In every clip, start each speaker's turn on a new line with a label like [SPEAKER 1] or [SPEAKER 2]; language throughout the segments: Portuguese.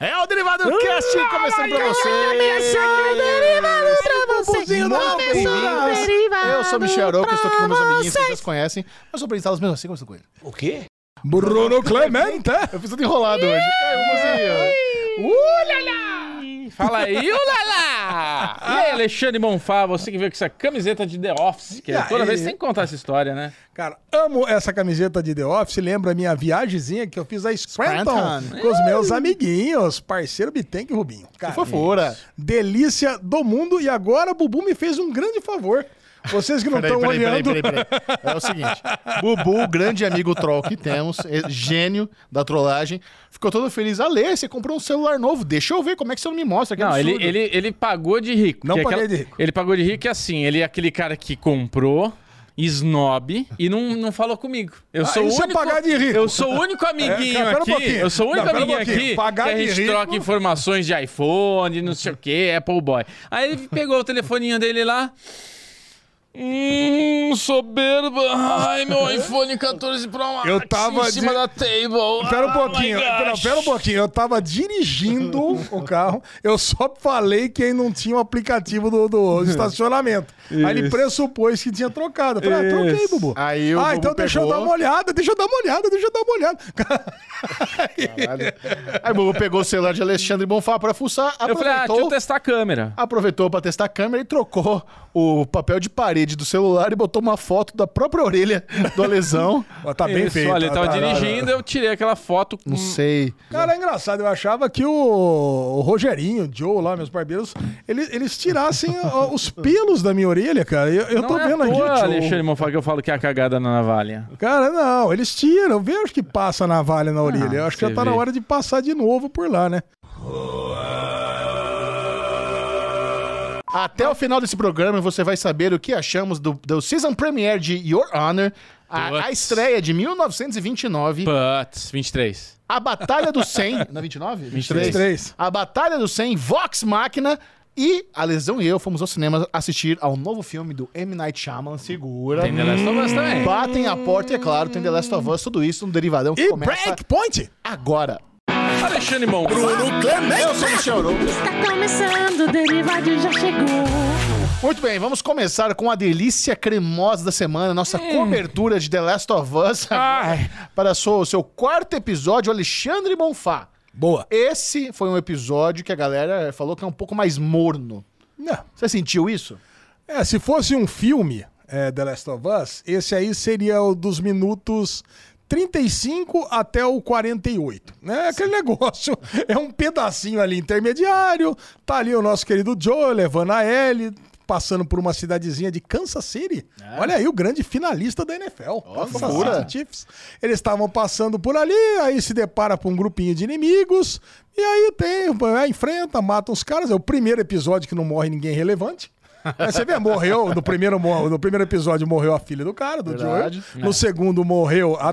[SPEAKER 1] É o Derivado
[SPEAKER 2] Ah,
[SPEAKER 1] Cast começando pra vocês.
[SPEAKER 2] um
[SPEAKER 1] Bubuzinho da Alves. Eu sou Michel Aroco, estou aqui com meus amiguinhos que vocês conhecem, mas sou apresentá-los mesmo assim, começando com ele.
[SPEAKER 3] O quê?
[SPEAKER 1] Bruno Clemente. Eu fiz tudo enrolado hoje. É, bubuzinho.
[SPEAKER 3] Fala aí, Ulala! E aí, Alexandre Bonfá, você que veio com essa camiseta de The Office, que
[SPEAKER 2] E
[SPEAKER 3] toda
[SPEAKER 2] aí?
[SPEAKER 3] vez tem que contar essa história, né?
[SPEAKER 2] Cara, amo essa camiseta de The Office. Lembra a minha viagemzinha que eu fiz a Scranton
[SPEAKER 1] Scranton.
[SPEAKER 2] com os meus amiguinhos, parceiro Bitenk e Rubinho. Cara,
[SPEAKER 1] Fofura.
[SPEAKER 2] delícia do mundo. E agora o Bubu me fez um grande favor. Vocês que não
[SPEAKER 1] Peraí,
[SPEAKER 2] estão
[SPEAKER 1] peraí, peraí,
[SPEAKER 2] olhando.
[SPEAKER 1] peraí, peraí. É o seguinte: Bubu, o grande amigo troll que temos, é gênio da trollagem, ficou todo feliz. Ale, você comprou um celular novo, deixa eu ver como é que você não me mostra. Que
[SPEAKER 3] Não, ele,
[SPEAKER 1] absurdo."
[SPEAKER 3] ele, ele pagou de rico.
[SPEAKER 2] Não
[SPEAKER 3] que é
[SPEAKER 2] paguei de rico.
[SPEAKER 3] Ele pagou de rico e assim, ele é aquele cara que comprou, snob, e não, não falou comigo. Eu sou o
[SPEAKER 2] isso é
[SPEAKER 3] único...
[SPEAKER 2] pagar de rico.
[SPEAKER 3] Eu sou o único amiguinho
[SPEAKER 2] É, cara, pera um
[SPEAKER 3] aqui.
[SPEAKER 2] pouquinho.
[SPEAKER 3] eu sou o único
[SPEAKER 2] Não, pera um
[SPEAKER 3] amiguinho
[SPEAKER 2] pouquinho.
[SPEAKER 3] aqui
[SPEAKER 2] Pagar
[SPEAKER 3] que a
[SPEAKER 2] de
[SPEAKER 3] gente
[SPEAKER 2] rico-
[SPEAKER 3] troca informações de iPhone, não sei o que, Apple Boy. Aí ele pegou o telefoninho dele lá... Hum, soberba. Ai, meu iPhone 14 Pro Max
[SPEAKER 2] Eu tava
[SPEAKER 3] em cima
[SPEAKER 2] de-
[SPEAKER 3] da table.
[SPEAKER 2] Pera um
[SPEAKER 3] Ah,
[SPEAKER 2] pouquinho,
[SPEAKER 3] my
[SPEAKER 2] pera,
[SPEAKER 3] gosh.
[SPEAKER 2] pera um pouquinho. Eu tava dirigindo o carro, eu só falei que aí não tinha o aplicativo do, do estacionamento. Aí ele
[SPEAKER 3] Isso.
[SPEAKER 2] pressupôs que tinha trocado. Eu falei, ah, troquei,
[SPEAKER 3] Isso.
[SPEAKER 2] Bubu.
[SPEAKER 1] Aí o
[SPEAKER 2] ah,
[SPEAKER 1] Bubu
[SPEAKER 2] então deixa eu
[SPEAKER 1] pegou.
[SPEAKER 2] dar uma olhada, deixa eu dar uma olhada, deixa eu dar uma olhada.
[SPEAKER 1] Caralho. Aí o Bubu pegou o celular de Alexandre Bonfá pra fuçar,
[SPEAKER 3] Eu falei, ah, deixa eu
[SPEAKER 1] aproveitou,
[SPEAKER 3] testar a câmera.
[SPEAKER 1] aproveitou pra testar a câmera e trocou o papel de parede do celular e botou uma foto da própria orelha do Alesão.
[SPEAKER 2] Ó, tá bem
[SPEAKER 3] Isso,
[SPEAKER 2] feito.
[SPEAKER 3] Olha,
[SPEAKER 2] ó,
[SPEAKER 3] ele tava
[SPEAKER 2] tá-
[SPEAKER 3] dirigindo, eu tirei aquela foto.
[SPEAKER 1] Não sei.
[SPEAKER 2] Cara, é engraçado. Eu achava que o, o Rogerinho, o Joe lá, meus barbeiros, eles, eles tirassem ó, os pelos da minha orelha, cara. Eu, eu
[SPEAKER 3] Não
[SPEAKER 2] tô
[SPEAKER 3] é à
[SPEAKER 2] vendo aqui
[SPEAKER 3] toa,
[SPEAKER 2] o Joe.
[SPEAKER 3] Alexandre Mofá, que eu falo que é a cagada na navalha.
[SPEAKER 2] Cara, não, eles tiram. Eu vejo que passa a navalha na orelha. eu acho que
[SPEAKER 3] você
[SPEAKER 2] já tá na
[SPEAKER 3] vê.
[SPEAKER 2] hora de passar de novo por lá, né?
[SPEAKER 1] Até o final desse programa você vai saber o que achamos do, do season premiere de Your Honor, a, a
[SPEAKER 3] Putz.
[SPEAKER 1] estreia de 1929,
[SPEAKER 3] Putz, 23.
[SPEAKER 1] a Batalha do 100... Não é 29? 23.
[SPEAKER 2] 23.
[SPEAKER 1] A Batalha do 100, Vox Máquina... E a Lesão e eu fomos ao cinema assistir ao novo filme do M. Night Shyamalan, segura.
[SPEAKER 3] Tem The Last of Us é também.
[SPEAKER 1] Batem a porta e, é claro, tem The Last of Us, tudo isso no Derivadão que
[SPEAKER 2] E
[SPEAKER 1] começa
[SPEAKER 2] Breakpoint!
[SPEAKER 1] agora.
[SPEAKER 3] Alexandre Mon.
[SPEAKER 1] Eu sou o Michel Arouca.
[SPEAKER 4] Está Tá começando, o Derivadinho já chegou.
[SPEAKER 1] Muito bem, vamos começar com a delícia cremosa da semana, nossa cobertura de The Last of Us
[SPEAKER 3] Ai.
[SPEAKER 1] para sua- o seu quarto episódio, Alexandre Bonfá.
[SPEAKER 2] Boa.
[SPEAKER 1] Esse foi um episódio que a galera falou que é um pouco mais morno.
[SPEAKER 2] Não.
[SPEAKER 1] Você sentiu isso?
[SPEAKER 2] É, se fosse um filme, é, The Last of Us, esse aí seria o dos minutos 35 até o 48. Né? Aquele negócio é um pedacinho ali intermediário. Tá ali o nosso querido Joe levando a Ellie. Passando por uma cidadezinha de Kansas City. Olha aí, o grande finalista da NFL. Kansas
[SPEAKER 1] fofura.
[SPEAKER 2] City Chiefs. Eles estavam passando por ali, aí se depara com um grupinho de inimigos. E aí tem, é, enfrenta, mata os caras. É o primeiro episódio que não morre ninguém relevante. Mas você vê, morreu, no primeiro, mo- no primeiro episódio morreu a filha do cara, do
[SPEAKER 1] Verdade.
[SPEAKER 2] George. No segundo morreu a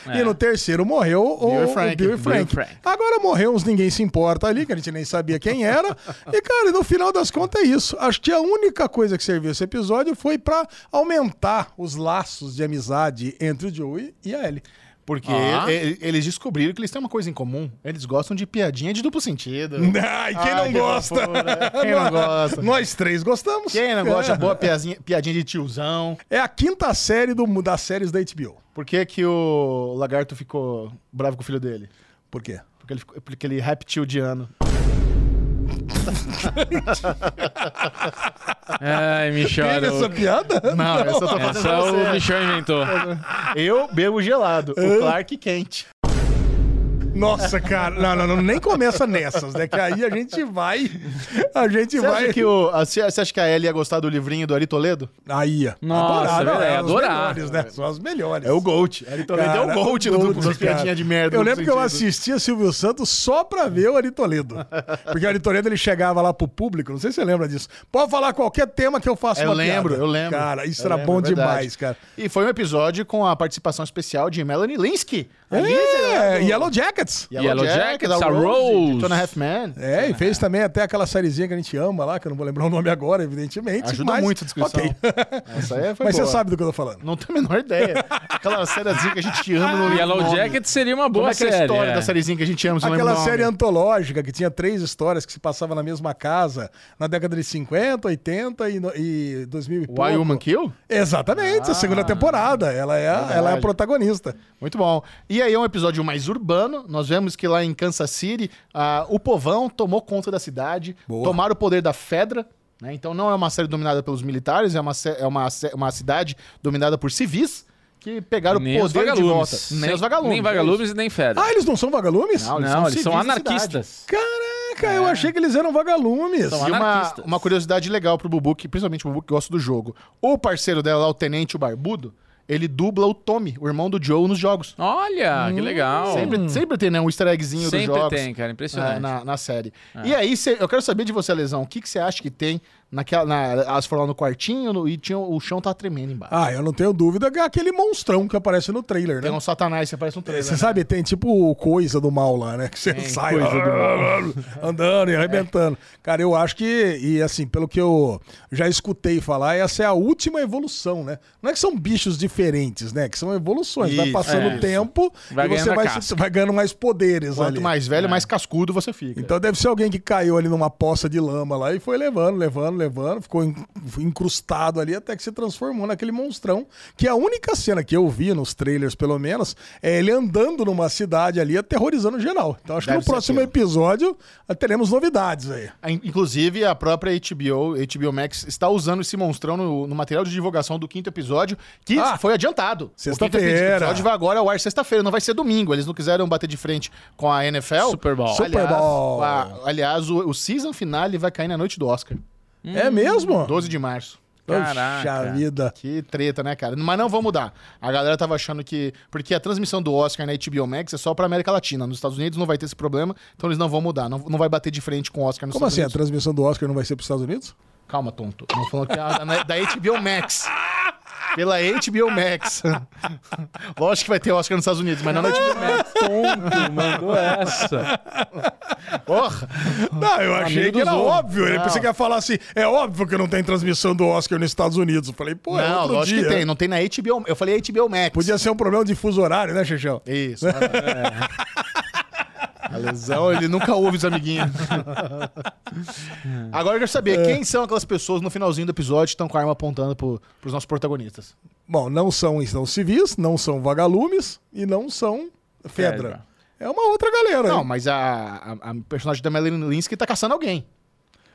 [SPEAKER 3] Tess, é.
[SPEAKER 2] E no terceiro morreu o,
[SPEAKER 1] Bill e
[SPEAKER 2] Bill,
[SPEAKER 1] Frank.
[SPEAKER 2] o Bill e Frank.
[SPEAKER 3] Bill e Frank.
[SPEAKER 2] Agora morreu uns ninguém se importa ali, que a gente nem sabia quem era. E, cara, no final das contas é isso. Acho que a única coisa que serviu esse episódio foi pra aumentar os laços de amizade entre o Joey e a Ellie.
[SPEAKER 1] Porque
[SPEAKER 3] Ah.
[SPEAKER 1] e- e- eles descobriram que eles têm uma coisa em comum. Eles gostam de piadinha de duplo sentido.
[SPEAKER 2] Ai, Ah, quem
[SPEAKER 1] Ai,
[SPEAKER 2] não
[SPEAKER 1] Ah, que
[SPEAKER 2] gosta?
[SPEAKER 1] fofura. Quem não gosta?
[SPEAKER 2] Nós três gostamos.
[SPEAKER 1] Quem não gosta
[SPEAKER 2] É.
[SPEAKER 1] de boa piazinha- piadinha de tiozão?
[SPEAKER 2] É a quinta série do, das séries da HBO.
[SPEAKER 1] Por que, que o lagarto ficou bravo com o filho dele?
[SPEAKER 2] Por quê?
[SPEAKER 1] Porque ele, ficou- porque ele é reptildiano.
[SPEAKER 3] Ai, Michel.
[SPEAKER 2] Teve essa
[SPEAKER 3] Arouca.
[SPEAKER 2] piada?
[SPEAKER 1] é Não, eu só tô fazendo
[SPEAKER 3] Essa é
[SPEAKER 1] pra
[SPEAKER 3] o
[SPEAKER 1] você.
[SPEAKER 3] Michel inventou.
[SPEAKER 1] Eu bebo gelado,
[SPEAKER 2] É.
[SPEAKER 1] o Clark quente.
[SPEAKER 2] Nossa, cara. Não, não, não, nem começa nessas, né? Que aí a gente vai. A gente
[SPEAKER 1] Você
[SPEAKER 2] vai.
[SPEAKER 1] acha, que o, a- você acha que a Ellie ia gostar do livrinho do Ari Toledo?
[SPEAKER 2] Aí.
[SPEAKER 3] Nossa,
[SPEAKER 2] adorar,
[SPEAKER 3] é
[SPEAKER 2] né? São as
[SPEAKER 3] adorar.
[SPEAKER 2] melhores, né? São as melhores.
[SPEAKER 1] É o Gold. Ari Toledo
[SPEAKER 2] Cara,
[SPEAKER 1] é o Gold do,
[SPEAKER 2] Gold,
[SPEAKER 1] das piadinhas
[SPEAKER 2] cara.
[SPEAKER 1] de merda.
[SPEAKER 2] Eu
[SPEAKER 1] no
[SPEAKER 2] lembro que eu
[SPEAKER 1] sentido.
[SPEAKER 2] assistia Silvio Santos só pra ver o Ari Toledo. Porque o Ari Toledo ele chegava lá pro público, não sei se você lembra disso. Pode falar qualquer tema que eu faço
[SPEAKER 1] Eu
[SPEAKER 2] uma
[SPEAKER 1] lembro,
[SPEAKER 2] piada.
[SPEAKER 1] É eu lembro.
[SPEAKER 2] Cara, isso
[SPEAKER 1] Eu
[SPEAKER 2] era
[SPEAKER 1] lembro,
[SPEAKER 2] bom
[SPEAKER 1] é verdade.
[SPEAKER 2] demais, cara.
[SPEAKER 1] E foi um episódio com a participação especial de Melanie Linsky.
[SPEAKER 2] É,
[SPEAKER 1] A líder lá do-
[SPEAKER 2] Yellow Jackets, Jackets.
[SPEAKER 3] Yellow
[SPEAKER 1] é
[SPEAKER 3] Jackets, a Rose.
[SPEAKER 1] Two and a Half Men.
[SPEAKER 2] É, e fez também até aquela sériezinha que a gente ama lá, que eu não vou lembrar o nome agora, evidentemente.
[SPEAKER 1] Ajuda
[SPEAKER 2] mas-
[SPEAKER 1] muito a descrição.
[SPEAKER 2] Ok.
[SPEAKER 1] Essa aí foi
[SPEAKER 2] mas
[SPEAKER 1] boa.
[SPEAKER 2] você sabe do que eu tô falando.
[SPEAKER 1] Não tenho a menor ideia. Aquela sériezinha que a gente ama no
[SPEAKER 3] Yellow Jacket seria uma
[SPEAKER 1] Como
[SPEAKER 3] boa
[SPEAKER 1] é que é
[SPEAKER 3] série.
[SPEAKER 1] a história
[SPEAKER 3] é.
[SPEAKER 1] da sériezinha que a gente ama? se não lembro
[SPEAKER 2] Aquela
[SPEAKER 1] o nome?
[SPEAKER 2] série antológica que tinha três histórias que se passava na mesma casa na década de 50, 80 e, no- e 2000 e pouco.
[SPEAKER 1] Why Woman Kill?
[SPEAKER 2] Exatamente, a segunda temporada. Ela é, a- ela é a
[SPEAKER 1] Ah. verdade.
[SPEAKER 2] protagonista.
[SPEAKER 1] Muito bom. E aí é um episódio mais urbano. Nós vemos que lá em Kansas City, ah, o povão tomou conta da cidade,
[SPEAKER 2] Boa.
[SPEAKER 1] tomaram o poder da Fedra. né? Então não é uma série dominada pelos militares, é uma, sé- é uma, sé- uma cidade dominada por civis que pegaram
[SPEAKER 3] Nem
[SPEAKER 1] o
[SPEAKER 3] os
[SPEAKER 1] poder de volta.
[SPEAKER 3] vagalumes.
[SPEAKER 1] Nem,
[SPEAKER 3] Sem-
[SPEAKER 1] os vagalumes. é
[SPEAKER 3] Nem vagalumes e nem fera.
[SPEAKER 2] Ah, eles não são vagalumes?
[SPEAKER 3] não,
[SPEAKER 1] Não, eles
[SPEAKER 3] eles são,
[SPEAKER 1] são civis É. da
[SPEAKER 3] anarquistas.
[SPEAKER 2] Caraca, eu achei que eles eram vagalumes.
[SPEAKER 3] São
[SPEAKER 1] E uma,
[SPEAKER 3] anarquistas.
[SPEAKER 1] uma curiosidade legal pro Bubu, que, principalmente o Bubu que gosta do jogo. O parceiro dela, lá, o Tenente o Barbudo, ele dubla o Tommy, o irmão do Joe, nos jogos.
[SPEAKER 3] Olha, Ah, que legal.
[SPEAKER 1] Hum, Sempre, sempre tem, né? Um easter eggzinho
[SPEAKER 3] Sempre
[SPEAKER 1] dos jogos.
[SPEAKER 3] tem, cara.
[SPEAKER 1] na,
[SPEAKER 3] Impressionante.
[SPEAKER 1] É,
[SPEAKER 3] É.
[SPEAKER 1] na, na série. E aí, cê- eu quero saber de você, Lesão, o que que você acha que tem naquela. Na, elas foram lá no quartinho no- e tinha, o chão tá tremendo embaixo.
[SPEAKER 2] Ah, eu não tenho dúvida que é aquele monstrão que aparece no trailer, né?
[SPEAKER 1] Tem um satanás, você parece um trailer.
[SPEAKER 2] Você
[SPEAKER 1] né?
[SPEAKER 2] sabe, tem tipo coisa do mal lá, né? Que você sai andando e arrebentando. Cara, eu acho que, e assim, pelo que eu já escutei falar, essa é a última evolução, né? Não é que são bichos diferentes, né? Que são evoluções. vai
[SPEAKER 1] Isso,
[SPEAKER 2] passando
[SPEAKER 1] é.
[SPEAKER 2] o tempo
[SPEAKER 3] Vai
[SPEAKER 2] e você
[SPEAKER 3] ganhando
[SPEAKER 2] vai,
[SPEAKER 3] casca.
[SPEAKER 2] se- vai ganhando mais poderes
[SPEAKER 1] Quanto
[SPEAKER 2] ali.
[SPEAKER 1] mais
[SPEAKER 3] É.
[SPEAKER 1] velho, mais cascudo você fica.
[SPEAKER 2] Então deve ser alguém que caiu ali numa poça de lama lá e foi levando, levando, levando, ficou en- incrustado ali até que se transformou naquele monstrão. Que a única cena que eu vi nos trailers, pelo menos, é ele andando numa cidade ali aterrorizando geral. Então acho
[SPEAKER 1] Deve
[SPEAKER 2] que
[SPEAKER 1] ser
[SPEAKER 2] no próximo
[SPEAKER 1] aquilo.
[SPEAKER 2] episódio ah, teremos novidades aí.
[SPEAKER 1] A- Ah, Inclusive, a própria HBO, HBO Max, está usando esse monstrão no, no material de divulgação do quinto episódio, que
[SPEAKER 2] Ah,
[SPEAKER 1] foi adiantado. O quinto
[SPEAKER 2] sexta-feira.
[SPEAKER 1] episódio vai agora ao ar sexta-feira, não vai ser domingo. Eles não quiseram bater de frente com a NFL.
[SPEAKER 3] Super Bowl.
[SPEAKER 1] Aliás,
[SPEAKER 2] Super Bowl.
[SPEAKER 1] a- aliás o, o season finale vai cair na noite do Oscar, Hum,
[SPEAKER 2] É mesmo?
[SPEAKER 1] 12 de março.
[SPEAKER 2] Poxa
[SPEAKER 3] Caraca.
[SPEAKER 2] vida.
[SPEAKER 1] Que treta, né, cara? Mas não vão mudar. A galera tava achando que. Porque a transmissão do Oscar na HBO Max é só pra América Latina. Nos Estados Unidos não vai ter esse problema, então eles não vão mudar. Não, não vai bater de frente com o Oscar nos
[SPEAKER 2] Como
[SPEAKER 1] Estados
[SPEAKER 2] assim? A
[SPEAKER 1] Unidos.
[SPEAKER 2] transmissão do Oscar não vai ser para os Estados Unidos?
[SPEAKER 1] Calma, tonto. Não falando que é a- na- da HBO Max. Pela HBO Max. Lógico que vai ter Oscar nos Estados Unidos, mas não na HBO Max.
[SPEAKER 3] Tonto, mandou
[SPEAKER 1] é
[SPEAKER 3] essa.
[SPEAKER 1] Porra!
[SPEAKER 2] Não, eu achei
[SPEAKER 3] Amigo
[SPEAKER 2] que
[SPEAKER 3] do
[SPEAKER 2] era
[SPEAKER 3] Zorro.
[SPEAKER 2] óbvio. Ele
[SPEAKER 1] Não.
[SPEAKER 2] pensei que ia falar assim: é óbvio que não tem transmissão do Oscar nos Estados Unidos. Eu falei, pô, é
[SPEAKER 1] não,
[SPEAKER 2] outro
[SPEAKER 1] lógico
[SPEAKER 2] dia.
[SPEAKER 1] que tem. Não tem na HBO. Eu falei HBO Max.
[SPEAKER 2] Podia ser um problema de fuso horário, né, Xixão?
[SPEAKER 1] Isso. Ah, é. A lesão, ele nunca ouve os amiguinhos. Agora eu quero saber, quem são aquelas pessoas no finalzinho do episódio que estão com a arma apontando pro, pros nossos protagonistas?
[SPEAKER 2] Bom, não são, são civis, não são vagalumes e não são Fedra.
[SPEAKER 3] Fedra.
[SPEAKER 2] É uma outra galera.
[SPEAKER 1] Não,
[SPEAKER 2] né?
[SPEAKER 1] mas a, a, a personagem da Melanie Linsky tá caçando alguém.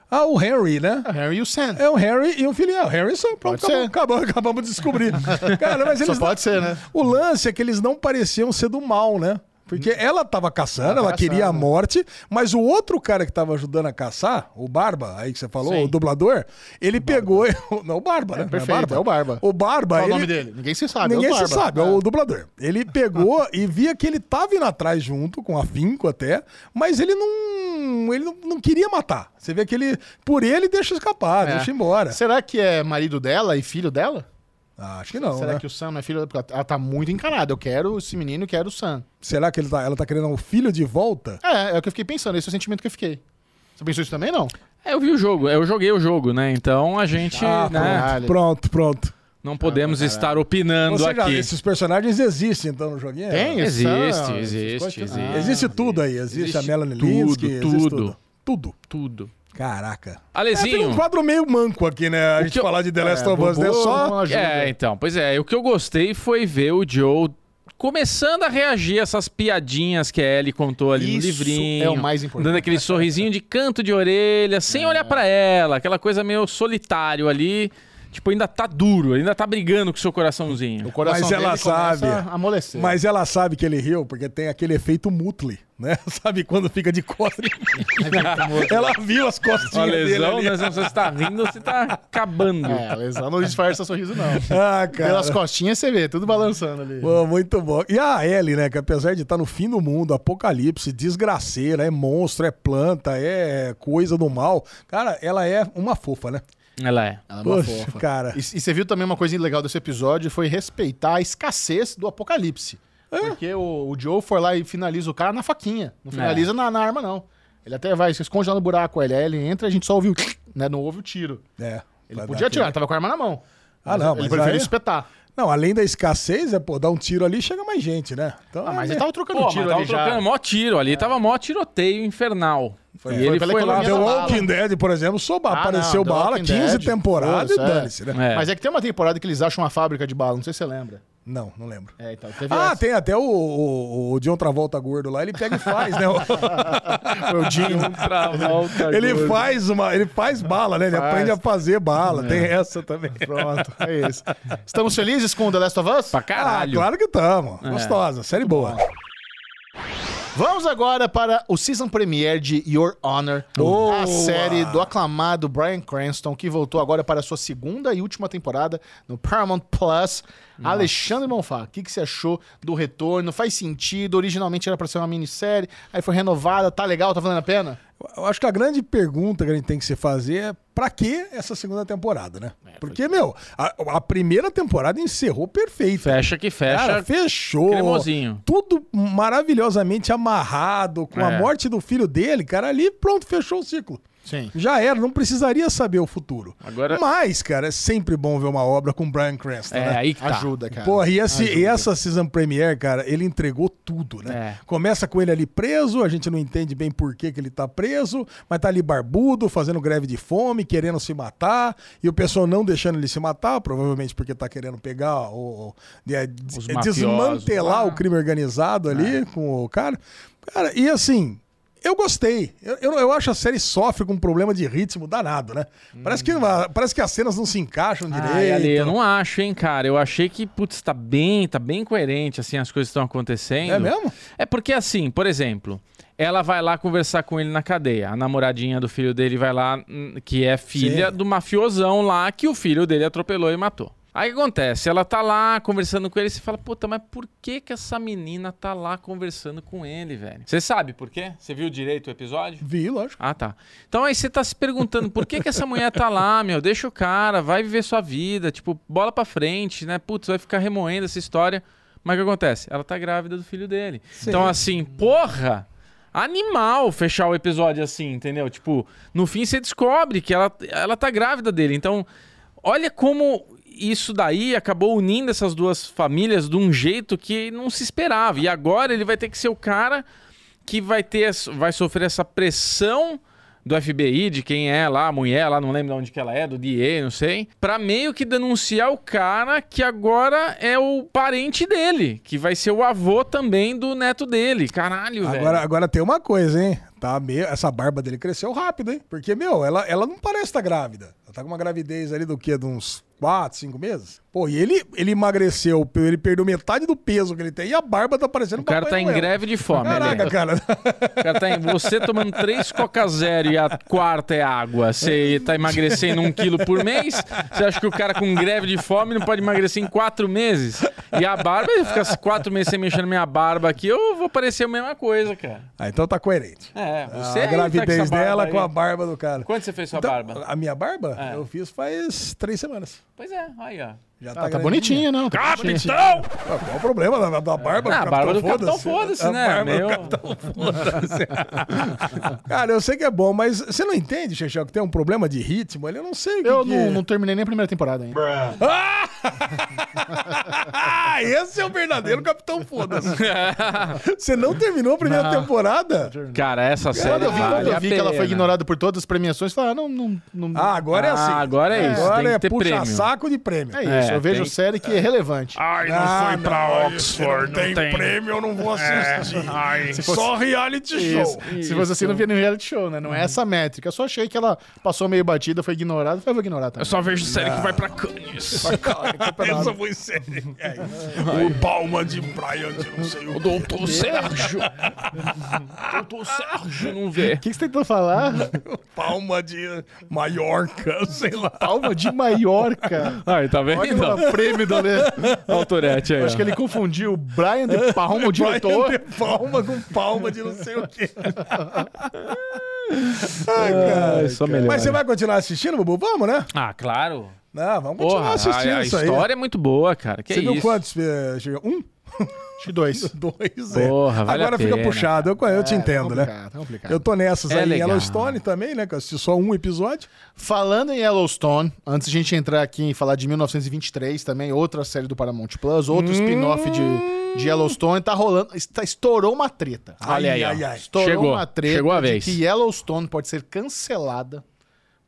[SPEAKER 2] Ah, o Harry, né?
[SPEAKER 1] A Harry e o Sam.
[SPEAKER 2] É o Harry e o filhinho. Ah, o Harry são. Pronto,
[SPEAKER 1] Pode
[SPEAKER 2] acabou,
[SPEAKER 1] ser.
[SPEAKER 2] acabou- acabamos de descobrir. Cara, mas
[SPEAKER 1] Só
[SPEAKER 2] eles.
[SPEAKER 1] pode ser, né?
[SPEAKER 2] O lance é que eles não pareciam ser do mal, né? Porque ela tava caçando, ela queria a
[SPEAKER 1] Hum. caçando.
[SPEAKER 2] morte, mas o outro cara que tava ajudando a caçar, o Barba, aí que você falou,
[SPEAKER 1] Sim.
[SPEAKER 2] o dublador, ele pegou. Não, o Barba, né?
[SPEAKER 1] perfeito, é o Barba.
[SPEAKER 2] O Barba.
[SPEAKER 1] Qual
[SPEAKER 2] ele...
[SPEAKER 1] o nome dele? Ninguém se sabe. é o
[SPEAKER 2] Ninguém se
[SPEAKER 1] Barba.
[SPEAKER 2] sabe, é
[SPEAKER 1] Ah.
[SPEAKER 2] o dublador. Ele pegou e via que ele tava indo atrás junto, com afinco até, mas ele não. Ele não, não queria matar. Você vê que ele. Por ele deixa escapar,
[SPEAKER 1] É.
[SPEAKER 2] deixa embora.
[SPEAKER 1] Será que é marido dela e filho dela?
[SPEAKER 2] Ah, acho que não.
[SPEAKER 1] Será
[SPEAKER 2] né?
[SPEAKER 1] que o Sam não é filho? Porque Ela tá muito encanada. Eu quero esse menino, eu quero o Sam.
[SPEAKER 2] Será que ele tá- ela tá querendo um filho de volta?
[SPEAKER 1] É, é o que eu fiquei pensando. Esse é o sentimento que eu fiquei. Você pensou isso também, não?
[SPEAKER 3] É, eu vi o jogo, eu joguei o jogo, né? Então a gente
[SPEAKER 2] Ah,
[SPEAKER 3] né,
[SPEAKER 1] caralho.
[SPEAKER 2] pronto, pronto.
[SPEAKER 3] não podemos estar opinando
[SPEAKER 2] Ou seja,
[SPEAKER 3] aqui.
[SPEAKER 2] esses personagens existem então no joguinho?
[SPEAKER 1] Tem? é
[SPEAKER 3] Existe,
[SPEAKER 1] Essa-
[SPEAKER 3] existe,
[SPEAKER 1] essas coisas-
[SPEAKER 3] existe.
[SPEAKER 2] Existe tudo aí. Existe,
[SPEAKER 3] Ah, Existe
[SPEAKER 2] a Melanie
[SPEAKER 3] tudo,
[SPEAKER 2] Linsky, existe
[SPEAKER 3] tudo.
[SPEAKER 2] tudo. Tudo.
[SPEAKER 3] Tudo.
[SPEAKER 2] Caraca. É, tem
[SPEAKER 3] Alezinho.
[SPEAKER 2] um quadro meio manco aqui, né? A
[SPEAKER 3] O
[SPEAKER 2] gente
[SPEAKER 3] que eu-
[SPEAKER 2] falar de The Last of Us, né?
[SPEAKER 1] Bubu,
[SPEAKER 2] Só.
[SPEAKER 1] não ajuda.
[SPEAKER 3] É, então, pois é. O que eu gostei foi ver o Joe começando a reagir a essas piadinhas que a Ellie contou ali
[SPEAKER 1] Isso
[SPEAKER 3] no livrinho.
[SPEAKER 1] é o mais importante. É.
[SPEAKER 3] Dando aquele sorrisinho de canto de orelha, sem olhar pra ela, aquela coisa meio solitário ali. Tipo, ainda tá duro, ainda tá brigando com o seu coraçãozinho.
[SPEAKER 1] O coração
[SPEAKER 2] Mas ela
[SPEAKER 1] dele começa
[SPEAKER 2] sabe.
[SPEAKER 1] a amolecer.
[SPEAKER 2] Mas ela sabe que ele riu, porque tem aquele efeito mutle, né? Sabe quando fica de costas? ela viu as
[SPEAKER 3] A
[SPEAKER 2] costinhas dele
[SPEAKER 3] lesão,
[SPEAKER 2] ali.
[SPEAKER 3] né? Não sei se tá rindo ou se tá acabando.
[SPEAKER 1] É, a lesão não disfarça sorriso, não.
[SPEAKER 2] Ah, cara.
[SPEAKER 1] Pelas costinhas você vê, tudo balançando ali.
[SPEAKER 2] Pô, muito bom. E a Ellie, né? Que apesar de estar no fim do mundo, apocalipse, desgraceira, é monstro, é planta, é coisa do mal. Cara, ela é uma fofa, né?
[SPEAKER 3] Ela é.
[SPEAKER 1] Ela é uma
[SPEAKER 2] Poxa,
[SPEAKER 1] fofa.
[SPEAKER 2] cara.
[SPEAKER 1] E, e você viu também uma coisa legal desse episódio, foi respeitar a escassez do apocalipse.
[SPEAKER 2] É?
[SPEAKER 1] Porque o, o Joe foi lá e finaliza o cara na faquinha. Não finaliza na, na arma, não. Ele até vai, se esconde lá no buraco. Ele, aí ele entra a gente só ouviu, né? Não ouve o tiro.
[SPEAKER 2] É.
[SPEAKER 1] Ele
[SPEAKER 2] vai
[SPEAKER 1] podia
[SPEAKER 2] dar
[SPEAKER 1] atirar, ele tava com a arma na mão.
[SPEAKER 2] Ah, não,
[SPEAKER 1] Ele
[SPEAKER 2] mas
[SPEAKER 1] prefere
[SPEAKER 2] aí-
[SPEAKER 1] espetar.
[SPEAKER 2] aquele- Não, além da escassez, é, pô, dar um tiro ali chega mais gente, né? Então,
[SPEAKER 1] Ah, mas
[SPEAKER 2] é,
[SPEAKER 1] ele tava trocando
[SPEAKER 3] Pô, mas
[SPEAKER 1] tiro
[SPEAKER 3] tava
[SPEAKER 1] ali já.
[SPEAKER 3] trocando mó tiro ali, tava mó tiroteio infernal.
[SPEAKER 1] Foi-
[SPEAKER 3] e
[SPEAKER 1] foi
[SPEAKER 3] ele
[SPEAKER 1] pela
[SPEAKER 3] foi lá.
[SPEAKER 1] economia
[SPEAKER 2] The
[SPEAKER 1] da é bala.
[SPEAKER 2] Walking Dead, por exemplo, soba,
[SPEAKER 1] Ah, não,
[SPEAKER 2] apareceu
[SPEAKER 1] The
[SPEAKER 2] bala,
[SPEAKER 1] Walking
[SPEAKER 2] 15
[SPEAKER 1] Dead,
[SPEAKER 2] temporadas e
[SPEAKER 1] foda-se, é.
[SPEAKER 2] dane-se, né?
[SPEAKER 3] É.
[SPEAKER 1] Mas é que tem uma temporada que eles acham uma fábrica de bala, não sei se você lembra.
[SPEAKER 2] Não, não lembro.
[SPEAKER 1] É, então, teve
[SPEAKER 2] Ah,
[SPEAKER 1] essa.
[SPEAKER 2] tem até o, o, o John Travolta gordo lá, ele pega e faz, né?
[SPEAKER 1] Foi o Jim.
[SPEAKER 3] Travolta,
[SPEAKER 2] ele
[SPEAKER 3] gordo.
[SPEAKER 2] faz uma, ele faz bala, né? Ele
[SPEAKER 1] Faz. É.
[SPEAKER 2] aprende a fazer bala, tem essa também.
[SPEAKER 1] Pronto, é isso. Estamos felizes com The Last of Us?
[SPEAKER 3] Pra
[SPEAKER 2] Ah,
[SPEAKER 3] caralho.
[SPEAKER 2] claro que tamo.
[SPEAKER 1] É.
[SPEAKER 2] Gostosa, série boa.
[SPEAKER 1] Vamos agora para o season premiere de Your Honor,
[SPEAKER 2] Boa!
[SPEAKER 1] a série do aclamado Bryan Cranston, que voltou agora para a sua segunda e última temporada no Paramount Plus. Alexandre Monfá, o que, que você achou do retorno? Faz sentido? Originalmente era para ser uma minissérie, aí foi renovada, tá legal, tá valendo a pena?
[SPEAKER 2] Eu acho que a grande pergunta que a gente tem que se fazer é pra que essa segunda temporada, né?
[SPEAKER 1] É,
[SPEAKER 2] Porque, meu, a, a primeira temporada encerrou perfeita.
[SPEAKER 3] Fecha que fecha.
[SPEAKER 2] Cara, fechou.
[SPEAKER 3] É cremosinho.
[SPEAKER 2] Tudo maravilhosamente amarrado. Com a
[SPEAKER 3] É.
[SPEAKER 2] morte do filho dele, cara, ali pronto, fechou o ciclo.
[SPEAKER 1] Sim.
[SPEAKER 2] Já era, não precisaria saber o futuro.
[SPEAKER 3] Agora-
[SPEAKER 2] Mas, cara, é sempre bom ver uma obra com Brian Cranston,
[SPEAKER 3] É,
[SPEAKER 2] né?
[SPEAKER 3] aí que tá.
[SPEAKER 1] Ajuda, cara.
[SPEAKER 2] Porra, e, esse- e essa season premiere, cara, ele entregou tudo, né?
[SPEAKER 3] É.
[SPEAKER 2] Começa com ele ali preso, a gente não entende bem por que, que ele tá preso, mas tá ali barbudo, fazendo greve de fome, querendo se matar, e o pessoal não deixando ele se matar, provavelmente porque tá querendo pegar o, o- de-
[SPEAKER 3] Os
[SPEAKER 2] de- desmantelar
[SPEAKER 3] mafiosos É. lá.
[SPEAKER 2] o crime organizado ali com o cara. Cara, e assim. Eu gostei. Eu, eu, eu acho a série sofre com um problema de ritmo danado, né? Parece, que, parece que as cenas não se encaixam direito.
[SPEAKER 3] Hum. Ai, Ale, eu não acho, hein, cara. Eu achei que, putz, tá bem, tá bem coerente, assim, as coisas estão acontecendo.
[SPEAKER 2] É mesmo?
[SPEAKER 3] É porque, assim, por exemplo, ela vai lá conversar com ele na cadeia. A namoradinha do filho dele vai lá, hum, que é filha
[SPEAKER 2] Sim.
[SPEAKER 3] do mafiosão lá, que o filho dele atropelou e matou. Aí o que acontece? Ela tá lá conversando com ele e você fala, puta, mas por que que essa menina tá lá conversando com ele, velho? Você sabe por quê? Você viu direito o episódio?
[SPEAKER 2] Vi, lógico.
[SPEAKER 3] Ah, tá. Então aí você tá se perguntando por que, que essa mulher tá lá, meu? Deixa o cara, vai viver sua vida, tipo, bola pra frente, né? Putz, vai ficar remoendo essa história. Mas o que acontece? Ela tá grávida do filho dele. Então, assim, porra! Animal fechar o episódio assim, entendeu? Tipo, no fim você descobre que ela, ela tá grávida dele. Então, olha como isso daí acabou unindo essas duas famílias de um jeito que não se esperava. E agora ele vai ter que ser o cara que vai ter as- vai sofrer essa pressão do FBI, de quem é lá, a mulher lá, não lembro de onde que ela é, do DA, não sei, pra meio que denunciar o cara que agora é o parente dele, que vai ser o avô também do neto dele. Caralho,
[SPEAKER 2] Agora,
[SPEAKER 3] velho.
[SPEAKER 2] agora tem uma coisa, hein? Tá meio... Essa barba dele cresceu rápido, hein? Porque, meu, ela, ela não parece estar grávida. Ela tá com uma gravidez ali do quê? De uns 4, 5 meses? Pô, e ele, ele emagreceu, ele perdeu metade do peso que ele tem e a barba tá parecendo
[SPEAKER 3] O cara
[SPEAKER 2] Papai
[SPEAKER 3] tá em
[SPEAKER 2] Noel.
[SPEAKER 3] greve de fome,
[SPEAKER 2] Caraca,
[SPEAKER 3] Ale.
[SPEAKER 2] cara.
[SPEAKER 3] O cara tá em, você tomando três coca zero e a quarta é água, você tá emagrecendo um quilo por mês, você acha que o cara com greve de fome não pode emagrecer em quatro meses? E a barba, ele fica quatro meses sem mexer na minha barba aqui, eu vou parecer a mesma coisa, cara.
[SPEAKER 2] Ah, então tá coerente.
[SPEAKER 3] É, você
[SPEAKER 2] a
[SPEAKER 3] aí tá com
[SPEAKER 2] gravidez
[SPEAKER 3] essa barba
[SPEAKER 2] dela
[SPEAKER 3] aí.
[SPEAKER 2] com a barba do cara.
[SPEAKER 3] Quando você fez sua
[SPEAKER 2] Então,
[SPEAKER 3] barba?
[SPEAKER 2] A minha barba?
[SPEAKER 3] É.
[SPEAKER 2] Eu fiz faz três semanas.
[SPEAKER 3] Pois é, aí, ó.
[SPEAKER 2] Já
[SPEAKER 1] Ah, tá
[SPEAKER 2] grandinha.
[SPEAKER 1] bonitinha, não. Tá bonitinha.
[SPEAKER 3] Capitão!
[SPEAKER 2] Ah, Qual o problema da, da barba?
[SPEAKER 3] Ah, a
[SPEAKER 2] do
[SPEAKER 3] barba do
[SPEAKER 2] Capitão
[SPEAKER 3] Capitão Foda-se,
[SPEAKER 2] A
[SPEAKER 3] né?
[SPEAKER 2] barba do
[SPEAKER 3] Meu...
[SPEAKER 2] Cara, eu sei que é bom, mas você não entende, Xexel, que tem um problema de ritmo ali? Eu não sei o que é.
[SPEAKER 1] Eu
[SPEAKER 2] que
[SPEAKER 1] não, não terminei nem a primeira temporada ainda.
[SPEAKER 2] Ah, esse é o verdadeiro Capitão Foda-se. você não terminou a primeira temporada?
[SPEAKER 3] Cara, essa série
[SPEAKER 1] Quando eu vi, quando
[SPEAKER 3] vale
[SPEAKER 1] eu
[SPEAKER 3] a
[SPEAKER 1] vi que ela foi
[SPEAKER 3] pena.
[SPEAKER 1] ignorada por todas as premiações, eu falei, ah, não, não, não,
[SPEAKER 2] Ah, agora é
[SPEAKER 3] Ah,
[SPEAKER 2] assim.
[SPEAKER 3] agora é isso,
[SPEAKER 2] Agora
[SPEAKER 3] tem que
[SPEAKER 2] é
[SPEAKER 3] ter
[SPEAKER 2] puxa
[SPEAKER 3] prêmio.
[SPEAKER 2] saco de prêmio.
[SPEAKER 1] É isso,
[SPEAKER 3] É,
[SPEAKER 1] eu vejo
[SPEAKER 3] tem-
[SPEAKER 1] série que é relevante.
[SPEAKER 5] Ai, não
[SPEAKER 2] Ah,
[SPEAKER 5] foi pra Oxford, não, tem. É.
[SPEAKER 2] prêmio, eu não vou assistir.
[SPEAKER 5] Ai,
[SPEAKER 2] Só reality
[SPEAKER 1] Isso. Se você assim, não via no reality show, né? Não é essa métrica. Eu só achei que ela passou meio batida, foi ignorada. Eu falei, vou ignorar também.
[SPEAKER 5] só vejo série que vai pra Cannes. Eu só vou em série. É isso. O Palma de Brian, de não sei o
[SPEAKER 3] Doutor Sérgio! Doutor Sérgio não vê.
[SPEAKER 1] O que que você tentou falar?
[SPEAKER 2] Palma de Maiorca, sei lá.
[SPEAKER 1] Palma de Maiorca.
[SPEAKER 3] Aí, tá
[SPEAKER 1] Olha o prêmio do Ale.
[SPEAKER 3] Olha o Tourette aí.
[SPEAKER 1] Acho que ele confundiu o Brian de Palma, o
[SPEAKER 2] Brian
[SPEAKER 1] diretor.
[SPEAKER 2] de palma com palma de não sei o quê. Ai, cara.
[SPEAKER 3] só melhor.
[SPEAKER 2] Mas você vai continuar assistindo, Bubu? Vamos, né?
[SPEAKER 3] Ah, claro.
[SPEAKER 2] Não, vamos continuar
[SPEAKER 3] Porra, a,
[SPEAKER 2] assistindo
[SPEAKER 3] a
[SPEAKER 2] isso aí.
[SPEAKER 3] história é muito boa, cara. Que
[SPEAKER 2] Você
[SPEAKER 3] é
[SPEAKER 2] viu
[SPEAKER 3] isso?
[SPEAKER 2] quantos? eh, Chico? Um?
[SPEAKER 1] Acho dois.
[SPEAKER 2] Dois,
[SPEAKER 3] Porra,
[SPEAKER 2] é.
[SPEAKER 3] vale a
[SPEAKER 2] Agora fica
[SPEAKER 3] pena.
[SPEAKER 2] puxado, eu, eu te entendo, né?
[SPEAKER 1] complicado, é complicado.
[SPEAKER 2] Eu tô nessas
[SPEAKER 3] É
[SPEAKER 2] aí em
[SPEAKER 3] legal.
[SPEAKER 2] Yellowstone também, né? Que eu assisti só um episódio.
[SPEAKER 1] Falando em Yellowstone, antes de a gente entrar aqui e falar de 1923 também, outra série do Paramount Plus,
[SPEAKER 2] Hum.
[SPEAKER 1] outro spin-off de, de Yellowstone, tá rolando, está, estourou uma treta.
[SPEAKER 3] Olha aí, ó.
[SPEAKER 2] ai, ai.
[SPEAKER 1] Estourou
[SPEAKER 3] Chegou,
[SPEAKER 1] uma treta
[SPEAKER 3] chegou a
[SPEAKER 1] de
[SPEAKER 3] vez.
[SPEAKER 1] que Yellowstone pode ser cancelada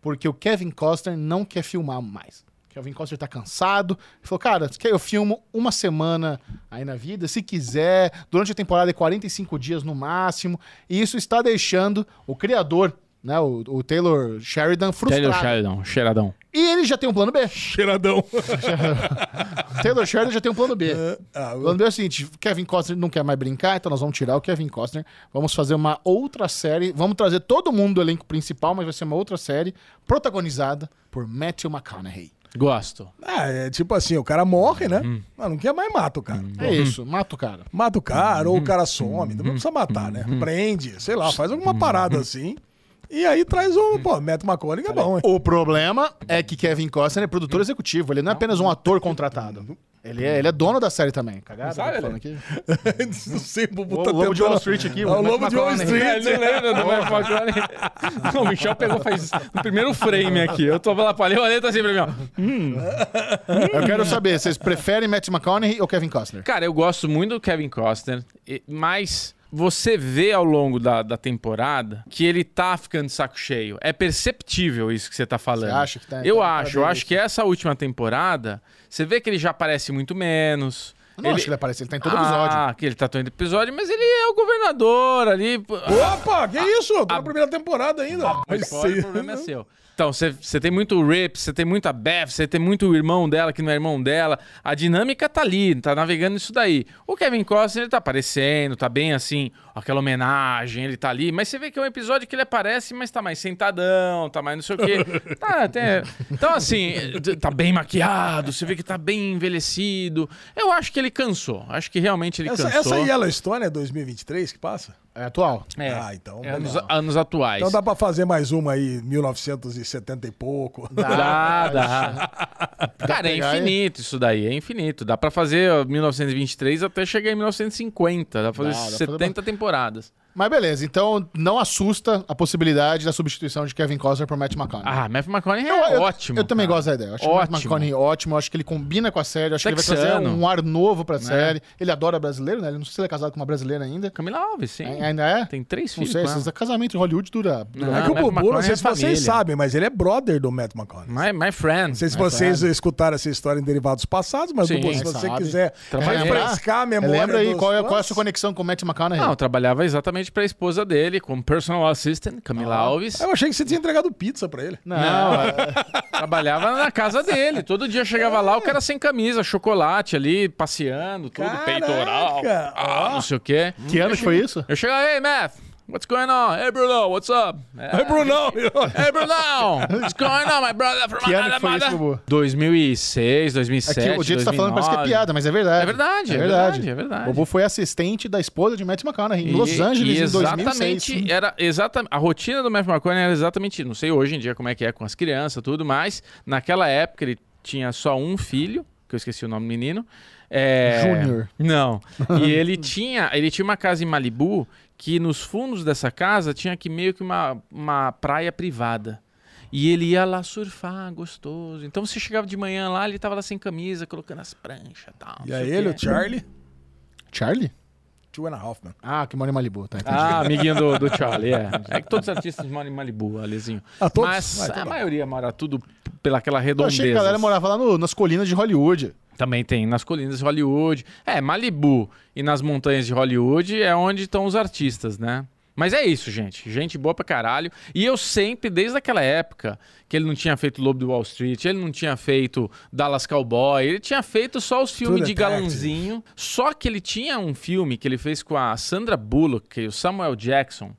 [SPEAKER 1] porque o Kevin Costner não quer filmar mais. O Kevin Costner tá cansado. Ele falou, cara, você quer eu filmo uma semana aí na vida, se quiser. Durante a temporada é 45 dias no máximo. E isso está deixando o criador, né, o, o Taylor Sheridan, frustrado.
[SPEAKER 3] Taylor Sheridan, cheiradão.
[SPEAKER 1] E ele já tem um plano B.
[SPEAKER 5] Cheiradão.
[SPEAKER 1] Taylor Sheridan já tem um plano B.
[SPEAKER 2] Ah,
[SPEAKER 1] O plano B é o seguinte: Kevin Costner não quer mais brincar, então nós vamos tirar o Kevin Costner. Vamos fazer uma outra série. Vamos trazer todo mundo do elenco principal, mas vai ser uma outra série protagonizada por Matthew McConaughey.
[SPEAKER 3] Gosto.
[SPEAKER 2] ah, é tipo assim, o cara morre, né?
[SPEAKER 3] Uhum.
[SPEAKER 2] Ah, não quer mais, mata o cara.
[SPEAKER 1] É isso, mata o cara.
[SPEAKER 2] Mata o cara, ou o cara some. Também não precisa matar,
[SPEAKER 3] Uhum.
[SPEAKER 2] né? Prende, sei lá, faz alguma parada assim. E aí traz um, pô, mete uma cólica, é bom, hein?
[SPEAKER 1] O problema é que Kevin Costner é produtor executivo, ele não é apenas um ator contratado. Ele é, ele é dono da série também. Cagada,
[SPEAKER 3] Sabe,
[SPEAKER 1] tô falando aqui.
[SPEAKER 2] não sei, o Bubu
[SPEAKER 1] O
[SPEAKER 2] tá
[SPEAKER 1] Lobo de
[SPEAKER 2] tentando-
[SPEAKER 1] Wall Street aqui,
[SPEAKER 2] Ah,
[SPEAKER 1] o
[SPEAKER 2] o
[SPEAKER 1] Matt
[SPEAKER 2] Lobo de Wall
[SPEAKER 1] McConaughey.
[SPEAKER 3] É,
[SPEAKER 2] Street. né?
[SPEAKER 3] ele não lembra do Matt McConaughey. Não, o Michel pegou faz no primeiro frame aqui. Eu tô lá pra ler, olha ele tá assim pra mim, ó.
[SPEAKER 1] Eu quero saber, vocês preferem Matt McConaughey ou Kevin Costner?
[SPEAKER 3] Cara, eu gosto muito do Kevin Costner, e- mas você vê ao longo da, da temporada que ele tá ficando de saco cheio. É perceptível isso que você tá falando.
[SPEAKER 1] Você acha que tá-
[SPEAKER 3] Eu
[SPEAKER 1] tá-
[SPEAKER 3] acho,
[SPEAKER 1] tá
[SPEAKER 3] eu
[SPEAKER 1] bem
[SPEAKER 3] acho que essa última temporada, você vê que ele já aparece muito menos.
[SPEAKER 1] Eu não acho que ele aparece, ele tá em todo episódio.
[SPEAKER 3] Ah, que ele tá todo episódio, mas ele é o governador ali. pô,
[SPEAKER 2] Opa, que
[SPEAKER 3] Ah,
[SPEAKER 2] isso? Eu tô na primeira temporada ainda. Mas
[SPEAKER 3] Spoiler,
[SPEAKER 2] sei-
[SPEAKER 3] o problema é seu. Então, você- você tem muito o Rip, você tem muito a Beth, você tem muito o irmão dela que não é irmão dela. A dinâmica tá ali, tá navegando isso daí. O Kevin Costner, ele tá aparecendo, tá bem assim, aquela homenagem, ele tá ali. Mas você vê que é um episódio que ele aparece, mas tá mais sentadão, tá mais não sei o quê. Tá, até... Então, assim, tá bem maquiado, você vê que tá bem envelhecido. Eu acho que ele cansou. Acho que realmente ele
[SPEAKER 2] Essa,
[SPEAKER 3] cansou.
[SPEAKER 2] essa Yellowstone é 2023 que passa?
[SPEAKER 1] É atual.
[SPEAKER 3] É,
[SPEAKER 2] Ah, então.
[SPEAKER 3] é
[SPEAKER 2] beleza.
[SPEAKER 3] anos, anos atuais.
[SPEAKER 2] Então dá pra fazer mais uma aí, 1970 e pouco.
[SPEAKER 1] Tá.
[SPEAKER 3] Dá, dá. Cara, é
[SPEAKER 1] pegar,
[SPEAKER 3] infinito isso daí, é infinito. Dá pra fazer ó, 1923 até chegar em 1950. Dá pra fazer
[SPEAKER 1] Dá, dá pra fazer
[SPEAKER 3] 70 temporadas.
[SPEAKER 1] Mas beleza, então não assusta a possibilidade da substituição de Kevin Costner por Matt McConaughey.
[SPEAKER 3] Ah, Matthew McConaughey
[SPEAKER 1] Eu-
[SPEAKER 3] é
[SPEAKER 1] eu-
[SPEAKER 3] ótimo.
[SPEAKER 1] Eu também
[SPEAKER 3] cara.
[SPEAKER 1] gosto da ideia. Eu acho o Matt
[SPEAKER 3] Ótimo.
[SPEAKER 1] McConaughey ótimo, eu acho que ele combina com a série, eu acho que ele vai trazer
[SPEAKER 3] Texano.
[SPEAKER 1] um ar novo pra série. Ele adora brasileiro, né? Ele não sei se ele é casado com uma brasileira ainda.
[SPEAKER 3] Camila Alves, sim.
[SPEAKER 1] É- Ainda é?
[SPEAKER 3] Tem três
[SPEAKER 1] Não
[SPEAKER 3] filhos.
[SPEAKER 1] sei,
[SPEAKER 3] com ela.
[SPEAKER 1] esses casamento em Hollywood dura. dura-
[SPEAKER 3] Não,
[SPEAKER 2] é que o
[SPEAKER 3] Matt
[SPEAKER 2] Bubu, não
[SPEAKER 3] McConaughey
[SPEAKER 2] sei
[SPEAKER 3] é
[SPEAKER 2] se vocês
[SPEAKER 3] família.
[SPEAKER 2] sabem, mas ele é brother do Matt McConaughey.
[SPEAKER 3] My, my
[SPEAKER 2] Não
[SPEAKER 3] friend.
[SPEAKER 1] É
[SPEAKER 2] sei se vocês escutaram essa história em Derivados Passados, mas
[SPEAKER 3] Sim,
[SPEAKER 2] Bubu, se
[SPEAKER 1] mas
[SPEAKER 2] você
[SPEAKER 1] um sabe.
[SPEAKER 2] quiser
[SPEAKER 3] Trabalhar.
[SPEAKER 2] refrescar a memória
[SPEAKER 1] Lembra aí
[SPEAKER 2] dos
[SPEAKER 1] qual é, qual é a
[SPEAKER 2] fãs?
[SPEAKER 1] sua conexão com o Matt McConaughey?
[SPEAKER 3] Não, eu trabalhava exatamente pra esposa dele, como personal assistant, Camila
[SPEAKER 1] Ah.
[SPEAKER 3] Alves.
[SPEAKER 2] Eu achei que você tinha entregado pizza pra ele.
[SPEAKER 1] Não,
[SPEAKER 3] é
[SPEAKER 1] é.
[SPEAKER 3] Trabalhava na casa dele. Todo dia chegava lá, o cara sem camisa, chocolate ali, passeando, tudo,
[SPEAKER 2] Caraca!
[SPEAKER 3] peitoral, ah, não sei o quê.
[SPEAKER 1] que ano que foi isso?
[SPEAKER 3] Eu chego, hey, Math, what's going on? Hey, Bruno, what's up? É,
[SPEAKER 2] Aí, Brunão!
[SPEAKER 3] Hey, Bruno, what's going on, my brother? From
[SPEAKER 1] Que ano que foi
[SPEAKER 3] another
[SPEAKER 1] isso,
[SPEAKER 3] mother?"
[SPEAKER 1] Bubu?
[SPEAKER 3] 2006, 2007,
[SPEAKER 1] Aqui, o dia que você tá falando parece que é
[SPEAKER 3] 2009.
[SPEAKER 1] piada, mas é verdade.
[SPEAKER 3] É verdade, é verdade, é verdade.
[SPEAKER 1] O Bobo foi assistente da esposa de Matt McConaughey em
[SPEAKER 3] E-
[SPEAKER 1] Los Angeles
[SPEAKER 3] e
[SPEAKER 1] em 2006.
[SPEAKER 3] exatamente,
[SPEAKER 1] um
[SPEAKER 3] era exatamente a rotina do Matthew McConaughey era exatamente, não sei hoje em dia como é que é com as crianças, tudo mas naquela época ele tinha só um filho, que eu esqueci o nome do menino, é...
[SPEAKER 1] Júnior.
[SPEAKER 3] Não. E ele tinha, ele tinha uma casa em Malibu que nos fundos dessa casa tinha que meio que uma, uma praia privada. E ele ia lá surfar, gostoso. Então você chegava de manhã lá, ele tava lá sem camisa, colocando as pranchas e tal. não
[SPEAKER 2] E
[SPEAKER 3] sei
[SPEAKER 2] aí
[SPEAKER 3] o
[SPEAKER 2] ele,
[SPEAKER 3] quê.
[SPEAKER 2] o Charlie,
[SPEAKER 1] Charlie?
[SPEAKER 2] Two and a Half Men.
[SPEAKER 1] Ah, que mora em Malibu, tá? entendi.
[SPEAKER 3] Ah, amiguinho do, do Charlie, é. É que todos os artistas moram em Malibu, Alezinho.
[SPEAKER 2] Ah, todos?
[SPEAKER 3] Mas
[SPEAKER 2] Vai, tá
[SPEAKER 3] a
[SPEAKER 2] bom.
[SPEAKER 3] maioria mora tudo pelaquela
[SPEAKER 1] Eu
[SPEAKER 3] redondeza. assim.
[SPEAKER 1] achei que a galera morava lá no- nas colinas de Hollywood.
[SPEAKER 3] Também tem nas colinas de Hollywood. É, Malibu e nas montanhas de Hollywood é onde estão os artistas, né? Mas é isso, gente. Gente boa pra caralho. E eu sempre, desde aquela época, que ele não tinha feito Lobo de Wall Street, ele não tinha feito Dallas Cowboy, ele tinha feito só os filmes de
[SPEAKER 2] Detective.
[SPEAKER 3] galãozinho. Só que ele tinha um filme que ele fez com a Sandra Bullock e o Samuel Jackson,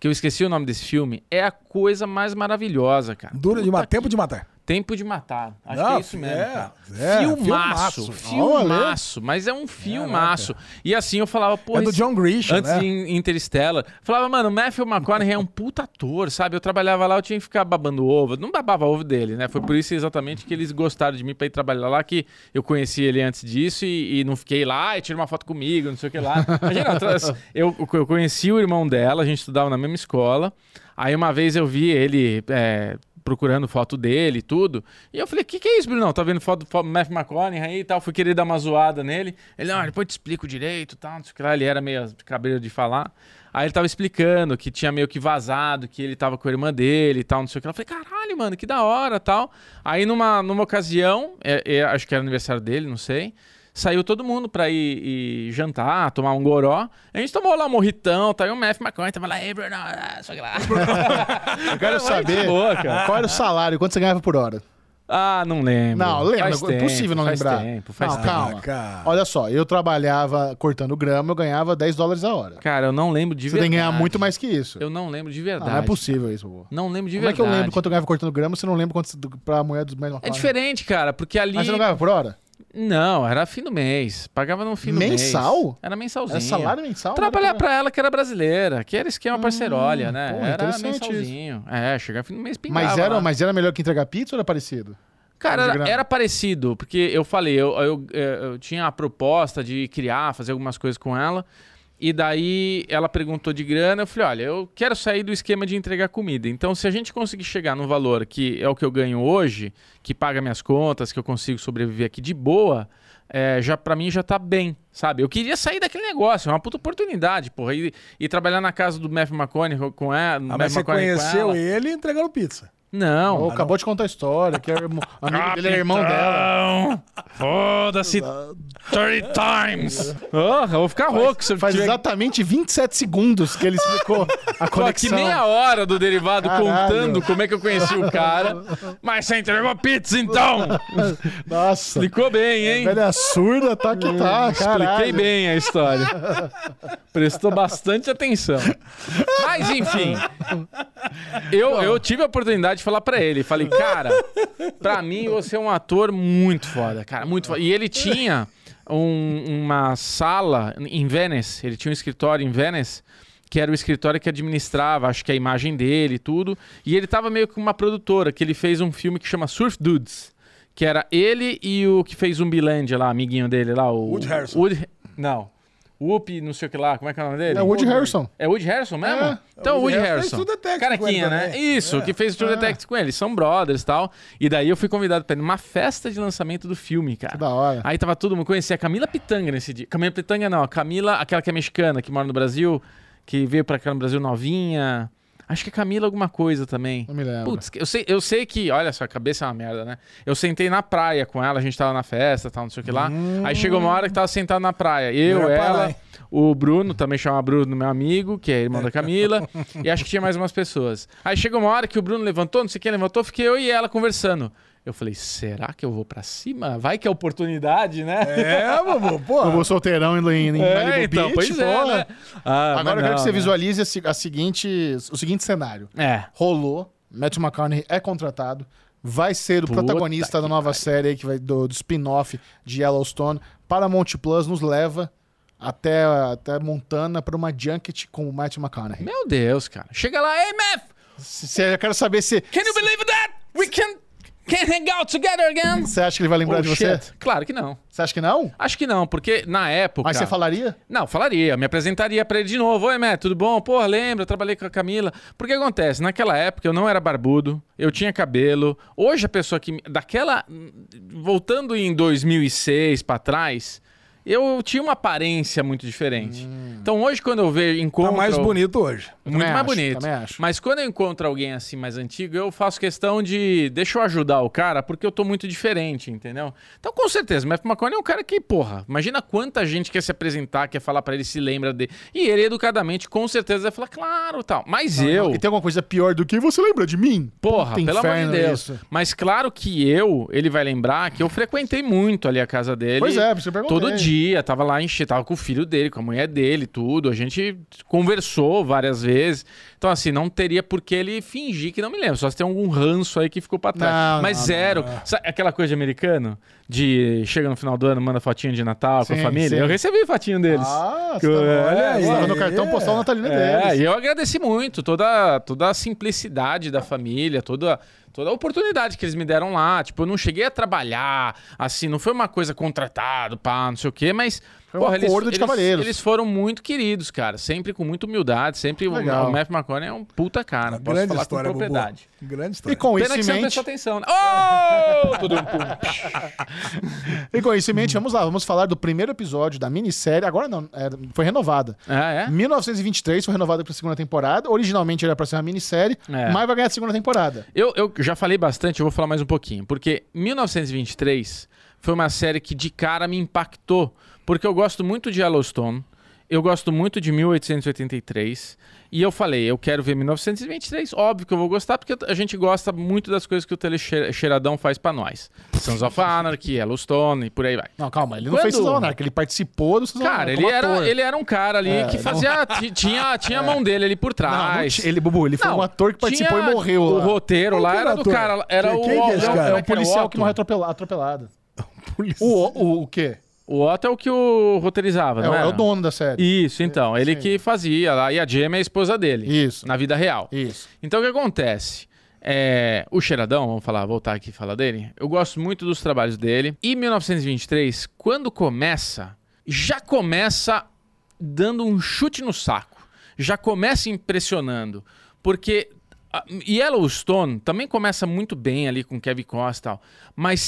[SPEAKER 3] que eu esqueci o nome desse filme. É a coisa mais maravilhosa, cara.
[SPEAKER 2] Dura de
[SPEAKER 3] Puta
[SPEAKER 2] matar, É tempo de matar.
[SPEAKER 3] Tempo de Matar. Acho
[SPEAKER 2] Não,
[SPEAKER 3] que é isso mesmo.
[SPEAKER 2] é,
[SPEAKER 3] cara.
[SPEAKER 2] é,
[SPEAKER 3] filmaço.
[SPEAKER 2] filmaço.
[SPEAKER 3] Filmaço. Mas é um filmaço. e assim eu falava, pô.
[SPEAKER 2] É do
[SPEAKER 3] esse-
[SPEAKER 2] John Grisham,
[SPEAKER 3] Antes
[SPEAKER 2] né?
[SPEAKER 3] de In- Interstellar. Falava, mano, Matthew McConaughey é um puta ator, sabe? Eu trabalhava lá, eu tinha que ficar babando ovo. Não babava ovo dele, né? Foi por isso exatamente que eles gostaram de mim pra ir trabalhar lá, que eu conheci ele antes disso e, e não fiquei lá, e tira uma foto comigo, não sei o que lá. Imagina, atrás- eu, eu conheci o irmão dela, a gente estudava na mesma escola. Aí uma vez eu vi ele. é, procurando foto dele e tudo. E eu falei, o que, que é isso, Brunão? Tá vendo foto do Matthew McConaughey aí e tal? Fui querer dar uma zoada nele. Ele, não, depois eu te explico direito e tal, não sei o que lá. Ele era meio cabreiro de falar. Aí ele tava explicando que tinha meio que vazado, que ele tava com a irmã dele e tal, não sei o que lá. Eu falei, caralho, mano, que da hora tal. Aí numa, numa ocasião, é- é, acho que era aniversário dele, não sei saiu todo mundo pra ir, ir jantar, tomar um goró. A gente tomou lá um morritão, tá? E o Matthew McConaughey tava lá, ei, Bruno, ah, só que lá.
[SPEAKER 1] Eu quero saber
[SPEAKER 3] boa, cara.
[SPEAKER 1] qual era o salário, quanto você ganhava por hora.
[SPEAKER 3] Ah, não lembro.
[SPEAKER 1] Não, lembra,
[SPEAKER 3] Faz
[SPEAKER 1] é impossível não
[SPEAKER 3] faz
[SPEAKER 1] lembrar.
[SPEAKER 3] Tempo, faz
[SPEAKER 1] não,
[SPEAKER 3] tempo.
[SPEAKER 1] calma.
[SPEAKER 2] Ah, cara.
[SPEAKER 1] Olha só, eu trabalhava cortando grama, eu ganhava 10 dólares a hora.
[SPEAKER 3] Cara, eu não lembro de
[SPEAKER 1] Você tem
[SPEAKER 3] verdade.
[SPEAKER 1] que ganhar muito mais que isso. Ah,
[SPEAKER 3] Eu não lembro de
[SPEAKER 1] Não,
[SPEAKER 3] verdade.
[SPEAKER 1] não é possível isso, pô.
[SPEAKER 3] Não lembro de
[SPEAKER 1] Como é
[SPEAKER 3] verdade.
[SPEAKER 1] que eu lembro quanto eu ganhava cortando grama se eu não lembro quanto do- pra mulher dos melhores?
[SPEAKER 3] É diferente, cara, porque ali.
[SPEAKER 1] Mas você não ganhava por hora?
[SPEAKER 3] Não, era fim do mês. Pagava no fim do mês.
[SPEAKER 1] Mensal?
[SPEAKER 3] Era mensalzinho.
[SPEAKER 1] Era salário mensal? né?
[SPEAKER 3] Trabalhar
[SPEAKER 1] Nada
[SPEAKER 3] pra ela que era brasileira, que era esquema parcerolha, né?
[SPEAKER 1] pô,
[SPEAKER 3] era
[SPEAKER 1] interessante
[SPEAKER 3] mensalzinho. É, chegava fim do mês pingava.
[SPEAKER 1] Mas era,
[SPEAKER 3] lá.
[SPEAKER 1] mas era melhor que entregar pizza ou era parecido?
[SPEAKER 3] Cara,
[SPEAKER 1] de
[SPEAKER 3] era,
[SPEAKER 1] grana.
[SPEAKER 3] era parecido, porque eu falei, eu, eu, eh, eu tinha a proposta de criar, fazer algumas coisas com ela, e daí ela perguntou de grana, eu falei, olha, eu quero sair do esquema de entregar comida, então se a gente conseguir chegar num valor que é o que eu ganho hoje, que paga minhas contas, que eu consigo sobreviver aqui de boa, eh, já para mim já tá bem, sabe? Eu queria sair daquele negócio, é uma puta oportunidade, porra, e, e trabalhar na casa do Matthew McConaughey com ela.
[SPEAKER 2] Ah, mas
[SPEAKER 3] Matthew
[SPEAKER 2] você
[SPEAKER 3] McConaughey com
[SPEAKER 2] conheceu
[SPEAKER 3] ela.
[SPEAKER 2] ele entregando pizza.
[SPEAKER 3] Não.
[SPEAKER 1] Ou acabou de contar a história, que era irmão-
[SPEAKER 3] Ah,
[SPEAKER 1] amigo
[SPEAKER 3] é
[SPEAKER 1] dele era irmão dela.
[SPEAKER 3] então, Foda-se 30 times! Porra, eu vou ficar rouco se eu
[SPEAKER 1] Faz
[SPEAKER 3] tiver...
[SPEAKER 1] exatamente 27 segundos que ele explicou a
[SPEAKER 3] Tô aqui
[SPEAKER 1] conexão.
[SPEAKER 3] meia hora do derivado
[SPEAKER 1] Caralho.
[SPEAKER 3] contando como é que eu conheci o cara. Mas você entregou pizza então!
[SPEAKER 1] Nossa,
[SPEAKER 3] Explicou bem, hein?
[SPEAKER 1] velha surda, tá que tá,
[SPEAKER 3] Expliquei
[SPEAKER 1] É caralho.
[SPEAKER 3] bem a história. Prestou bastante atenção. Mas, enfim. Eu, eu tive a oportunidade de falar pra ele. Falei, cara, pra mim você é um ator muito foda, cara. Muito foda. E ele tinha um- uma sala em Venice. Ele tinha um escritório em Venice. Que era o escritório que administrava, acho que a imagem dele e tudo. E ele tava meio que com uma produtora, que ele fez um filme que chama Surf Dudes. Que era ele e o que fez Zumbilândia lá, amiguinho dele lá, o...
[SPEAKER 2] Woody Harrelson.
[SPEAKER 3] Woody- Não. Whoop, não sei o que lá, como é que é o nome dele?
[SPEAKER 1] É o Woody Harrison.
[SPEAKER 3] É Woody Harrison mesmo?
[SPEAKER 1] É,
[SPEAKER 3] então,
[SPEAKER 2] o
[SPEAKER 3] Woody
[SPEAKER 2] Woody
[SPEAKER 3] Harrison.
[SPEAKER 2] Harrelson fez True Detective
[SPEAKER 3] Caraquinha,
[SPEAKER 2] com ele
[SPEAKER 3] né?
[SPEAKER 2] também.
[SPEAKER 3] Isso,
[SPEAKER 2] É.
[SPEAKER 3] que fez True Detective com ele. São brothers e tal. E daí eu fui convidado pra ir numa festa de lançamento do filme, cara.
[SPEAKER 1] da hora.
[SPEAKER 3] Aí tava todo mundo. Conheci a Camila Pitanga nesse dia. Camila Pitanga não, a Camila, aquela que é mexicana, que mora no Brasil, que veio pra cá no Brasil novinha. Acho que é Camila alguma coisa também.
[SPEAKER 1] Não me lembro.
[SPEAKER 3] Putz, eu sei, eu sei que, olha só, a cabeça é uma merda, né? Eu sentei na praia com ela, a gente tava na festa, tal, não sei o que lá. Aí chegou uma hora que tava sentado na praia. Eu,
[SPEAKER 2] Melhor parar,
[SPEAKER 3] ela,
[SPEAKER 2] hein?
[SPEAKER 3] o Bruno, também chama Bruno, meu amigo, que é irmão da Camila, e acho que tinha mais umas pessoas. Aí chegou uma hora que o Bruno levantou, não sei quem levantou, fiquei eu e ela conversando. Eu falei, será que eu vou pra cima? Vai que é oportunidade, né? É,
[SPEAKER 2] É, bobo,
[SPEAKER 1] Eu
[SPEAKER 2] pô.
[SPEAKER 1] vou solteirão em, em Malibu Beach,
[SPEAKER 3] pois
[SPEAKER 1] pô.
[SPEAKER 3] é, né? Ah, mas
[SPEAKER 1] Agora eu quero
[SPEAKER 3] não,
[SPEAKER 1] que você
[SPEAKER 3] né?
[SPEAKER 1] visualize a se- a seguinte, o seguinte cenário.
[SPEAKER 3] É.
[SPEAKER 1] rolou. Matthew McConaughey é contratado. Vai ser o
[SPEAKER 3] Puta
[SPEAKER 1] protagonista da nova série aí que vai do, do spin-off de Yellowstone. Paramount Plus nos leva até, até Montana para uma junket com o Matthew McConaughey.
[SPEAKER 3] Meu Deus, cara. Chega lá, hey, Math!
[SPEAKER 1] Se- se- eu quero saber se
[SPEAKER 3] Can you believe that? We can, can hang out together again!
[SPEAKER 1] você acha que ele vai lembrar
[SPEAKER 3] Oh,
[SPEAKER 1] de você.
[SPEAKER 3] shit. Claro que não.
[SPEAKER 1] Você acha que não?
[SPEAKER 3] Acho que não, porque na época.
[SPEAKER 1] Mas você falaria?
[SPEAKER 3] Não, falaria, me apresentaria pra ele de novo. Oi, Matt, tudo bom? Porra, lembra, eu trabalhei com a Camila. Porque acontece, naquela época eu não era barbudo, eu tinha cabelo. Hoje a pessoa que. me- Daquela. Voltando em 2006 pra trás, eu tinha uma aparência muito diferente.
[SPEAKER 1] Hum.
[SPEAKER 3] Então hoje quando eu vejo.
[SPEAKER 2] Tá
[SPEAKER 3] Encontro,
[SPEAKER 2] mais bonito hoje.
[SPEAKER 3] Muito
[SPEAKER 1] Também
[SPEAKER 3] mais
[SPEAKER 1] acho,
[SPEAKER 3] bonito.
[SPEAKER 1] também acho.
[SPEAKER 3] Mas quando eu encontro alguém assim mais antigo, eu faço questão de. Deixa eu ajudar o cara, porque eu tô muito diferente, entendeu? Então, com certeza, o Matthew McConaughey é um cara que, porra, imagina quanta gente quer se apresentar, quer falar pra ele, se lembra dele. E ele, educadamente, com certeza, vai falar, claro, tal. Mas eu.
[SPEAKER 1] E tem alguma coisa pior do que você lembra de mim?
[SPEAKER 3] Porra,
[SPEAKER 1] Puta
[SPEAKER 3] pelo amor de
[SPEAKER 1] inferno
[SPEAKER 3] Deus.
[SPEAKER 1] isso.
[SPEAKER 3] Mas claro que eu, ele vai lembrar que eu frequentei muito ali a casa dele.
[SPEAKER 1] Pois é, por isso que eu perguntei.
[SPEAKER 3] Todo dia dia, tava lá enchendo, tava com o filho dele, com a mulher dele, tudo. A gente conversou várias vezes. Então, assim, não teria por que ele fingir que não me lembra. Só se tem algum ranço aí que ficou pra trás.
[SPEAKER 1] Não,
[SPEAKER 3] Mas
[SPEAKER 1] não,
[SPEAKER 3] zero. Sabe aquela coisa de americano? De chega no final do ano, manda fotinho de Natal com
[SPEAKER 1] Sim,
[SPEAKER 3] a família?
[SPEAKER 1] sim.
[SPEAKER 3] Eu recebi fotinho deles.
[SPEAKER 1] Ah,
[SPEAKER 3] Que- olha aí.
[SPEAKER 1] Estava no cartão postal natalino
[SPEAKER 3] É,
[SPEAKER 1] deles.
[SPEAKER 3] e eu agradeci muito toda, toda a simplicidade da família, toda, toda a oportunidade que eles me deram lá. Tipo, eu não cheguei a trabalhar, assim, não foi uma coisa contratado, pá, não sei o quê, mas.
[SPEAKER 1] Foi um acordo de cavalheiros.
[SPEAKER 3] eles foram muito queridos, cara. Sempre com muita humildade, sempre. o-
[SPEAKER 1] Legal.
[SPEAKER 3] O Matthew McConaughey é um puta cara. Posso
[SPEAKER 2] Grande
[SPEAKER 3] falar
[SPEAKER 2] história,
[SPEAKER 3] com
[SPEAKER 2] Bubu.
[SPEAKER 3] propriedade.
[SPEAKER 2] Grande
[SPEAKER 1] E
[SPEAKER 2] história.
[SPEAKER 1] com
[SPEAKER 3] Pena
[SPEAKER 1] isso
[SPEAKER 3] que
[SPEAKER 1] em
[SPEAKER 3] você não prestou
[SPEAKER 1] mente,
[SPEAKER 3] atenção. né? Oh! Tudo um pum.
[SPEAKER 1] e com isso em mente, vamos lá, vamos falar do primeiro episódio da minissérie. Agora não, é, foi renovada.
[SPEAKER 3] Ah, é?
[SPEAKER 1] 1923 foi renovada pra segunda temporada. Originalmente era pra ser uma minissérie,
[SPEAKER 3] É.
[SPEAKER 1] mas vai ganhar a segunda temporada.
[SPEAKER 3] Eu, eu já falei bastante, eu vou falar mais um pouquinho. Porque 1923 foi uma série que de cara me impactou. Porque eu gosto muito de Yellowstone, eu gosto muito de 1883. E eu falei, eu quero ver 1923. Óbvio que eu vou gostar, porque a gente gosta muito das coisas que o Telecheiradão faz pra nós. Sons of Anarchy, Yellowstone e por aí vai.
[SPEAKER 1] Não, calma, ele não
[SPEAKER 3] Quando-
[SPEAKER 1] fez Sessão Anarca, ele participou do Sessão
[SPEAKER 3] Cara,
[SPEAKER 1] Anarca
[SPEAKER 3] ele
[SPEAKER 1] como
[SPEAKER 3] era,
[SPEAKER 1] ator. É,
[SPEAKER 3] ele era um cara ali que fazia. ti- Tinha, tinha a mão dele ali por
[SPEAKER 1] Não, não
[SPEAKER 3] trás.
[SPEAKER 1] ti- ele, Bubu, ele foi
[SPEAKER 3] Não,
[SPEAKER 1] um ator que participou
[SPEAKER 3] tinha
[SPEAKER 1] e morreu. É
[SPEAKER 3] O
[SPEAKER 1] lá.
[SPEAKER 3] roteiro lá
[SPEAKER 2] Quem que
[SPEAKER 3] era
[SPEAKER 2] era
[SPEAKER 3] do
[SPEAKER 2] ator?
[SPEAKER 3] cara. Era
[SPEAKER 2] Quem-
[SPEAKER 3] o,
[SPEAKER 2] quem que é esse
[SPEAKER 3] é o-
[SPEAKER 2] cara?
[SPEAKER 1] É
[SPEAKER 3] é
[SPEAKER 1] um
[SPEAKER 3] o
[SPEAKER 1] policial que morreu
[SPEAKER 3] Otto.
[SPEAKER 1] atropela- atropelado. O,
[SPEAKER 2] Polícia.
[SPEAKER 1] o, o quê?
[SPEAKER 3] O Otto é o que o roteirizava,
[SPEAKER 1] É,
[SPEAKER 3] não
[SPEAKER 1] o- é
[SPEAKER 3] era?
[SPEAKER 1] o dono da série.
[SPEAKER 3] Isso, então. Ele que fazia lá. E a Jamie é a esposa dele.
[SPEAKER 1] Isso.
[SPEAKER 3] Na vida real.
[SPEAKER 1] Isso.
[SPEAKER 3] Então o que acontece? É, o Cheiradão, vamos falar, voltar aqui e falar dele. Eu gosto muito dos trabalhos dele. E 1923, quando começa, já começa dando um chute no saco. Já começa impressionando. Porque a- Ah, Yellowstone também começa muito bem ali com Kevin Costa e tal. Mas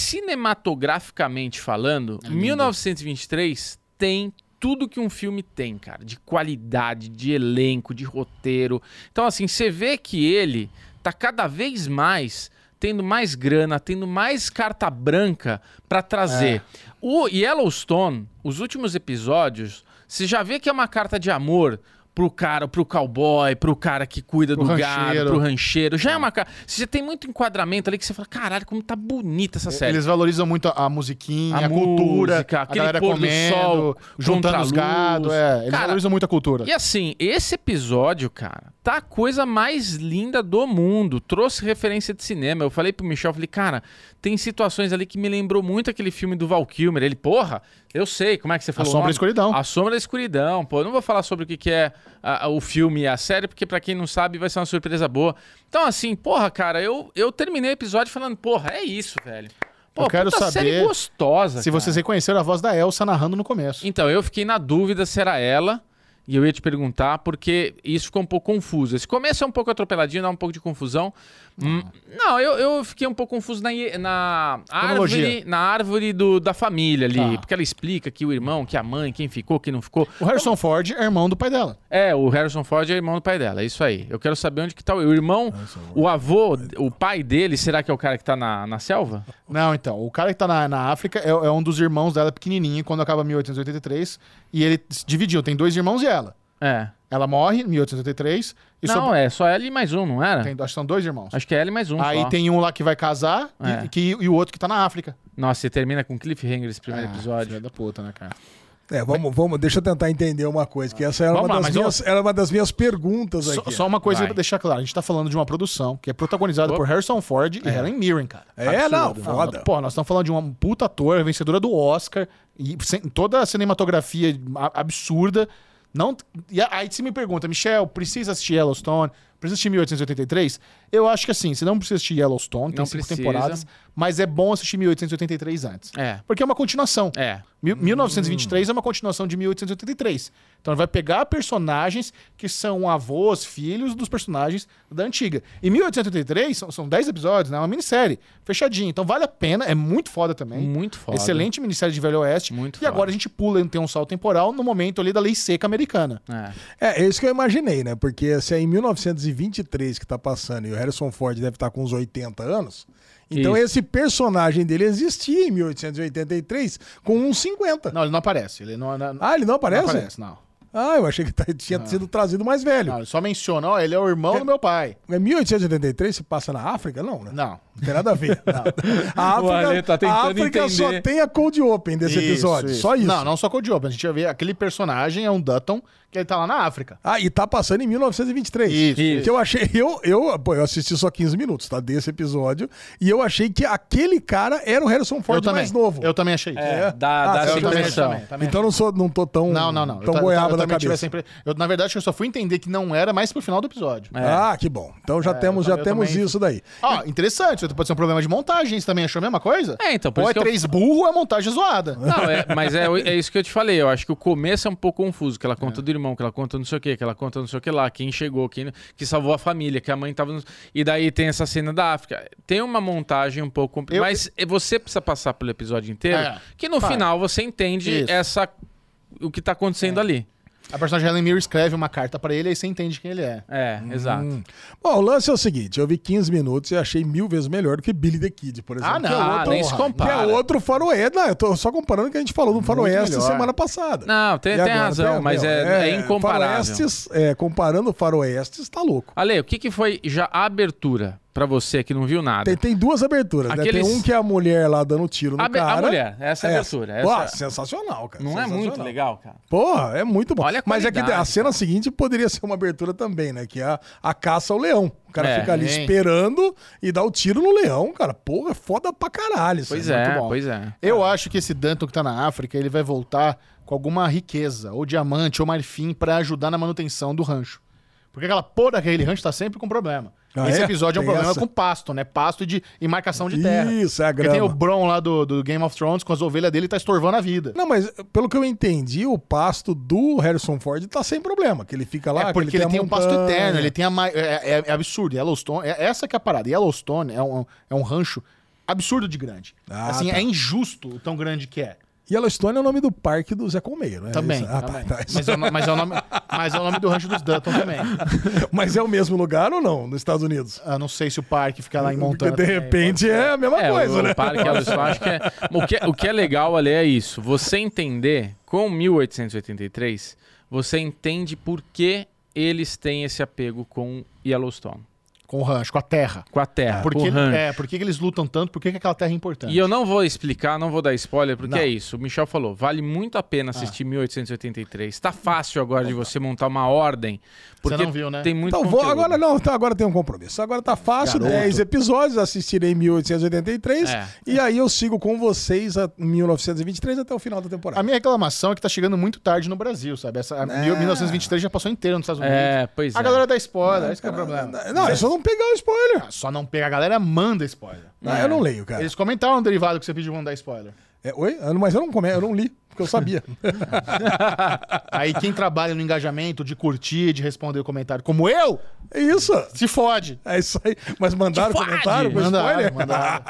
[SPEAKER 3] cinematograficamente falando, 1923 tem tudo que um filme tem, cara. De qualidade, de elenco, de roteiro. Então, assim, você vê que ele tá cada vez mais tendo mais grana, tendo mais carta branca pra trazer. O Yellowstone, os últimos episódios, você já vê que é uma carta de amor pro cara, pro cowboy, pro cara que cuida
[SPEAKER 1] Pro
[SPEAKER 3] do
[SPEAKER 1] rancheiro.
[SPEAKER 3] gado, pro rancheiro. Já é uma carta. Você tem muito enquadramento ali que você fala, caralho, como tá bonita essa série.
[SPEAKER 1] Eles valorizam muito a, a musiquinha, a,
[SPEAKER 3] A
[SPEAKER 1] cultura,
[SPEAKER 3] música,
[SPEAKER 1] a
[SPEAKER 3] aquele
[SPEAKER 1] galera
[SPEAKER 3] pôr do
[SPEAKER 1] comendo,
[SPEAKER 3] sol
[SPEAKER 1] juntando
[SPEAKER 3] contra a
[SPEAKER 1] os
[SPEAKER 3] luz.
[SPEAKER 1] gado, é. Eles
[SPEAKER 3] Cara,
[SPEAKER 1] valorizam muito a cultura.
[SPEAKER 3] E assim, esse episódio, cara, tá a coisa mais linda do mundo. Trouxe referência de cinema. Eu falei pro Michel, eu falei, cara, tem situações ali que me lembrou muito aquele filme do Val Kilmer. Ele, porra, eu sei, como é que você
[SPEAKER 1] A
[SPEAKER 3] falou? o
[SPEAKER 1] Sombra e a
[SPEAKER 3] nome?
[SPEAKER 1] Escuridão.
[SPEAKER 3] A Sombra da Escuridão, pô. Eu não vou falar sobre o que, que é a- a- o filme e a série, porque pra quem não sabe vai ser uma surpresa boa. Então, assim, porra, cara, eu, eu terminei o episódio falando, porra, é isso, velho. Pô,
[SPEAKER 1] Eu quero
[SPEAKER 3] puta série
[SPEAKER 1] saber
[SPEAKER 3] gostosa,
[SPEAKER 1] Se
[SPEAKER 3] cara.
[SPEAKER 1] vocês reconheceram a voz da Elsa narrando no começo.
[SPEAKER 3] Então, eu fiquei na dúvida se era ela. E eu ia te perguntar, porque isso ficou um pouco confuso. Esse começo é um pouco atropeladinho, dá um pouco de confusão. Hum,
[SPEAKER 1] Ah.
[SPEAKER 3] Não, eu, eu fiquei um pouco confuso na, ie- na
[SPEAKER 1] Cronologia.
[SPEAKER 3] árvore, na árvore do, da família ali.
[SPEAKER 1] Tá.
[SPEAKER 3] Porque ela explica que o irmão, que a mãe, quem ficou, quem não ficou.
[SPEAKER 1] O Harrison Ford é irmão do pai dela.
[SPEAKER 3] É, o Harrison Ford é irmão do pai dela, é isso aí. Eu quero saber onde que tá o o irmão, o avô, o pai dele, será que é o cara que tá na, na selva?
[SPEAKER 1] Não, então. O cara que tá na, na África é, é um dos irmãos dela pequenininho quando acaba 1883. E ele se dividiu. Tem dois irmãos e ela.
[SPEAKER 3] É.
[SPEAKER 1] Ela morre em 1883. E
[SPEAKER 3] não,
[SPEAKER 1] só...
[SPEAKER 3] é só ela e mais um, não era?
[SPEAKER 1] tem, acho que são dois irmãos.
[SPEAKER 3] Acho que é ela e mais um
[SPEAKER 1] Aí
[SPEAKER 3] só.
[SPEAKER 1] tem um lá que vai casar e-
[SPEAKER 3] É.
[SPEAKER 1] e, que, e o outro que tá na África.
[SPEAKER 3] Nossa, e termina com um cliffhanger esse primeiro
[SPEAKER 1] Ah,
[SPEAKER 3] É, episódio.
[SPEAKER 1] Filha da puta, né, cara?
[SPEAKER 2] É, vamos, vamos, deixa eu tentar entender uma coisa, que essa era,
[SPEAKER 1] Vamos
[SPEAKER 2] uma,
[SPEAKER 1] lá,
[SPEAKER 2] das
[SPEAKER 1] mas
[SPEAKER 2] minhas, era uma das minhas perguntas
[SPEAKER 1] Só,
[SPEAKER 2] aqui.
[SPEAKER 1] só uma coisa
[SPEAKER 3] Vai.
[SPEAKER 1] pra deixar claro. A gente tá falando de uma produção que é protagonizada por Harrison Ford e Helen Mirren, cara.
[SPEAKER 2] É, não, foda.
[SPEAKER 1] Pô, nós estamos falando de uma puta ator, vencedora do Oscar, e sem- toda a cinematografia a- absurda. Não, e a- aí você me pergunta, Michel, precisa assistir Yellowstone? Precisa assistir 1883? Eu acho que assim, você não precisa assistir Yellowstone, tem
[SPEAKER 3] Não
[SPEAKER 1] cinco
[SPEAKER 3] precisa.
[SPEAKER 1] temporadas, mas é bom assistir 1883 antes.
[SPEAKER 3] É.
[SPEAKER 1] Porque é uma continuação.
[SPEAKER 3] É.
[SPEAKER 1] Mi- 1923 é uma continuação de 1883. Então ele vai pegar personagens que são avós, filhos dos personagens da antiga. E 1883 são, são 10 episódios, né? É uma minissérie. Fechadinha. Então vale a pena, é muito foda também.
[SPEAKER 3] Muito foda.
[SPEAKER 1] Excelente minissérie de Velho Oeste.
[SPEAKER 3] Muito
[SPEAKER 1] e
[SPEAKER 3] foda.
[SPEAKER 1] agora a gente pula, tem um salto temporal no momento ali da lei seca americana.
[SPEAKER 3] É.
[SPEAKER 2] É, é isso que eu imaginei, né? Porque se é em 1923 que tá passando e o Harrison Ford deve estar com uns 80 anos, então
[SPEAKER 3] Isso.
[SPEAKER 2] esse personagem dele existia em 1883 com uns 50.
[SPEAKER 1] Não, ele não aparece. Ele não, não-
[SPEAKER 2] Ah, ele não
[SPEAKER 1] não
[SPEAKER 2] aparece?
[SPEAKER 1] aparece, não.
[SPEAKER 2] Ah, eu achei que tá- tinha sido trazido mais velho.
[SPEAKER 1] Não, ele só menciona, ó, ele é o irmão do meu pai.
[SPEAKER 2] É 1883, se passa na África? Não, né?
[SPEAKER 1] Não.
[SPEAKER 2] Não tem nada a ver. A
[SPEAKER 3] O Ale
[SPEAKER 2] África,
[SPEAKER 3] tá tentando
[SPEAKER 2] a África só
[SPEAKER 3] entender.
[SPEAKER 2] tem a Cold Open desse episódio. Só isso.
[SPEAKER 1] Não, não só com o Diogo. A gente vai ver aquele personagem, é um Dutton, que ele tá lá na África.
[SPEAKER 2] Ah, e tá passando em 1923.
[SPEAKER 1] Isso,
[SPEAKER 2] Que
[SPEAKER 3] isso.
[SPEAKER 2] eu achei. Eu, eu, pô, eu assisti só 15 minutos, tá? Desse episódio. E eu achei que aquele cara era o Harrison
[SPEAKER 1] eu
[SPEAKER 2] Ford
[SPEAKER 1] também.
[SPEAKER 2] mais novo.
[SPEAKER 1] Eu também achei isso.
[SPEAKER 3] É, dá
[SPEAKER 2] Ah,
[SPEAKER 3] dá
[SPEAKER 2] eu
[SPEAKER 3] essa
[SPEAKER 2] também,
[SPEAKER 3] impressão.
[SPEAKER 1] também.
[SPEAKER 2] Então eu não, sou, não tô tão,
[SPEAKER 1] Não, não, não. Eu
[SPEAKER 2] tão
[SPEAKER 1] ta- eu
[SPEAKER 2] boiaba
[SPEAKER 1] ta- eu
[SPEAKER 2] Então na
[SPEAKER 1] também tive essa
[SPEAKER 2] cabeça.
[SPEAKER 1] impre- eu, na verdade, eu só fui entender que não era mais pro final do episódio.
[SPEAKER 3] É.
[SPEAKER 2] Ah, que bom. Então já temos,
[SPEAKER 1] eu
[SPEAKER 2] já
[SPEAKER 1] tam- eu
[SPEAKER 2] temos
[SPEAKER 1] também-
[SPEAKER 2] isso daí.
[SPEAKER 1] Ó, interessante. isso Pode ser um problema de montagem. Você também achou a mesma coisa?
[SPEAKER 3] É, então, por isso
[SPEAKER 1] Ou é
[SPEAKER 3] que eu-
[SPEAKER 1] três burro ou é montagem zoada.
[SPEAKER 3] Não, é- mas é, é isso que eu te falei. Eu acho que o começo é um pouco confuso, que ela
[SPEAKER 2] É.
[SPEAKER 3] conta do irmão, que ela conta não sei o que, que ela conta não sei o que lá, quem chegou, quem que salvou a família, que a mãe tava no... E daí tem essa cena da África. Tem uma montagem um pouco complicada,
[SPEAKER 1] Eu-
[SPEAKER 3] mas você precisa passar pelo episódio inteiro,
[SPEAKER 1] É.
[SPEAKER 3] que no
[SPEAKER 1] Claro.
[SPEAKER 3] final você entende
[SPEAKER 1] Isso.
[SPEAKER 3] essa o que tá
[SPEAKER 2] É.
[SPEAKER 3] acontecendo ali.
[SPEAKER 1] A personagem Helen Mirren escreve uma carta pra ele, aí você entende quem ele é.
[SPEAKER 3] É,
[SPEAKER 2] Hum.
[SPEAKER 3] exato.
[SPEAKER 2] Bom, o lance é o seguinte: eu vi 15 minutos e achei mil vezes melhor do que Billy the Kid, por exemplo.
[SPEAKER 1] Ah, não,
[SPEAKER 2] que é
[SPEAKER 3] ah,
[SPEAKER 2] outro,
[SPEAKER 3] nem se
[SPEAKER 2] que
[SPEAKER 3] compara.
[SPEAKER 2] é outro faroeste. Não, eu tô só comparando o que a gente falou do faroeste
[SPEAKER 1] melhor.
[SPEAKER 2] semana passada.
[SPEAKER 3] Não, tem,
[SPEAKER 2] E
[SPEAKER 3] tem
[SPEAKER 2] agora,
[SPEAKER 3] razão,
[SPEAKER 2] tem-
[SPEAKER 3] mas
[SPEAKER 2] meu,
[SPEAKER 3] é, é, incomparável.
[SPEAKER 2] faroestes, é, comparando faroestes, tá louco.
[SPEAKER 3] Ale, o que, que foi já a abertura pra você que não viu nada?
[SPEAKER 2] Tem, tem duas aberturas, né?
[SPEAKER 3] Aqueles-
[SPEAKER 2] Tem um que é a mulher lá dando tiro no
[SPEAKER 3] A be- a
[SPEAKER 2] cara.
[SPEAKER 3] mulher, essa é a abertura, essa-
[SPEAKER 2] Pô, sensacional, cara.
[SPEAKER 3] Não é
[SPEAKER 2] sensacional.
[SPEAKER 3] muito legal, cara?
[SPEAKER 2] Porra, é muito bom.
[SPEAKER 3] Olha a
[SPEAKER 2] Mas é que a
[SPEAKER 3] qualidade,
[SPEAKER 2] cena seguinte poderia ser uma abertura também, né? Que é a, a caça ao leão. O cara
[SPEAKER 3] É,
[SPEAKER 2] fica ali
[SPEAKER 1] hein?
[SPEAKER 2] esperando e dá o tiro no leão, cara. Porra, é foda pra caralho. isso
[SPEAKER 3] Pois
[SPEAKER 2] aí.
[SPEAKER 3] é,
[SPEAKER 1] muito bom.
[SPEAKER 3] pois é.
[SPEAKER 1] Eu acho que esse Danton que tá na África, ele vai voltar com alguma riqueza, ou diamante, ou marfim, pra ajudar na manutenção do rancho. Porque aquela porra daquele rancho tá sempre com problema.
[SPEAKER 2] Ah,
[SPEAKER 1] esse
[SPEAKER 2] é?
[SPEAKER 1] episódio é um
[SPEAKER 2] Tem
[SPEAKER 1] problema
[SPEAKER 2] essa?
[SPEAKER 1] com pasto, né? Pasto e de, e marcação de terra.
[SPEAKER 2] Isso, é a
[SPEAKER 1] Porque tem o
[SPEAKER 2] grama.
[SPEAKER 1] Bron lá do, do Game of Thrones com as ovelhas dele tá estorvando a vida.
[SPEAKER 2] Não, mas pelo que eu entendi, o pasto do Harrison Ford tá sem problema, que ele fica lá...
[SPEAKER 1] é porque
[SPEAKER 2] que
[SPEAKER 1] ele,
[SPEAKER 2] a
[SPEAKER 1] tem um pasto
[SPEAKER 2] montanha.
[SPEAKER 1] eterno, ele tem a ma- é, é- é absurdo. Yellowstone, é, essa que é a parada. Yellowstone é um, é um rancho absurdo de grande.
[SPEAKER 2] Ah,
[SPEAKER 1] assim,
[SPEAKER 2] tá.
[SPEAKER 1] é injusto o tão grande que é.
[SPEAKER 2] Yellowstone é o nome do parque do Zé Colmeia, né?
[SPEAKER 1] Também.
[SPEAKER 2] Isso. Ah, tá,
[SPEAKER 1] também.
[SPEAKER 2] tá, isso.
[SPEAKER 1] Mas, é o, no- mas é o nome, mas é o nome do rancho dos Dutton também.
[SPEAKER 2] Mas é o mesmo lugar ou não, nos Estados Unidos?
[SPEAKER 1] Eu não sei se o parque fica lá em
[SPEAKER 2] Porque
[SPEAKER 1] Montana.
[SPEAKER 2] de
[SPEAKER 1] também.
[SPEAKER 2] repente é a mesma
[SPEAKER 3] É,
[SPEAKER 2] coisa,
[SPEAKER 3] o,
[SPEAKER 2] né?
[SPEAKER 3] o Parque Yellowstone, acho que é. O que, o que é legal ali é isso. Você entender, com 1883, você entende por que eles têm esse apego com Yellowstone,
[SPEAKER 1] Com o rancho, com a terra.
[SPEAKER 3] com a terra,
[SPEAKER 1] Por
[SPEAKER 3] com
[SPEAKER 1] que,
[SPEAKER 3] o rancho.
[SPEAKER 1] é, por que que eles lutam tanto? Por que, que aquela terra é importante?
[SPEAKER 3] E eu não vou explicar, não vou dar spoiler, porque
[SPEAKER 2] Não.
[SPEAKER 3] é isso. O Michel falou, vale muito a pena assistir 1883. Tá fácil agora de você montar uma ordem. Porque
[SPEAKER 1] não viu, né?
[SPEAKER 3] Tem muito
[SPEAKER 2] Então vou,
[SPEAKER 3] conteúdo.
[SPEAKER 2] agora não, então agora tem um compromisso. Agora tá fácil,
[SPEAKER 1] Garoto.
[SPEAKER 2] 10 episódios, assistirei em 1883
[SPEAKER 3] É.
[SPEAKER 2] e aí eu sigo com vocês a 1923 até o final da
[SPEAKER 1] A
[SPEAKER 2] temporada.
[SPEAKER 1] minha reclamação é que tá chegando muito tarde no Brasil, sabe? Essa, a
[SPEAKER 2] É.
[SPEAKER 1] mil- 1923 já passou inteiro nos Estados Unidos.
[SPEAKER 3] É, pois
[SPEAKER 1] a
[SPEAKER 3] é.
[SPEAKER 1] galera dá spoiler, esse que é o problema.
[SPEAKER 2] Não, é só não pegar o spoiler.
[SPEAKER 1] Ah, Só não pega, a galera manda spoiler.
[SPEAKER 2] Ah, eu não leio, cara.
[SPEAKER 1] Eles comentaram no derivado que você pediu mandar spoiler.
[SPEAKER 2] É, oi? Ah, Mas eu não come, eu não li, porque eu sabia.
[SPEAKER 1] Aí quem trabalha no engajamento, de curtir, de responder o comentário, como eu,
[SPEAKER 2] É isso.
[SPEAKER 1] se fode.
[SPEAKER 2] É isso aí. Mas mandaram
[SPEAKER 3] Te fode!
[SPEAKER 2] comentário com
[SPEAKER 1] Mandaram,
[SPEAKER 2] spoiler?
[SPEAKER 1] mandaram.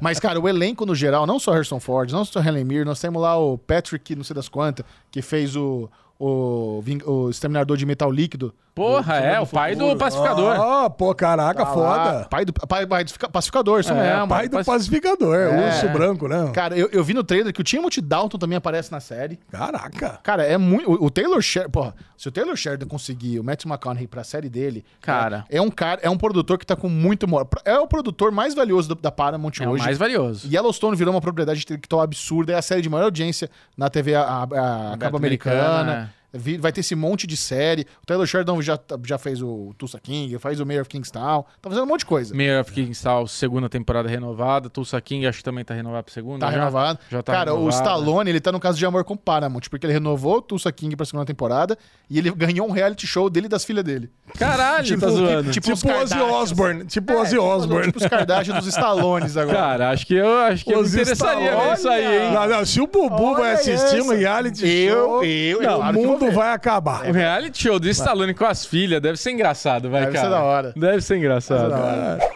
[SPEAKER 1] Mas, cara, o elenco no geral, não só Harrison Ford, não só Helen Mir, nós temos lá o Patrick, não sei das quantas, que fez o, o, Ving- o Exterminador de Metal Líquido.
[SPEAKER 3] Porra, é, o pai do pacificador.
[SPEAKER 2] Ah, pô, caraca,
[SPEAKER 1] Tá lá,
[SPEAKER 2] foda.
[SPEAKER 1] Pai do, pai, pai do pacificador, isso
[SPEAKER 3] É,
[SPEAKER 1] mesmo.
[SPEAKER 2] Pai do pacificador, o urso branco, né?
[SPEAKER 1] Cara, eu, eu vi no trailer que o Timothy Dalton também aparece na série.
[SPEAKER 2] Caraca.
[SPEAKER 1] Cara, é muito. O, o Taylor Sheridan. Porra, se o Taylor Sheridan conseguir o Matthew McConaughey pra série dele.
[SPEAKER 3] Cara.
[SPEAKER 1] É, é um cara. É um produtor que tá com muito. mo- É o produtor mais valioso do- da Paramount
[SPEAKER 3] É o
[SPEAKER 1] hoje.
[SPEAKER 3] mais valioso.
[SPEAKER 1] Yellowstone virou uma propriedade intelectual absurda. É a série de maior audiência na TV a, a, a cabo
[SPEAKER 3] americana, né?
[SPEAKER 1] americana. Vi- Vai ter esse monte de série. O Taylor Sheridan já, tá- já fez o Tulsa King, faz o Mayor of Kingstown. Tá fazendo um monte de coisa.
[SPEAKER 3] Mayor of Kingstown, segunda temporada renovada. Tulsa King, acho que também tá renovado pra segunda.
[SPEAKER 1] Tá
[SPEAKER 3] já.
[SPEAKER 1] renovado.
[SPEAKER 3] Já tá
[SPEAKER 1] Cara, o
[SPEAKER 3] renovado,
[SPEAKER 1] Stallone, ele tá no caso de amor com Paramount, porque ele renovou o Tulsa King pra segunda temporada e ele ganhou um reality show dele e das filhas dele.
[SPEAKER 3] Caralho, tá zoando.
[SPEAKER 1] tipo,
[SPEAKER 2] Tipo
[SPEAKER 1] os
[SPEAKER 2] Ozzy
[SPEAKER 1] Kardashians.
[SPEAKER 2] Osbourne. Tipo
[SPEAKER 1] É,
[SPEAKER 2] Ozzy
[SPEAKER 1] tipo-
[SPEAKER 2] Osbourne.
[SPEAKER 1] Tipo os Kardashian dos Stallones agora.
[SPEAKER 3] Cara, acho que eu acho que eu me
[SPEAKER 2] Os
[SPEAKER 3] interessaria
[SPEAKER 2] Stallone.
[SPEAKER 3] ver isso aí, hein?
[SPEAKER 2] Não, não, se o Bubu vai
[SPEAKER 1] Olha
[SPEAKER 2] assistir
[SPEAKER 1] essa.
[SPEAKER 2] um reality
[SPEAKER 1] Eu-
[SPEAKER 2] show,
[SPEAKER 1] eu-
[SPEAKER 2] não,
[SPEAKER 1] eu-
[SPEAKER 2] o
[SPEAKER 1] claro que eu
[SPEAKER 2] mundo
[SPEAKER 1] vou ver.
[SPEAKER 2] vai acabar.
[SPEAKER 3] O Um reality show do Stallone com as filhas deve ser engraçado, vai,
[SPEAKER 1] Deve ser
[SPEAKER 3] cara.
[SPEAKER 1] da hora.
[SPEAKER 3] Deve ser engraçado.
[SPEAKER 1] É.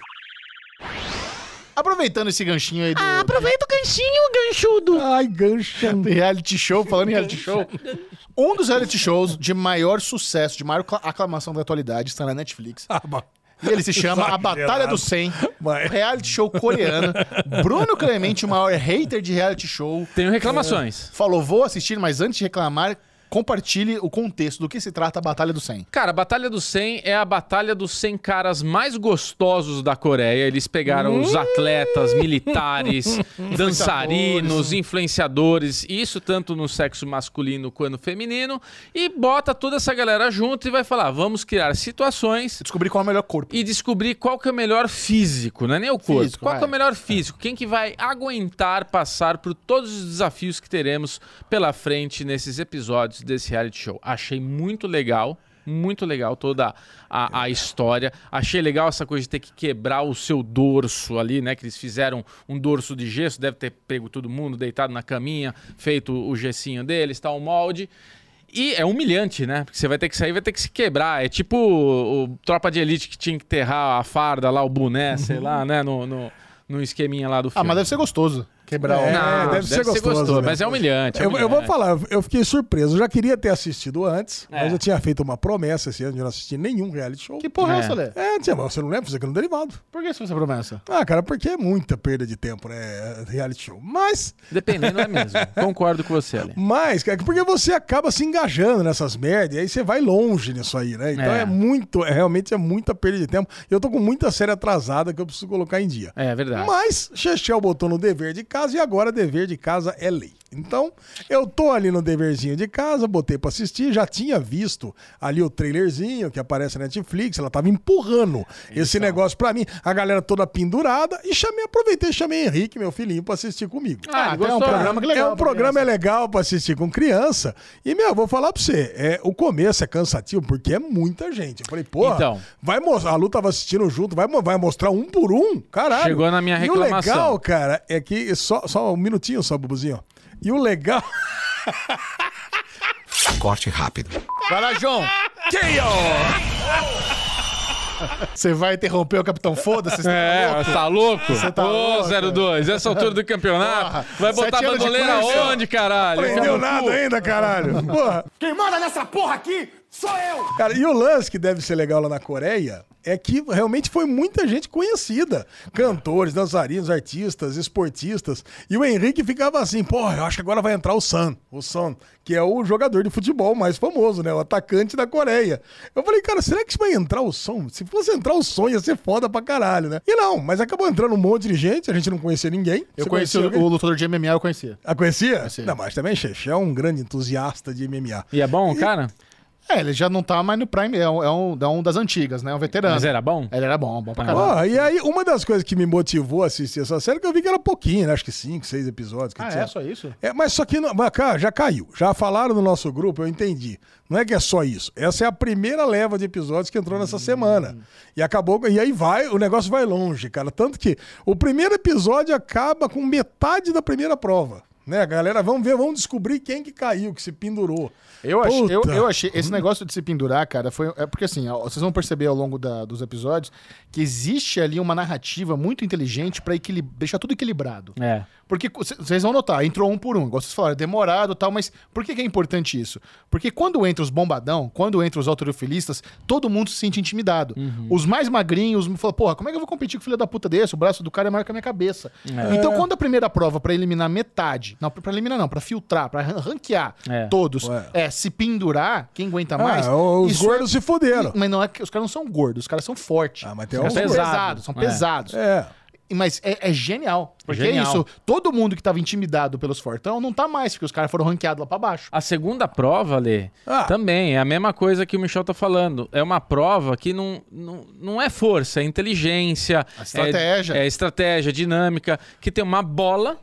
[SPEAKER 1] Aproveitando esse ganchinho aí do,
[SPEAKER 4] Ah,
[SPEAKER 2] Ah,
[SPEAKER 4] Aproveita o ganchinho, ganchudo.
[SPEAKER 2] Ai, gancho.
[SPEAKER 1] do reality show, falando em reality show, um dos reality shows de maior sucesso, de maior cla- aclamação da atualidade, está na Netflix. E ele se chama A Batalha do 100,
[SPEAKER 2] Mas-
[SPEAKER 1] reality show coreano. Bruno Clemente, o maior hater de reality show,
[SPEAKER 3] Tenho reclamações.
[SPEAKER 1] falou: vou assistir, mas antes de reclamar, compartilhe o contexto do que se trata a Batalha do 100.
[SPEAKER 3] Cara, a Batalha dos 100 é a batalha dos 100 caras mais gostosos da Coreia. Eles pegaram os atletas, militares, dançarinos, influenciadores, isso tanto no sexo masculino quanto feminino, e bota toda essa galera junto e vai falar: "Ah, vamos criar situações
[SPEAKER 1] Descobrir qual é o melhor corpo.
[SPEAKER 3] e descobrir qual que é o melhor físico, não é nem o corpo.
[SPEAKER 1] Físico,
[SPEAKER 3] qual que é o
[SPEAKER 1] é.
[SPEAKER 3] melhor físico? Quem que vai aguentar passar por todos os desafios que teremos pela frente nesses episódios desse reality show? Achei muito legal. Muito legal toda a, a história. Achei legal essa coisa de ter que quebrar o seu dorso ali, né? Que eles fizeram um dorso de gesso, deve ter pego todo mundo deitado na caminha, feito o gessinho deles, tal, o molde. E é humilhante, né? Porque você vai ter que sair, vai ter que se quebrar. É tipo o, o Tropa de Elite que tinha que enterrar a farda lá, o boné, sei lá, né? No, no, no esqueminha lá do
[SPEAKER 1] Ah,
[SPEAKER 3] filme.
[SPEAKER 1] mas deve ser gostoso. Quebrar
[SPEAKER 2] É,
[SPEAKER 1] o...
[SPEAKER 3] Não,
[SPEAKER 2] deve ser gostoso, né?
[SPEAKER 3] mas é humilhante. é
[SPEAKER 2] Eu, eu vou
[SPEAKER 3] humilhante.
[SPEAKER 2] falar, eu fiquei surpreso. Eu já queria ter assistido antes, mas eu tinha feito uma promessa esse ano de não assistir nenhum reality show.
[SPEAKER 1] É. Que porra é,
[SPEAKER 3] É.
[SPEAKER 1] essa, Lê?
[SPEAKER 2] É, tinha, mas você não lembra? Você que não derivado.
[SPEAKER 1] Por que isso foi essa promessa?
[SPEAKER 2] Ah, cara, porque é muita perda de tempo, né? Reality show. Mas,
[SPEAKER 3] Dependendo é mesmo. Concordo com você, Ale.
[SPEAKER 2] mas, cara, porque você acaba se engajando nessas merdas, e aí você vai longe nisso aí, né? Então é,
[SPEAKER 3] É.
[SPEAKER 2] muito, é, realmente é muita perda de tempo. Eu tô com muita série atrasada que eu preciso colocar em dia.
[SPEAKER 3] É verdade.
[SPEAKER 2] Mas Chechel botou no dever de casa e agora dever de casa é lei. Então, eu tô ali no deverzinho de casa, botei pra assistir, já tinha visto ali o trailerzinho que aparece na Netflix, ela tava empurrando esse negócio pra mim, a galera toda pendurada, e chamei, aproveitei e chamei Henrique, meu filhinho, pra assistir comigo.
[SPEAKER 3] Ah,
[SPEAKER 1] tem um
[SPEAKER 3] gostou?
[SPEAKER 1] programa que legal.
[SPEAKER 2] É um
[SPEAKER 1] pra
[SPEAKER 2] programa
[SPEAKER 1] criança.
[SPEAKER 2] é legal pra assistir com criança. E, meu, vou falar pra você, é, o começo é cansativo porque é muita gente. Eu falei, porra,
[SPEAKER 3] Então.
[SPEAKER 2] vai mostrar. A Lu tava assistindo junto, vai, mo- vai mostrar um por um? Caralho.
[SPEAKER 3] Chegou na minha
[SPEAKER 2] E o
[SPEAKER 3] reclamação.
[SPEAKER 2] legal, cara, é que. Só, só um minutinho só, Bubuzinho. E o legal.
[SPEAKER 6] Corte rápido.
[SPEAKER 1] Vai lá, João. Você vai interromper o Capitão Foda-se? você tá
[SPEAKER 3] É,
[SPEAKER 1] louco?
[SPEAKER 3] tá louco? Você
[SPEAKER 1] tá
[SPEAKER 3] Ô,
[SPEAKER 1] louco.
[SPEAKER 3] 02, essa altura do campeonato,
[SPEAKER 1] Porra,
[SPEAKER 3] vai botar
[SPEAKER 1] sete anos de
[SPEAKER 3] bandoleira
[SPEAKER 1] curso.
[SPEAKER 3] onde, caralho? Cara,
[SPEAKER 2] Aprendeu nada ainda, caralho. Porra.
[SPEAKER 7] Quem manda nessa porra aqui sou eu!
[SPEAKER 2] Cara, e o lance que deve ser legal lá na Coreia é que realmente foi muita gente conhecida. Cantores, dançarinos, artistas, esportistas. E o Henrique ficava assim, porra, eu acho que agora vai entrar o Son. O Son, que é o jogador de futebol mais famoso, né? O atacante da Coreia. Eu falei, cara, será que isso vai entrar o Son? Se fosse entrar o Son, ia ser foda pra caralho, né? E não, mas acabou entrando um monte de gente, a gente não conhecia ninguém.
[SPEAKER 1] Eu conheci
[SPEAKER 2] Você conhecia
[SPEAKER 1] o,
[SPEAKER 2] alguém?
[SPEAKER 1] o lutador de MMA, eu conhecia.
[SPEAKER 2] Ah, conhecia? Não, mas também Xexé é um grande entusiasta de MMA.
[SPEAKER 3] E é bom, cara?
[SPEAKER 1] É, ele já não tá mais no Prime, é um, é um, é um das antigas, né? Um veterano.
[SPEAKER 3] Mas era bom?
[SPEAKER 1] Ele era bom, bom pra caralho.
[SPEAKER 2] Ah, Ó, e aí, uma das coisas que me motivou a assistir essa série, que eu vi que era pouquinho, né? acho que cinco, seis episódios. Que
[SPEAKER 1] Ah,
[SPEAKER 2] tinha.
[SPEAKER 1] é só isso?
[SPEAKER 2] É, mas só que, não, mas, cara, já caiu. Já falaram no nosso grupo, eu entendi. Não é que é só isso. Essa é a primeira leva de episódios que entrou nessa
[SPEAKER 1] Hum.
[SPEAKER 2] semana. E acabou. E aí vai, o negócio vai longe, cara. Tanto que o primeiro episódio acaba com metade da primeira prova. Né, galera? Vamos ver, vamos descobrir quem que caiu, que se pendurou.
[SPEAKER 1] Eu achei, eu,
[SPEAKER 2] Puta.
[SPEAKER 1] eu achei esse negócio de se pendurar, cara, foi é porque assim, ó, vocês vão perceber ao longo da- dos episódios que existe ali uma narrativa muito inteligente para deixar tudo equilibrado.
[SPEAKER 3] É.
[SPEAKER 1] Porque c- vocês vão notar, entrou um por um, igual vocês falaram, é demorado e tal, mas por que, que é importante isso? Porque quando entra os bombadão, quando entra os autoriofilistas, todo mundo se sente intimidado. Os mais magrinhos falam, porra, como é que eu vou competir com o filho da puta desse? O braço do cara é maior que a minha cabeça. Então, quando a primeira prova pra eliminar metade, não, pra pra eliminar não, pra filtrar, pra ran- ranquear
[SPEAKER 3] É.
[SPEAKER 1] todos,
[SPEAKER 2] Ué.
[SPEAKER 1] é se pendurar, quem aguenta mais.
[SPEAKER 2] ah, os
[SPEAKER 1] isso é-
[SPEAKER 2] gordos se fuderam.
[SPEAKER 1] Mas não é que os caras não são gordos, os caras são fortes.
[SPEAKER 2] Ah, mas tem
[SPEAKER 1] os caras
[SPEAKER 2] uns
[SPEAKER 1] são
[SPEAKER 3] gordos.
[SPEAKER 1] pesados, são
[SPEAKER 3] É.
[SPEAKER 1] pesados.
[SPEAKER 2] É.
[SPEAKER 1] Mas é, é genial. Porque
[SPEAKER 3] Genial.
[SPEAKER 1] é isso. Todo mundo que tava intimidado pelos fortão não tá mais, porque os caras foram ranqueados lá pra baixo.
[SPEAKER 3] A segunda prova, Lê,
[SPEAKER 2] Ah.
[SPEAKER 3] também é a mesma coisa que o Michel tá falando. É uma prova que não, não, não é força, é inteligência.
[SPEAKER 1] estratégia.
[SPEAKER 3] É, é estratégia, dinâmica, que tem uma bola.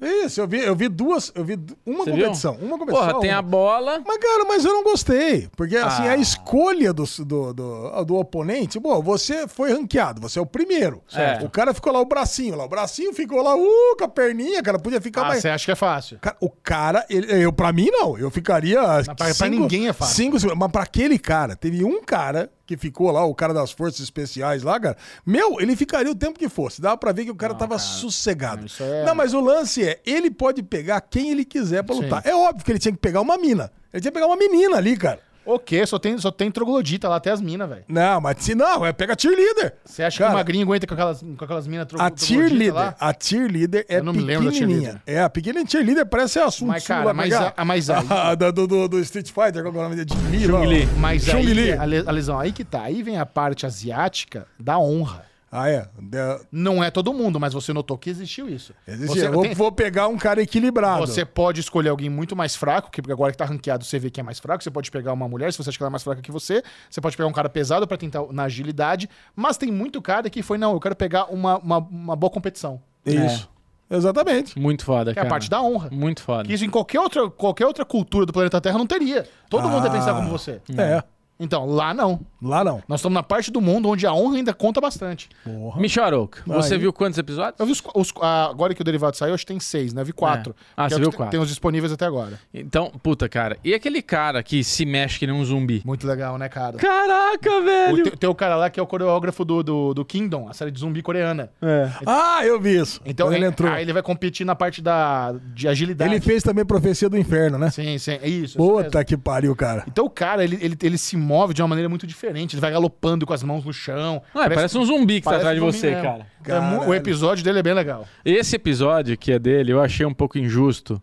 [SPEAKER 2] Isso, eu vi, eu vi duas, eu vi du- uma
[SPEAKER 3] Você
[SPEAKER 2] competição,
[SPEAKER 3] viu?
[SPEAKER 2] uma competição.
[SPEAKER 3] Porra, tem a Ah.
[SPEAKER 2] uma.
[SPEAKER 3] bola.
[SPEAKER 2] Mas, cara, mas eu não gostei. Porque, assim, a escolha do, do, do, do oponente... Bom, você foi ranqueado, você é o primeiro.
[SPEAKER 3] Certo.
[SPEAKER 2] O cara ficou lá, o bracinho lá. O bracinho ficou lá, uh, com a perninha, cara. Podia ficar
[SPEAKER 1] Ah,
[SPEAKER 2] mais...
[SPEAKER 1] você acha que é fácil?
[SPEAKER 2] Cara, o cara, ele- eu pra mim não, eu ficaria.
[SPEAKER 1] pra- pra
[SPEAKER 2] cinco-
[SPEAKER 1] ninguém é fácil.
[SPEAKER 2] Cinco, segundos. mas pra aquele cara, teve um cara que ficou lá, o cara das forças especiais lá, cara. Meu, ele ficaria o tempo que fosse. Dava pra ver que o cara tava sossegado.
[SPEAKER 1] isso é-
[SPEAKER 2] Não, mas o lance é, ele pode pegar quem ele quiser pra lutar. É óbvio que ele tinha que pegar uma mina. Ele tinha que pegar uma menina ali, cara.
[SPEAKER 1] O quê? Só tem, só tem troglodita lá, até as minas, velho.
[SPEAKER 2] Não, mas se não, é pega cheerleader.
[SPEAKER 1] Você acha
[SPEAKER 2] Cara,
[SPEAKER 1] que o magrinho aguenta com aquelas, com aquelas minas tro-
[SPEAKER 2] A
[SPEAKER 1] troglodita
[SPEAKER 2] cheerleader,
[SPEAKER 1] lá?
[SPEAKER 2] a cheerleader é
[SPEAKER 1] Eu não me lembro da
[SPEAKER 2] pequenininha. É, a pequenininha cheerleader parece ser assunto
[SPEAKER 1] Mas,
[SPEAKER 2] sul
[SPEAKER 1] cara,
[SPEAKER 2] lá,
[SPEAKER 1] mas
[SPEAKER 2] pegar.
[SPEAKER 1] a- a- mas aí-
[SPEAKER 2] Ah, da- do, do, do Street Fighter, qual que é o nome dele? Chun-Li. lá, ó.
[SPEAKER 1] Mas aí,
[SPEAKER 2] Chun-Li.
[SPEAKER 1] a le- a lesão, aí que tá. Aí vem a parte asiática da honra.
[SPEAKER 2] Ah, é. Da-
[SPEAKER 1] Não é todo mundo, mas você notou que existiu isso.
[SPEAKER 2] existe-
[SPEAKER 1] Você
[SPEAKER 2] eu vou,
[SPEAKER 1] tem-
[SPEAKER 2] vou pegar um cara
[SPEAKER 3] Ah,
[SPEAKER 2] equilibrado.
[SPEAKER 1] Você pode escolher alguém muito mais fraco, que porque agora que tá ranqueado você vê que é mais fraco. Você pode pegar uma mulher, se você acha que ela é mais fraca que você. Você pode pegar um cara pesado pra tentar na agilidade. Mas tem muito cara que foi, não, eu quero pegar uma, uma, uma boa competição.
[SPEAKER 2] É Isso. Exatamente.
[SPEAKER 3] Muito foda,
[SPEAKER 1] Que é
[SPEAKER 3] cara.
[SPEAKER 1] a parte da honra.
[SPEAKER 3] Muito foda.
[SPEAKER 1] Que isso em qualquer outra, qualquer outra cultura do planeta Terra não teria. Todo mundo ia pensar
[SPEAKER 2] Ah.
[SPEAKER 1] como você.
[SPEAKER 2] É.
[SPEAKER 1] Então, lá não.
[SPEAKER 2] Lá não.
[SPEAKER 1] Nós estamos na parte do mundo onde a honra ainda conta bastante.
[SPEAKER 3] Michel Arouca, você
[SPEAKER 2] Aí.
[SPEAKER 3] viu quantos episódios?
[SPEAKER 1] Eu vi os, os- ah, agora que o derivado saiu, acho que tem seis, né? Eu vi quatro.
[SPEAKER 3] Ah,
[SPEAKER 1] Porque
[SPEAKER 3] você viu
[SPEAKER 1] tem-
[SPEAKER 3] quatro.
[SPEAKER 1] Tem os disponíveis até agora.
[SPEAKER 3] Então, puta, cara. E aquele cara que se mexe que nem um zumbi?
[SPEAKER 1] Muito legal, né, cara?
[SPEAKER 3] Caraca,
[SPEAKER 1] O
[SPEAKER 3] velho!
[SPEAKER 1] te- tem o cara lá que é o coreógrafo do, do, do Kingdom, a série de zumbi coreana.
[SPEAKER 3] É,
[SPEAKER 2] Ah, eu vi isso.
[SPEAKER 1] Então
[SPEAKER 2] Quando
[SPEAKER 1] ele
[SPEAKER 2] ele entrou.
[SPEAKER 1] Aí ele vai competir na parte da, de agilidade.
[SPEAKER 2] Ele fez também Profecia do Inferno, né?
[SPEAKER 1] Sim, sim. É isso. é isso
[SPEAKER 3] tá.
[SPEAKER 1] mesmo.
[SPEAKER 2] Puta que pariu, cara.
[SPEAKER 1] Então o cara, ele, ele, ele se move de uma maneira muito diferente. Ele vai galopando com as mãos no chão.
[SPEAKER 3] Ué, parece, um zumbi que tá
[SPEAKER 1] parece
[SPEAKER 3] atrás de
[SPEAKER 1] zumbi
[SPEAKER 3] você,
[SPEAKER 1] mesmo.
[SPEAKER 3] cara.
[SPEAKER 1] É mu- o episódio dele é bem legal.
[SPEAKER 3] Esse episódio que é dele, eu achei um pouco injusto,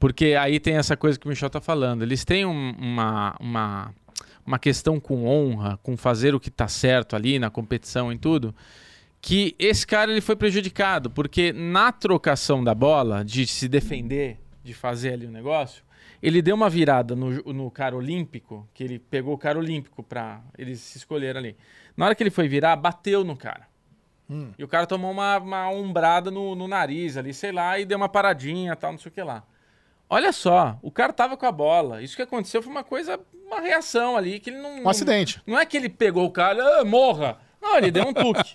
[SPEAKER 3] porque aí tem essa coisa que o Michel tá falando. Eles têm um- uma, uma, uma questão com honra, com fazer o que tá certo ali na competição e tudo, que esse cara ele foi prejudicado, porque na trocação da bola, de se defender, de fazer ali o negócio, ele deu uma virada no, ju- no cara olímpico, que ele pegou o cara olímpico pra eles se escolheram ali. Na hora que ele foi virar, bateu no cara.
[SPEAKER 1] Hum.
[SPEAKER 3] E o cara tomou uma, uma umbrada no, no nariz ali, sei lá, e deu uma paradinha tal, não sei o que lá. Olha só, o cara tava com a bola. Isso que aconteceu foi uma coisa, uma reação ali que ele não.
[SPEAKER 1] Um acidente.
[SPEAKER 3] Não é que ele pegou o cara, "Ah, morra. Não, ele deu um tuque.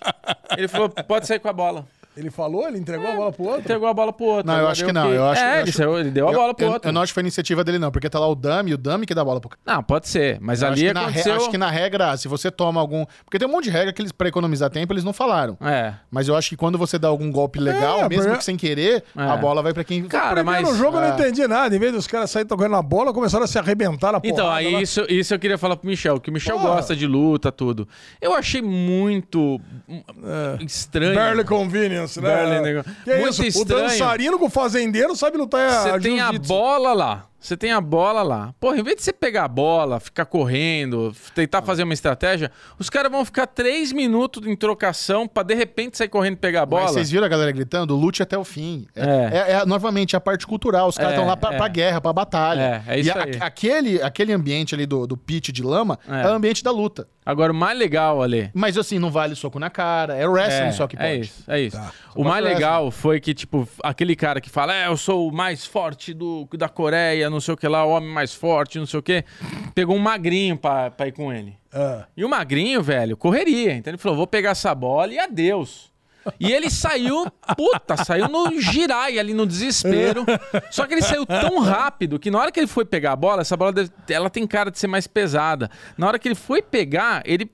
[SPEAKER 3] ele falou, pode sair com a bola.
[SPEAKER 2] Ele falou, ele entregou a bola pro outro.
[SPEAKER 3] Entregou a bola pro outro.
[SPEAKER 1] Não, eu
[SPEAKER 3] Agora
[SPEAKER 1] acho
[SPEAKER 3] deu
[SPEAKER 1] que não,
[SPEAKER 3] o quê?
[SPEAKER 1] eu acho-
[SPEAKER 3] é,
[SPEAKER 1] eu
[SPEAKER 3] ele,
[SPEAKER 1] acho-
[SPEAKER 3] saiu- ele deu a
[SPEAKER 1] eu,
[SPEAKER 3] bola pro
[SPEAKER 1] eu-
[SPEAKER 3] outro.
[SPEAKER 1] eu não acho que foi iniciativa dele, não, porque tá lá o Dami, e o Dami que dá a bola pro cara.
[SPEAKER 3] Não, pode ser. Mas
[SPEAKER 1] Eu
[SPEAKER 3] ali
[SPEAKER 1] acho, que na, re-
[SPEAKER 3] aconteceu...
[SPEAKER 1] acho que na regra, se você toma algum. Porque tem um monte de regra que eles, pra economizar tempo, eles não falaram.
[SPEAKER 3] É.
[SPEAKER 1] Mas eu acho que quando você dá algum golpe legal,
[SPEAKER 2] É,
[SPEAKER 1] mesmo
[SPEAKER 2] porque-
[SPEAKER 1] que sem querer, a bola vai pra quem.
[SPEAKER 3] É. Cara, mas...
[SPEAKER 2] No jogo eu não
[SPEAKER 1] Ah.
[SPEAKER 2] entendi nada. Em vez dos caras saírem tocando na bola, começaram a se arrebentar na porrada.
[SPEAKER 3] Então, aí
[SPEAKER 2] lá.
[SPEAKER 3] isso, isso eu queria falar pro Michel, que o Michel
[SPEAKER 2] Porra.
[SPEAKER 3] gosta de luta, tudo. Eu achei muito hum,
[SPEAKER 1] É.
[SPEAKER 3] estranho.
[SPEAKER 2] Barely convenience, né?
[SPEAKER 3] Barely nego-
[SPEAKER 2] Que é
[SPEAKER 3] Muito
[SPEAKER 2] isso?
[SPEAKER 3] estranho.
[SPEAKER 2] O dançarino com o fazendeiro sabe lutar é
[SPEAKER 1] Ah,
[SPEAKER 3] Você tem a
[SPEAKER 2] jiu-jitsu.
[SPEAKER 3] bola lá. Você tem a bola lá. Porra, em vez de você pegar a bola, ficar correndo, f-
[SPEAKER 1] Ah.
[SPEAKER 3] tentar fazer uma estratégia, os caras vão ficar três minutos em trocação pra de repente sair correndo e pegar a bola.
[SPEAKER 1] Mas vocês viram a galera gritando? Lute até o fim. É,
[SPEAKER 3] É.
[SPEAKER 1] é- é, novamente, a parte cultural. Os
[SPEAKER 3] É,
[SPEAKER 1] caras estão lá pra,
[SPEAKER 3] é.
[SPEAKER 1] pra guerra, pra batalha.
[SPEAKER 3] É, é isso
[SPEAKER 1] e a-
[SPEAKER 3] aí.
[SPEAKER 1] Aquele, aquele ambiente ali do, do pit de lama
[SPEAKER 3] É.
[SPEAKER 1] é. o ambiente da luta.
[SPEAKER 3] Agora, o mais legal, Ale.
[SPEAKER 1] Mas assim, não vale soco na cara. É wrestling
[SPEAKER 3] É,
[SPEAKER 1] só que pode. Tá.
[SPEAKER 3] é isso, é isso. O
[SPEAKER 1] gosto
[SPEAKER 3] mais
[SPEAKER 1] do wrestling.
[SPEAKER 3] legal foi que, tipo, aquele cara que fala, é, eu sou o mais forte do, da Coreia, não sei o que lá, o homem mais forte, não sei o que, pegou um magrinho pra, pra ir com ele.
[SPEAKER 2] Ah.
[SPEAKER 3] E o magrinho, velho, correria. Então ele falou: vou pegar essa bola e adeus. E ele saiu, puta, saiu no girai ali no desespero. Só que ele saiu tão rápido que na hora que ele foi pegar a bola, essa bola deve- ela tem cara de ser mais pesada. Na hora que ele foi pegar, ele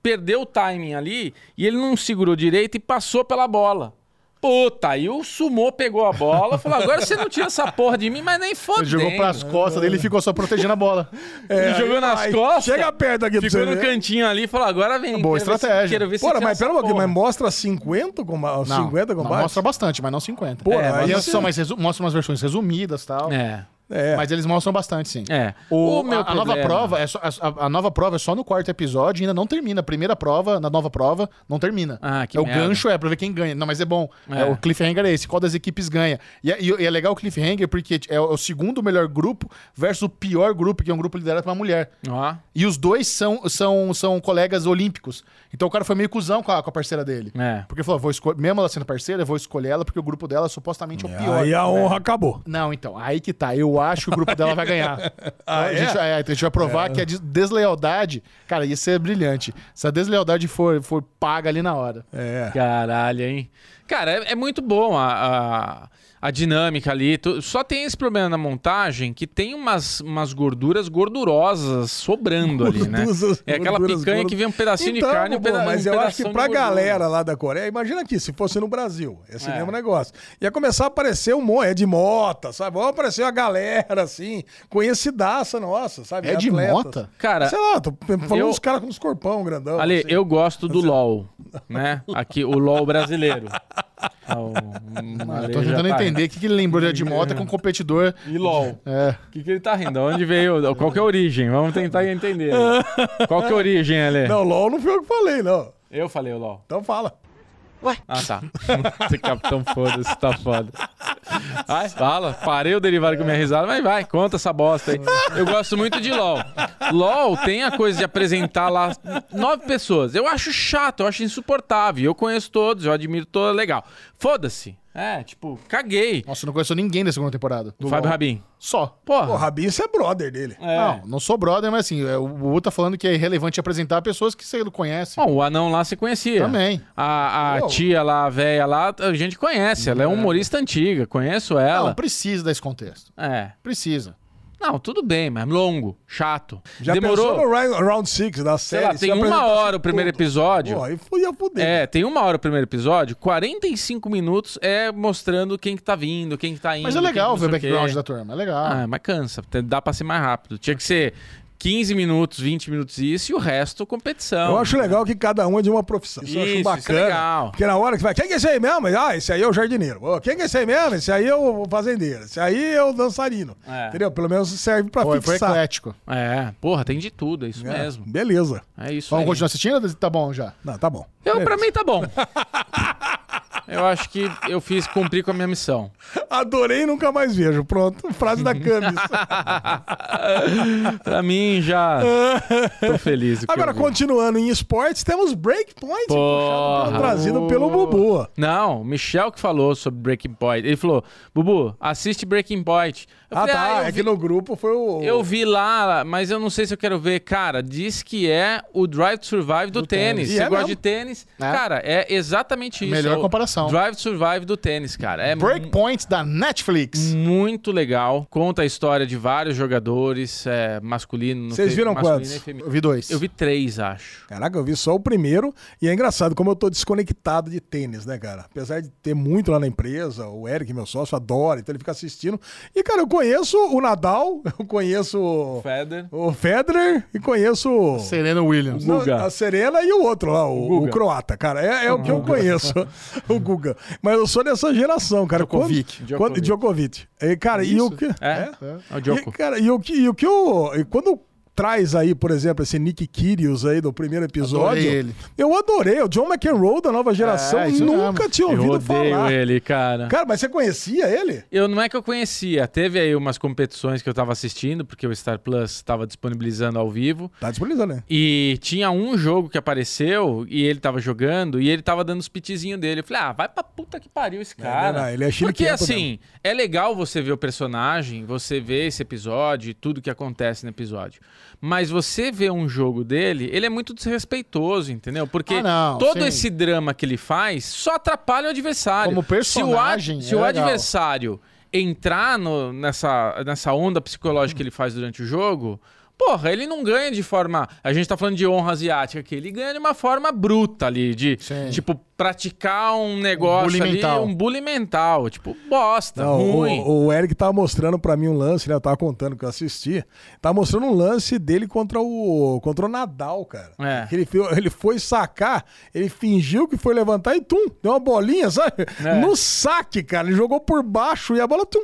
[SPEAKER 3] perdeu o timing ali e ele não segurou direito e passou pela bola. Puta, aí o sumô pegou a bola, falou: agora você não tira essa porra de mim, mas nem
[SPEAKER 1] Ele
[SPEAKER 3] fodendo.
[SPEAKER 1] jogou pras costas dele e ficou só protegendo a bola.
[SPEAKER 3] Ele
[SPEAKER 2] né? É,
[SPEAKER 3] jogou
[SPEAKER 2] aí-
[SPEAKER 3] nas
[SPEAKER 2] aí
[SPEAKER 3] costas.
[SPEAKER 2] Chega perto aqui pra
[SPEAKER 3] Ficou
[SPEAKER 2] você
[SPEAKER 3] no
[SPEAKER 2] ver.
[SPEAKER 3] cantinho ali e falou: agora vem.
[SPEAKER 1] Boa
[SPEAKER 3] quero ver se-
[SPEAKER 1] estratégia.
[SPEAKER 3] quero ver se
[SPEAKER 2] Porra,
[SPEAKER 3] tira
[SPEAKER 2] mas
[SPEAKER 3] essa
[SPEAKER 2] pera um pouquinho,
[SPEAKER 3] porra.
[SPEAKER 2] mas mostra 50 combates?
[SPEAKER 1] Não,
[SPEAKER 2] 50
[SPEAKER 1] não,
[SPEAKER 2] combates?
[SPEAKER 1] mostra bastante, mas não 50.
[SPEAKER 2] Porra,
[SPEAKER 1] É,
[SPEAKER 2] aí
[SPEAKER 1] e
[SPEAKER 2] você-
[SPEAKER 1] são mais resu- mostram umas versões resumidas e tal.
[SPEAKER 3] É.
[SPEAKER 2] É.
[SPEAKER 1] Mas eles mostram bastante, sim.
[SPEAKER 3] É.
[SPEAKER 1] O,
[SPEAKER 3] O meu
[SPEAKER 1] a, a nova
[SPEAKER 3] problema-
[SPEAKER 1] prova é só, a, a nova prova é só no quarto episódio e ainda não termina. A primeira prova, na nova prova, não termina.
[SPEAKER 3] Ah, que
[SPEAKER 1] é, o
[SPEAKER 3] merda.
[SPEAKER 1] gancho é pra ver quem ganha. Não, mas é bom.
[SPEAKER 3] É.
[SPEAKER 1] É. o cliffhanger é esse. Qual das equipes ganha? E, é- e é legal o cliffhanger porque é o, é o segundo melhor grupo versus o pior grupo, que é um grupo liderado por uma mulher.
[SPEAKER 3] Ó.
[SPEAKER 1] E os dois são, são, são colegas olímpicos. Então o cara foi meio cuzão com a, com a parceira dele.
[SPEAKER 3] É.
[SPEAKER 1] Porque falou, vou escolher, mesmo ela sendo parceira, eu vou escolher ela porque o grupo dela supostamente é o pior.
[SPEAKER 2] Aí a honra acabou.
[SPEAKER 1] Não, então, aí que tá. Eu acho que o grupo dela vai ganhar. a, gente, é, a gente vai provar que a des- deslealdade. Cara, ia ser brilhante. Se a deslealdade for, for paga ali na hora.
[SPEAKER 2] É.
[SPEAKER 3] Caralho, hein? Cara, é, é muito bom a, a, a dinâmica ali. tu- Só tem esse problema na montagem que tem umas, umas gorduras gordurosas sobrando ali, né?
[SPEAKER 2] Gordurosas,
[SPEAKER 3] É aquela
[SPEAKER 2] gorduras,
[SPEAKER 3] picanha que
[SPEAKER 2] gorduras.
[SPEAKER 3] vem um pedacinho
[SPEAKER 2] Então,
[SPEAKER 3] de carne e um,
[SPEAKER 2] pô,
[SPEAKER 3] peda um
[SPEAKER 2] Mas eu acho que
[SPEAKER 3] pedação de
[SPEAKER 2] pra
[SPEAKER 3] gordura.
[SPEAKER 2] galera lá da Coreia, imagina aqui, se fosse no Brasil, esse mesmo negócio. Ia começar a aparecer um monte, é de mota, é sabe? Vai aparecer a galera, assim, conhecidaça nossa, sabe?
[SPEAKER 1] É de
[SPEAKER 2] Atletas.
[SPEAKER 1] mota?
[SPEAKER 3] Cara,
[SPEAKER 2] Sei lá, tô falando
[SPEAKER 3] eu-
[SPEAKER 2] uns caras com uns corpão grandão.
[SPEAKER 3] Ali,
[SPEAKER 2] assim.
[SPEAKER 3] eu gosto do LOL, né? Aqui, o LOL brasileiro. Ah, o- o
[SPEAKER 1] Eu
[SPEAKER 3] Ale
[SPEAKER 1] tô
[SPEAKER 3] já
[SPEAKER 1] tentando
[SPEAKER 3] tá-
[SPEAKER 1] entender o que, que ele lembrou de Edmota com competidor.
[SPEAKER 3] E LOL.
[SPEAKER 1] É.
[SPEAKER 3] O que, que ele tá rindo? Onde veio? Qual que é a origem? Vamos tentar entender. Qual que é a origem, Ale?
[SPEAKER 2] Não, LOL não foi eu que falei, não.
[SPEAKER 3] Eu falei o LOL.
[SPEAKER 2] Então fala.
[SPEAKER 3] Ah, tá. Esse capitão foda-se, tá foda. Vai, fala. Parei o derivado com minha risada, mas vai, conta essa bosta aí. Eu gosto muito de LOL. LOL tem a coisa de apresentar lá nove pessoas. Eu acho chato, eu acho insuportável. Eu conheço todos, eu admiro todos, legal. Foda-se. É, tipo, caguei.
[SPEAKER 1] Nossa, eu não conheço ninguém da segunda temporada. Do
[SPEAKER 3] Fábio
[SPEAKER 1] LOL.
[SPEAKER 3] Rabin.
[SPEAKER 1] Só.
[SPEAKER 3] Porra.
[SPEAKER 2] O Rabin, você é brother dele.
[SPEAKER 3] É.
[SPEAKER 1] Não, não sou brother, mas assim, é, o Bubu tá falando que é irrelevante apresentar pessoas que você não conhece.
[SPEAKER 3] Bom, o anão lá se conhecia.
[SPEAKER 1] Também.
[SPEAKER 3] A, a
[SPEAKER 2] Uou.
[SPEAKER 3] tia lá, a véia lá, a gente conhece. Ela é um humorista antiga, conheço ela.
[SPEAKER 1] Não, precisa desse contexto.
[SPEAKER 3] É.
[SPEAKER 1] Precisa.
[SPEAKER 3] Não, tudo bem, mas é longo, chato.
[SPEAKER 2] Já
[SPEAKER 3] Demorou,
[SPEAKER 2] pensou no round- round 6 da
[SPEAKER 3] sei
[SPEAKER 2] série?
[SPEAKER 3] lá, tem uma hora o primeiro episódio.
[SPEAKER 2] Pô, aí fui a fuder.
[SPEAKER 3] É, tem uma hora o primeiro episódio, 45 minutos é mostrando quem que tá vindo, quem que tá indo.
[SPEAKER 1] Mas é legal
[SPEAKER 3] quem que
[SPEAKER 1] ver o
[SPEAKER 3] não sei
[SPEAKER 1] background
[SPEAKER 3] quê.
[SPEAKER 1] da turma. É legal.
[SPEAKER 3] Ah, mas cansa, te- dá pra ser mais rápido. Tinha que ser 15 minutos, 20 minutos isso e o resto competição.
[SPEAKER 2] Eu acho legal que cada um é de uma profissão. Isso, eu
[SPEAKER 3] Isso,
[SPEAKER 2] acho
[SPEAKER 3] isso é
[SPEAKER 2] bacana.
[SPEAKER 3] legal.
[SPEAKER 2] Porque na hora que você vai, quem que é esse aí mesmo? Ah, esse aí é o jardineiro. Ô, quem que é esse aí mesmo? Esse aí é o fazendeiro. Esse aí é o dançarino.
[SPEAKER 3] É.
[SPEAKER 2] Entendeu? Pelo menos serve pra
[SPEAKER 1] Foi, foi
[SPEAKER 2] fixar.
[SPEAKER 1] eclético.
[SPEAKER 3] É, porra, tem de tudo, é isso
[SPEAKER 2] É,
[SPEAKER 3] mesmo.
[SPEAKER 2] Beleza.
[SPEAKER 3] É isso
[SPEAKER 1] Vamos
[SPEAKER 3] aí.
[SPEAKER 1] continuar assistindo? Tá bom já.
[SPEAKER 2] Não, tá bom.
[SPEAKER 3] Eu, pra mim tá bom. Eu acho que eu fiz cumprir com a minha missão.
[SPEAKER 2] Adorei e nunca mais vejo. Pronto. Frase da Camis.
[SPEAKER 3] Pra mim já tô feliz. do que
[SPEAKER 2] Agora,
[SPEAKER 3] eu vi.
[SPEAKER 2] continuando em esportes, temos Breakpoint. puxado
[SPEAKER 3] Porra.
[SPEAKER 2] pelo- Trazido pelo Bubu.
[SPEAKER 3] Não, o Michel que falou sobre Breaking Point. Ele falou, Bubu, assiste Breaking Point. Eu
[SPEAKER 2] Ah,
[SPEAKER 3] falei,
[SPEAKER 2] tá.
[SPEAKER 3] eu
[SPEAKER 2] é
[SPEAKER 3] vi,
[SPEAKER 2] que no grupo foi o...
[SPEAKER 3] eu vi lá, mas eu não sei se eu quero ver. Cara, diz que é o Drive to Survive do, tênis.
[SPEAKER 2] tênis. E
[SPEAKER 3] Você
[SPEAKER 2] é
[SPEAKER 3] gosta
[SPEAKER 2] mesmo.
[SPEAKER 3] de tênis?
[SPEAKER 1] É.
[SPEAKER 3] Cara, é exatamente isso.
[SPEAKER 1] Melhor
[SPEAKER 3] É o
[SPEAKER 1] comparação.
[SPEAKER 3] Drive to Survive do tênis, cara. É mu-
[SPEAKER 1] Breakpoint da Netflix.
[SPEAKER 3] muito legal. Conta a história de vários jogadores, é, masculino. não
[SPEAKER 2] Vocês
[SPEAKER 3] sei-
[SPEAKER 2] viram
[SPEAKER 3] masculino
[SPEAKER 2] quantos?
[SPEAKER 3] e feminino.
[SPEAKER 1] Eu vi dois.
[SPEAKER 3] Hum. Eu vi três, acho.
[SPEAKER 2] Caraca, eu vi só o primeiro. E é engraçado como eu tô desconectado de tênis, né, cara? Apesar de ter muito lá na empresa, o Eric, meu sócio, adora, então ele fica assistindo. E, cara, eu conheço o Nadal, eu conheço o-
[SPEAKER 3] Feder.
[SPEAKER 2] o Federer e conheço o-
[SPEAKER 1] Serena Williams.
[SPEAKER 2] não,
[SPEAKER 3] Guga.
[SPEAKER 2] a Serena e o outro lá, o,
[SPEAKER 3] Guga.
[SPEAKER 2] o croata, cara. É, é o que eu conheço, o Guga. Mas eu sou dessa geração, cara. Quando-
[SPEAKER 1] Djokovic.
[SPEAKER 2] Quando,
[SPEAKER 3] Djokovic.
[SPEAKER 2] Djokovic. E, cara, e o que...
[SPEAKER 3] É? É o
[SPEAKER 2] E,
[SPEAKER 3] Djoko.
[SPEAKER 2] cara, e o que, e o que eu. e quando traz aí, por exemplo, esse Nick Kyrgios aí do primeiro episódio.
[SPEAKER 1] Adorei ele.
[SPEAKER 2] Eu adorei. O John McEnroe da nova geração.
[SPEAKER 1] É, isso
[SPEAKER 2] nunca
[SPEAKER 1] mesmo.
[SPEAKER 2] tinha
[SPEAKER 3] Eu
[SPEAKER 2] ouvido
[SPEAKER 3] odeio
[SPEAKER 2] falar.
[SPEAKER 3] ele, cara.
[SPEAKER 2] Cara, mas você conhecia ele?
[SPEAKER 3] Eu não é que eu conhecia. Teve aí umas competições que eu tava assistindo, porque o Star Plus tava disponibilizando ao vivo.
[SPEAKER 2] Tá disponibilizando, né?
[SPEAKER 3] E tinha um jogo que apareceu e ele tava jogando e ele tava dando os pitizinhos dele. Eu falei, ah, vai pra puta que pariu esse cara.
[SPEAKER 2] não, não, ele é
[SPEAKER 3] Porque
[SPEAKER 2] chiliquento
[SPEAKER 3] assim, é legal você ver o personagem, você ver esse episódio e tudo que acontece no episódio. Mas você ver um jogo dele, ele é muito desrespeitoso, entendeu? Porque
[SPEAKER 1] Ah, não,
[SPEAKER 3] todo
[SPEAKER 1] sim.
[SPEAKER 3] esse drama que ele faz só atrapalha o adversário.
[SPEAKER 1] Como personagem,
[SPEAKER 3] Se o, ad- se
[SPEAKER 1] é
[SPEAKER 3] o
[SPEAKER 1] legal.
[SPEAKER 3] adversário entrar no- nessa, nessa onda psicológica que ele faz durante o jogo, porra, ele não ganha de forma. A gente tá falando de honra asiática aqui. Ele ganha de uma forma bruta ali, de
[SPEAKER 1] Sim.
[SPEAKER 3] tipo, praticar um negócio
[SPEAKER 1] bullying
[SPEAKER 3] ali,
[SPEAKER 1] mental.
[SPEAKER 3] um bullying mental. Tipo, bosta,
[SPEAKER 2] Não,
[SPEAKER 3] ruim.
[SPEAKER 2] o, o Eric tava mostrando pra mim um lance, né? Eu tava contando que eu assisti. Tava mostrando um lance dele contra o contra o Nadal, cara.
[SPEAKER 3] É.
[SPEAKER 2] Que Ele, fe- ele foi sacar, ele fingiu que foi levantar e tum, deu uma bolinha, sabe?
[SPEAKER 3] É.
[SPEAKER 2] No saque, cara. Ele jogou por baixo e a bola tum.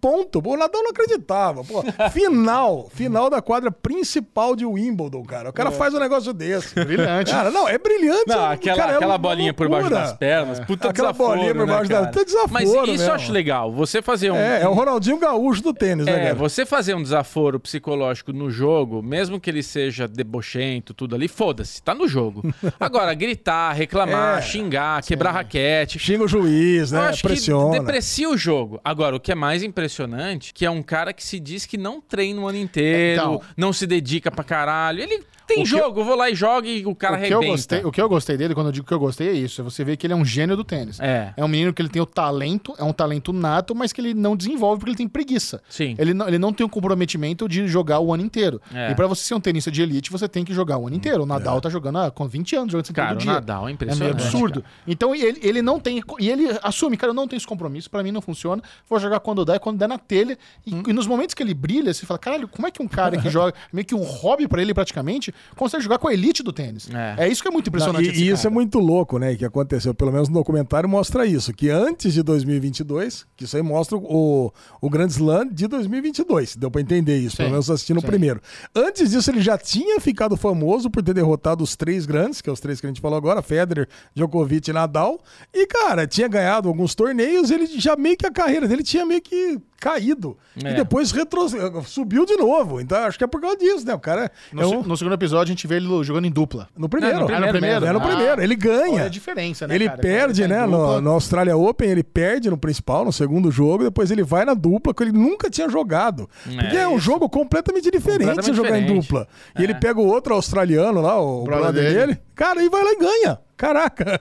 [SPEAKER 2] Ponto. O Nadal não acreditava. Pô, final. Final da quadra principal de Wimbledon, cara. O cara faz um negócio desse.
[SPEAKER 1] Brilhante.
[SPEAKER 2] Cara, não, é brilhante.
[SPEAKER 3] É. Não,
[SPEAKER 2] cara,
[SPEAKER 3] aquela,
[SPEAKER 2] é
[SPEAKER 3] aquela
[SPEAKER 2] uma
[SPEAKER 3] bolinha por baixo
[SPEAKER 2] loucura.
[SPEAKER 3] das pernas. Puta
[SPEAKER 2] Aquela
[SPEAKER 3] desaforo,
[SPEAKER 2] bolinha por
[SPEAKER 3] né,
[SPEAKER 2] baixo das-
[SPEAKER 3] cara?
[SPEAKER 2] puta desaforo
[SPEAKER 3] Mas isso
[SPEAKER 2] mesmo.
[SPEAKER 3] eu acho legal. Você fazer um.
[SPEAKER 2] É, é o Ronaldinho Gaúcho do tênis, né,
[SPEAKER 3] É,
[SPEAKER 2] cara?
[SPEAKER 3] você fazer um desaforo psicológico no jogo, mesmo que ele seja debochento, tudo ali, foda-se, tá no jogo. Agora, gritar, reclamar,
[SPEAKER 2] É,
[SPEAKER 3] xingar, quebrar raquete.
[SPEAKER 2] Xinga o juiz,
[SPEAKER 3] Eu
[SPEAKER 2] né?
[SPEAKER 3] acho
[SPEAKER 2] Pressiona.
[SPEAKER 3] que deprecia o jogo. Agora, o que é mais impressionante, que é um cara que se diz que não treina o ano inteiro,
[SPEAKER 1] Então.
[SPEAKER 3] não se dedica pra caralho. Ele
[SPEAKER 1] O
[SPEAKER 3] tem
[SPEAKER 1] que
[SPEAKER 3] jogo, eu vou lá e joga e o cara
[SPEAKER 1] o que, eu
[SPEAKER 3] arrebenta.
[SPEAKER 1] gostei, o que eu gostei dele, quando eu digo que eu gostei, é isso. É você ver que ele é um gênio do tênis.
[SPEAKER 3] É.
[SPEAKER 1] um menino que ele tem o talento, é um talento nato, mas que ele não desenvolve porque ele tem preguiça.
[SPEAKER 3] Sim.
[SPEAKER 1] Ele não, ele não tem o comprometimento de jogar o ano inteiro.
[SPEAKER 3] É.
[SPEAKER 1] E pra você ser um tenista de elite, você tem que jogar o ano inteiro. O Nadal tá jogando há com 20 anos, jogando sempre
[SPEAKER 3] Cara,
[SPEAKER 1] todo
[SPEAKER 3] o
[SPEAKER 1] dia.
[SPEAKER 3] Nadal é
[SPEAKER 1] É meio
[SPEAKER 3] impressionante.
[SPEAKER 1] absurdo. Então ele, ele não tem. E ele assume, cara, eu não tenho esse compromisso, pra mim não funciona. Vou jogar quando dá e quando der na telha. E,
[SPEAKER 2] Hum.
[SPEAKER 1] e nos momentos que ele brilha, você fala, caralho, como é que um cara que joga, meio que um hobby pra ele praticamente, consegue jogar com a elite do tênis? É,
[SPEAKER 3] É.
[SPEAKER 1] isso que é muito impressionante.
[SPEAKER 2] E,
[SPEAKER 1] desse
[SPEAKER 2] e isso é
[SPEAKER 1] cara.
[SPEAKER 2] muito louco, né? Que aconteceu, pelo menos no documentário mostra isso, que antes de 2022, que isso aí mostra o, o Grand Slam de 2022, deu pra entender isso, pelo menos assistindo o primeiro. Antes disso ele já tinha ficado famoso por ter derrotado os três grandes, que é os três que a gente falou agora, Federer, Djokovic e Nadal, e cara, tinha ganhado alguns torneios, ele já meio que a carreira dele tinha meio que caído. E
[SPEAKER 3] É.
[SPEAKER 2] depois retro... subiu de novo. Então acho que é por causa disso, né? O cara
[SPEAKER 1] No,
[SPEAKER 2] é
[SPEAKER 1] se-
[SPEAKER 2] um...
[SPEAKER 1] no segundo episódio, a gente vê ele jogando em dupla.
[SPEAKER 2] No primeiro.
[SPEAKER 3] Não, no
[SPEAKER 2] Ah, no
[SPEAKER 3] primeiro
[SPEAKER 2] primeiro.
[SPEAKER 3] mesmo.
[SPEAKER 2] É no
[SPEAKER 1] Ah.
[SPEAKER 2] primeiro. Ele
[SPEAKER 1] Olha
[SPEAKER 2] ganha.
[SPEAKER 1] a diferença, né?
[SPEAKER 2] ele
[SPEAKER 1] cara?
[SPEAKER 2] perde,
[SPEAKER 1] Quando ele
[SPEAKER 2] né?
[SPEAKER 1] tá em
[SPEAKER 2] No,
[SPEAKER 1] dupla,
[SPEAKER 2] no Australia Open, ele perde no principal, no segundo jogo, depois ele vai na dupla, que ele nunca tinha jogado. porque é um jogo completamente diferente você
[SPEAKER 3] Completamente
[SPEAKER 2] jogar em
[SPEAKER 3] diferente.
[SPEAKER 2] dupla. E ele pega o outro australiano lá, o
[SPEAKER 1] Brother
[SPEAKER 2] brother, dele.
[SPEAKER 1] dele.
[SPEAKER 2] cara, e vai lá e ganha. Caraca.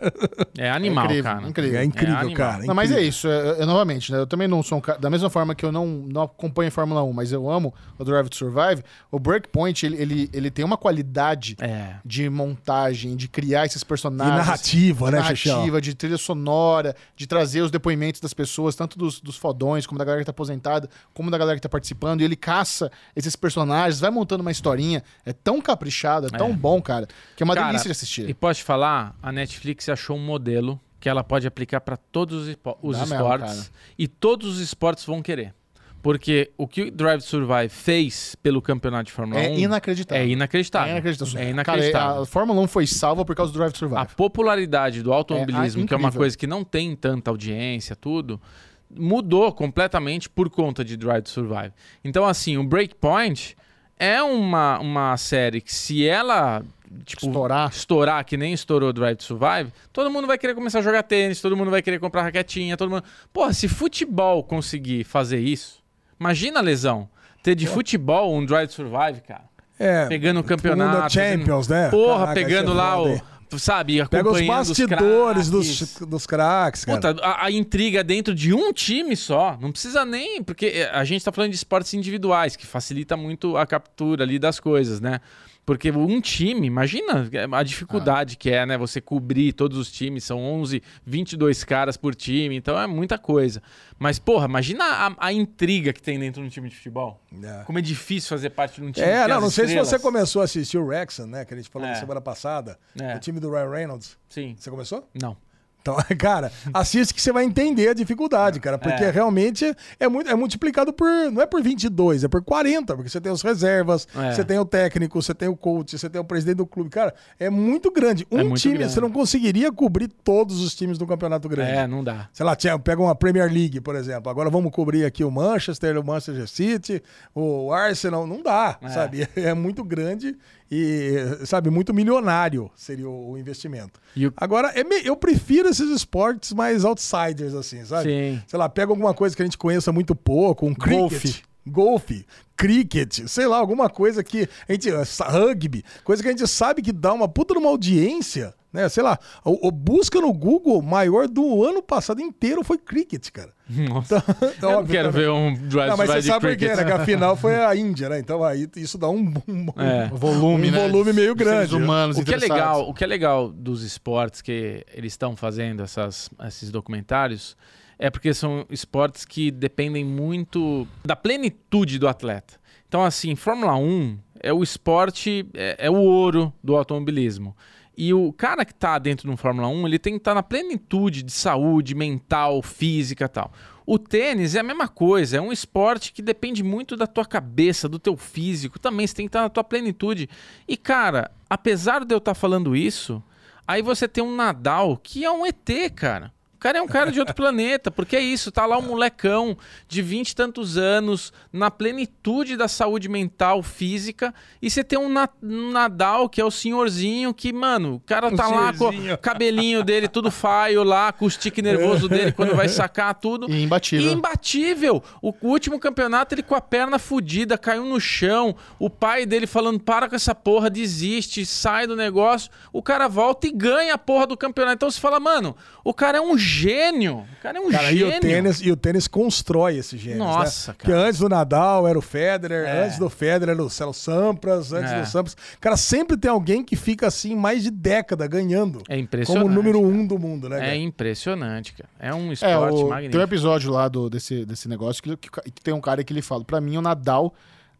[SPEAKER 3] É animal,
[SPEAKER 1] incrível,
[SPEAKER 3] cara.
[SPEAKER 1] incrível.
[SPEAKER 2] É incrível,
[SPEAKER 3] animal.
[SPEAKER 2] cara.
[SPEAKER 1] Não, mas é
[SPEAKER 2] incrível.
[SPEAKER 1] isso, é, é, novamente, né? Eu também não sou um cara. Da mesma forma que eu não, não acompanho a Fórmula 1, mas eu amo o Drive to Survive, o Breakpoint ele, ele, ele tem uma qualidade
[SPEAKER 3] É.
[SPEAKER 1] de montagem, de criar esses personagens.
[SPEAKER 2] E narrativa, né, Xixão?
[SPEAKER 1] narrativa, de trilha sonora, de trazer os depoimentos das pessoas, tanto dos, dos fodões, como da galera que tá aposentada, como da galera que tá participando, e ele caça esses personagens, vai montando uma historinha. É tão caprichado, é tão bom, cara, que é uma
[SPEAKER 3] Cara,
[SPEAKER 1] delícia de assistir.
[SPEAKER 3] E posso te falar, a Netflix achou um modelo que ela pode aplicar para todos os, espo- os
[SPEAKER 1] Dá mesmo,
[SPEAKER 3] esportes.
[SPEAKER 1] cara.
[SPEAKER 3] e todos os esportes vão querer. Porque o que o Drive to Survive fez pelo campeonato de Fórmula
[SPEAKER 1] É
[SPEAKER 3] 1
[SPEAKER 1] inacreditável.
[SPEAKER 3] é inacreditável.
[SPEAKER 1] É inacreditável.
[SPEAKER 3] É
[SPEAKER 1] Cara,
[SPEAKER 3] inacreditável.
[SPEAKER 1] a Fórmula 1 foi salva por causa do Drive to
[SPEAKER 3] a
[SPEAKER 1] Survive.
[SPEAKER 3] popularidade do automobilismo,
[SPEAKER 1] É, ah,
[SPEAKER 3] que é uma
[SPEAKER 1] incrível.
[SPEAKER 3] coisa que não tem tanta audiência, tudo, mudou completamente por conta de Drive to Survive. Então, assim, o Breakpoint é uma, uma série que, se ela tipo,
[SPEAKER 1] Estourar.
[SPEAKER 3] estourar, que nem estourou Drive to Survive, todo mundo vai querer começar a jogar tênis, todo mundo vai querer comprar raquetinha, todo mundo. Porra, se futebol conseguir fazer isso, imagina a lesão. Ter de futebol um Drive to Survive, cara.
[SPEAKER 2] É,
[SPEAKER 3] Pegando o
[SPEAKER 2] mundo
[SPEAKER 3] campeonato.
[SPEAKER 2] é Champions,
[SPEAKER 3] fazendo-
[SPEAKER 2] né?
[SPEAKER 3] Porra,
[SPEAKER 2] Caraca,
[SPEAKER 3] pegando
[SPEAKER 2] isso é
[SPEAKER 3] lá
[SPEAKER 2] foda, hein?
[SPEAKER 3] o. Sabe,
[SPEAKER 2] Pega
[SPEAKER 3] acompanhando
[SPEAKER 2] os bastidores dos,
[SPEAKER 3] craques.
[SPEAKER 2] dos craques, cara.
[SPEAKER 3] Puta, a, a intriga dentro de um time só. Não precisa nem. Porque a gente tá falando de esportes individuais, que facilita muito a captura ali das coisas, né? Porque um time, imagina é, a
[SPEAKER 2] Ah.
[SPEAKER 3] dificuldade que é, né? Você cobrir todos os times, são 11, 22 caras por time, então é muita coisa. Mas, porra, imagina a, a intriga que tem dentro de um time de futebol.
[SPEAKER 2] É.
[SPEAKER 3] Como é difícil fazer parte de um time que
[SPEAKER 2] É,
[SPEAKER 3] tem
[SPEAKER 2] não,
[SPEAKER 3] as
[SPEAKER 2] não sei se
[SPEAKER 3] estrelas.
[SPEAKER 2] você começou a assistir o Wrexham, né? Que a gente falou
[SPEAKER 3] É.
[SPEAKER 2] na semana passada.
[SPEAKER 3] É.
[SPEAKER 2] O time do Ryan Reynolds.
[SPEAKER 3] Sim.
[SPEAKER 2] Você começou?
[SPEAKER 3] Não.
[SPEAKER 2] Então, cara, assiste que você vai entender a dificuldade, cara. Porque realmente é, muito, é multiplicado por. Não é por 22, é por 40. Porque você tem as reservas,
[SPEAKER 3] É.
[SPEAKER 2] você tem o técnico, você tem o coach, você tem o presidente do clube. Cara, é muito grande. Um
[SPEAKER 3] muito
[SPEAKER 2] time,
[SPEAKER 3] grande.
[SPEAKER 2] você não conseguiria cobrir todos os times do campeonato grande.
[SPEAKER 3] É, não dá.
[SPEAKER 2] Sei lá, tinha- pega uma Premier League, por exemplo. Agora vamos cobrir aqui o Manchester, o Manchester City, o Arsenal. Não dá, sabe? É muito grande e, sabe, muito milionário seria o o investimento.
[SPEAKER 3] E o-
[SPEAKER 2] Agora, é me- eu prefiro esses esportes mais outsiders, assim, sabe?
[SPEAKER 3] Sim.
[SPEAKER 2] Sei lá, pega alguma coisa que a gente conheça muito pouco, um cricket. Golfe, cricket, sei lá, alguma coisa que a gente. eh, rugby, coisa que a gente sabe que dá uma puta numa audiência, né? Sei lá, o, o busca no Google maior do ano passado inteiro foi cricket, cara.
[SPEAKER 3] Nossa.
[SPEAKER 2] Então,
[SPEAKER 3] Eu não
[SPEAKER 2] óbvio,
[SPEAKER 3] quero
[SPEAKER 2] tá-
[SPEAKER 3] ver um drive
[SPEAKER 2] Não, mas
[SPEAKER 3] by
[SPEAKER 2] você
[SPEAKER 3] de
[SPEAKER 2] sabe por quê,
[SPEAKER 3] cricket.
[SPEAKER 2] né? Que a final foi a Índia, né? Então aí isso dá um, um,
[SPEAKER 3] É.
[SPEAKER 2] um
[SPEAKER 1] Volume, né?
[SPEAKER 2] volume meio
[SPEAKER 1] De seres
[SPEAKER 2] grande.
[SPEAKER 1] humanos
[SPEAKER 3] O que, é
[SPEAKER 1] interessados.
[SPEAKER 3] legal, o que é legal dos esportes que eles estão fazendo, essas, esses documentários, é porque são esportes que dependem muito da plenitude do atleta. Então, assim, Fórmula 1 é o esporte, é, é o ouro do automobilismo. E o cara que tá dentro de um Fórmula 1, ele tem que estar na plenitude de saúde, mental, física e tal. O tênis é a mesma coisa, é um esporte que depende muito da tua cabeça, do teu físico, também você tem que estar na tua plenitude. E cara, apesar de eu estar falando isso, aí você tem um Nadal que é um ET, cara. O cara é um cara de outro planeta, porque é isso, tá lá um molecão de 20 e tantos anos, na plenitude da saúde mental, física, e você tem um, Na- um Nadal que é o senhorzinho que, mano, o cara tá lá com o
[SPEAKER 5] senhorzinho.
[SPEAKER 3] cabelinho dele tudo faio lá, com o stick nervoso dele quando vai sacar tudo.
[SPEAKER 1] E imbatível.
[SPEAKER 3] E imbatível. O o último campeonato, ele com a perna fudida, caiu no chão. O pai dele falando: para com essa porra, desiste, sai do negócio. O cara volta e ganha a porra do campeonato. Então você fala, mano, o cara é um gênio. O cara é um
[SPEAKER 2] Cara, e
[SPEAKER 3] gênio.
[SPEAKER 2] o, tênis, né? e o tênis constrói esse gênio.
[SPEAKER 3] Nossa,
[SPEAKER 2] né?
[SPEAKER 3] cara.
[SPEAKER 2] Porque antes do Nadal era o Federer,
[SPEAKER 3] É.
[SPEAKER 2] antes do Federer era o Celo Sampras, antes
[SPEAKER 3] É.
[SPEAKER 2] do Sampras. Cara, sempre tem alguém que fica assim mais de década ganhando.
[SPEAKER 3] É impressionante,
[SPEAKER 2] Como o número um do mundo, né?
[SPEAKER 3] É
[SPEAKER 2] cara?
[SPEAKER 3] impressionante, cara. É um
[SPEAKER 1] É,
[SPEAKER 3] esporte
[SPEAKER 1] o- tem um
[SPEAKER 3] magnífico.
[SPEAKER 1] episódio lá do, desse, desse negócio que, que o ca- que tem um cara que ele fala: pra mim, o Nadal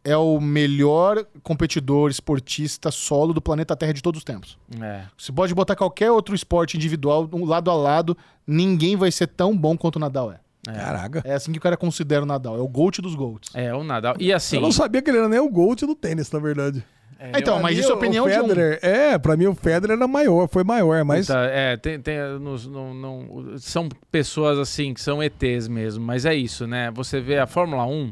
[SPEAKER 1] é o melhor competidor esportista solo do planeta Terra de todos os tempos.
[SPEAKER 3] É.
[SPEAKER 1] Você pode botar qualquer outro esporte individual um lado a lado, ninguém vai ser tão bom quanto o Nadal é.
[SPEAKER 2] Caraca.
[SPEAKER 1] É assim que o cara considera o Nadal, é o GOAT dos GOATs.
[SPEAKER 3] É, o Nadal. E assim.
[SPEAKER 2] Eu não sabia que ele era nem o Gold do tênis, na verdade.
[SPEAKER 1] então,
[SPEAKER 2] Pra
[SPEAKER 1] mas
[SPEAKER 2] mim,
[SPEAKER 1] isso é
[SPEAKER 2] o
[SPEAKER 1] opinião de um.
[SPEAKER 2] Federer, É, pra mim o Federer era maior, foi maior, mas.
[SPEAKER 3] Puta, é, tem, tem nos- não- não- são pessoas assim que são ETs mesmo, mas é isso, né? Você vê a Fórmula 1,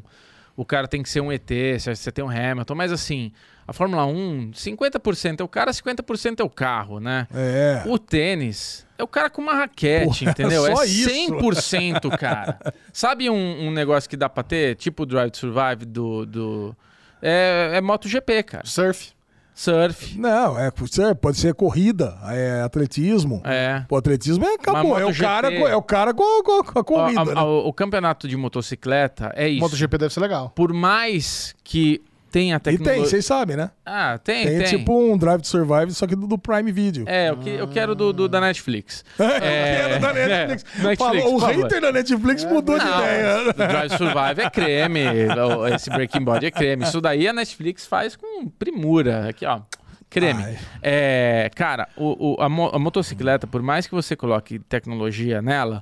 [SPEAKER 3] o cara tem que ser um ET, você você tem um Hamilton, mas assim, a Fórmula 1, 50% é o cara, 50% é o carro, né?
[SPEAKER 2] É.
[SPEAKER 3] O tênis é o cara com uma raquete,
[SPEAKER 2] Porra,
[SPEAKER 3] entendeu?
[SPEAKER 2] só
[SPEAKER 3] É
[SPEAKER 2] isso.
[SPEAKER 3] 100%, cara. Sabe um, um negócio que dá pra ter? Tipo o Drive to Survive do. do... É, é MotoGP, cara.
[SPEAKER 1] Surf.
[SPEAKER 3] Surf.
[SPEAKER 2] Não, é, pode ser- pode ser corrida, é atletismo.
[SPEAKER 3] É.
[SPEAKER 2] Pô, atletismo é acabou.
[SPEAKER 3] Mas
[SPEAKER 2] É o,
[SPEAKER 3] MotoGP
[SPEAKER 2] cara, com- é o cara com, com- com a
[SPEAKER 3] Ó,
[SPEAKER 2] corrida.
[SPEAKER 3] a-
[SPEAKER 2] né?
[SPEAKER 3] a- o campeonato de motocicleta é isso.
[SPEAKER 1] MotoGP deve ser legal.
[SPEAKER 3] Por mais que tenha
[SPEAKER 2] E tem,
[SPEAKER 3] tecnologia.
[SPEAKER 2] vocês sabem, né?
[SPEAKER 3] Ah, tem,
[SPEAKER 2] Tem,
[SPEAKER 3] tem.
[SPEAKER 2] tipo um Drive to Survive, só que do, do Prime Video.
[SPEAKER 3] É, eu, que- eu quero do, do- da Netflix.
[SPEAKER 2] É, da Netflix.
[SPEAKER 3] é, Netflix,
[SPEAKER 2] Falou, o
[SPEAKER 3] por favor.
[SPEAKER 2] hater da Netflix mudou de
[SPEAKER 3] É. Não,
[SPEAKER 2] ideia.
[SPEAKER 3] o Drive to Survive é creme. o- Esse Breaking Bad é creme. Isso daí a Netflix faz com primura. Aqui, ó. Creme.
[SPEAKER 2] Ai.
[SPEAKER 3] É, cara, o- o- a, mo- a motocicleta, por mais que você coloque tecnologia nela,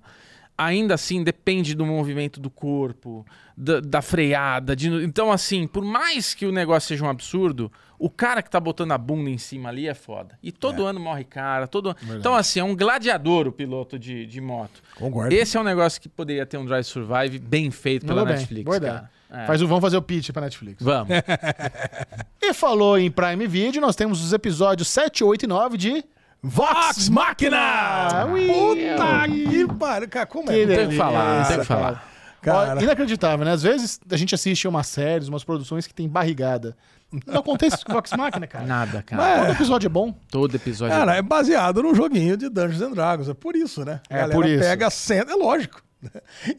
[SPEAKER 3] ainda assim depende do movimento do corpo, da, da freada. de no- então, assim, por mais que o negócio seja um absurdo, o cara que tá botando a bunda em cima ali é foda. E todo ano morre cara. Todo... Então, assim, é um gladiador o piloto de, de moto.
[SPEAKER 2] Concordo.
[SPEAKER 3] Esse é um negócio que poderia ter um Drive to Survive bem feito pela
[SPEAKER 1] Mandou bem.
[SPEAKER 3] Netflix,
[SPEAKER 1] Boa ideia.
[SPEAKER 3] cara. É.
[SPEAKER 1] Faz o, vamos fazer o pitch pra Netflix.
[SPEAKER 3] Vamos.
[SPEAKER 1] E falou em Prime Video, nós temos os episódios 7, 8 e 9 de.
[SPEAKER 2] Vox Machina!
[SPEAKER 1] ui,
[SPEAKER 2] Ah, Puta que pariu. Cara, como
[SPEAKER 1] Que
[SPEAKER 2] é?
[SPEAKER 3] Tem que falar,
[SPEAKER 1] delícia,
[SPEAKER 3] tem que falar.
[SPEAKER 1] Ó,
[SPEAKER 2] Cara,
[SPEAKER 1] inacreditável, né? Às vezes a gente assiste umas séries, umas produções que tem barrigada. Não acontece com Vox Machina, cara.
[SPEAKER 3] Nada, cara.
[SPEAKER 1] Todo episódio é bom.
[SPEAKER 3] Todo episódio.
[SPEAKER 2] cara, é baseado num joguinho de Dungeons and Dragons. É por isso, né?
[SPEAKER 1] É, por isso.
[SPEAKER 2] pega a cena. É lógico.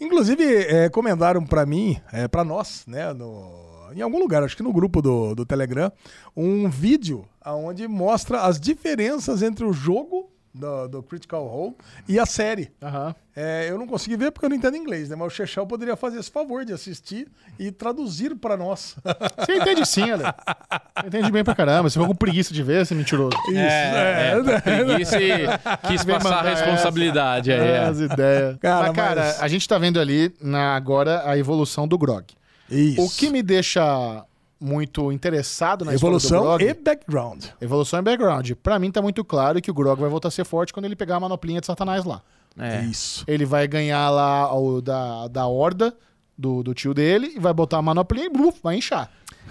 [SPEAKER 2] Inclusive, é, comentaram pra mim, é, pra nós, né? no- em algum lugar, acho que no grupo do, do Telegram, um vídeo onde mostra as diferenças entre o jogo do, do Critical Role e a série.
[SPEAKER 1] Aham.
[SPEAKER 2] É, eu não consegui ver porque eu não entendo inglês, né? Mas o Chechel poderia fazer esse favor de assistir e traduzir pra nós.
[SPEAKER 1] Você entende sim, Ale. Você Entende bem pra caramba. Você ficou com preguiça de ver, você é mentiroso.
[SPEAKER 2] Isso,
[SPEAKER 3] É,
[SPEAKER 2] é,
[SPEAKER 3] tá preguiça e quis
[SPEAKER 1] Vem
[SPEAKER 3] passar a
[SPEAKER 1] mandar
[SPEAKER 3] responsabilidade aí. é.
[SPEAKER 1] As ideias.
[SPEAKER 2] Cara,
[SPEAKER 1] mas, cara,
[SPEAKER 2] mas-
[SPEAKER 1] a gente tá vendo ali na- agora a evolução do Grog.
[SPEAKER 2] Isso.
[SPEAKER 1] O que me deixa muito interessado na
[SPEAKER 2] Evolução
[SPEAKER 1] história do
[SPEAKER 2] e
[SPEAKER 1] Grog...
[SPEAKER 2] background.
[SPEAKER 1] Evolução e background. Pra mim tá muito claro que o Grog vai voltar a ser forte quando ele pegar a manoplinha de Satanás lá.
[SPEAKER 3] É.
[SPEAKER 2] Isso.
[SPEAKER 1] Ele vai ganhar lá o da, da horda do, do tio dele e vai botar a manoplinha e bluf, vai inchar.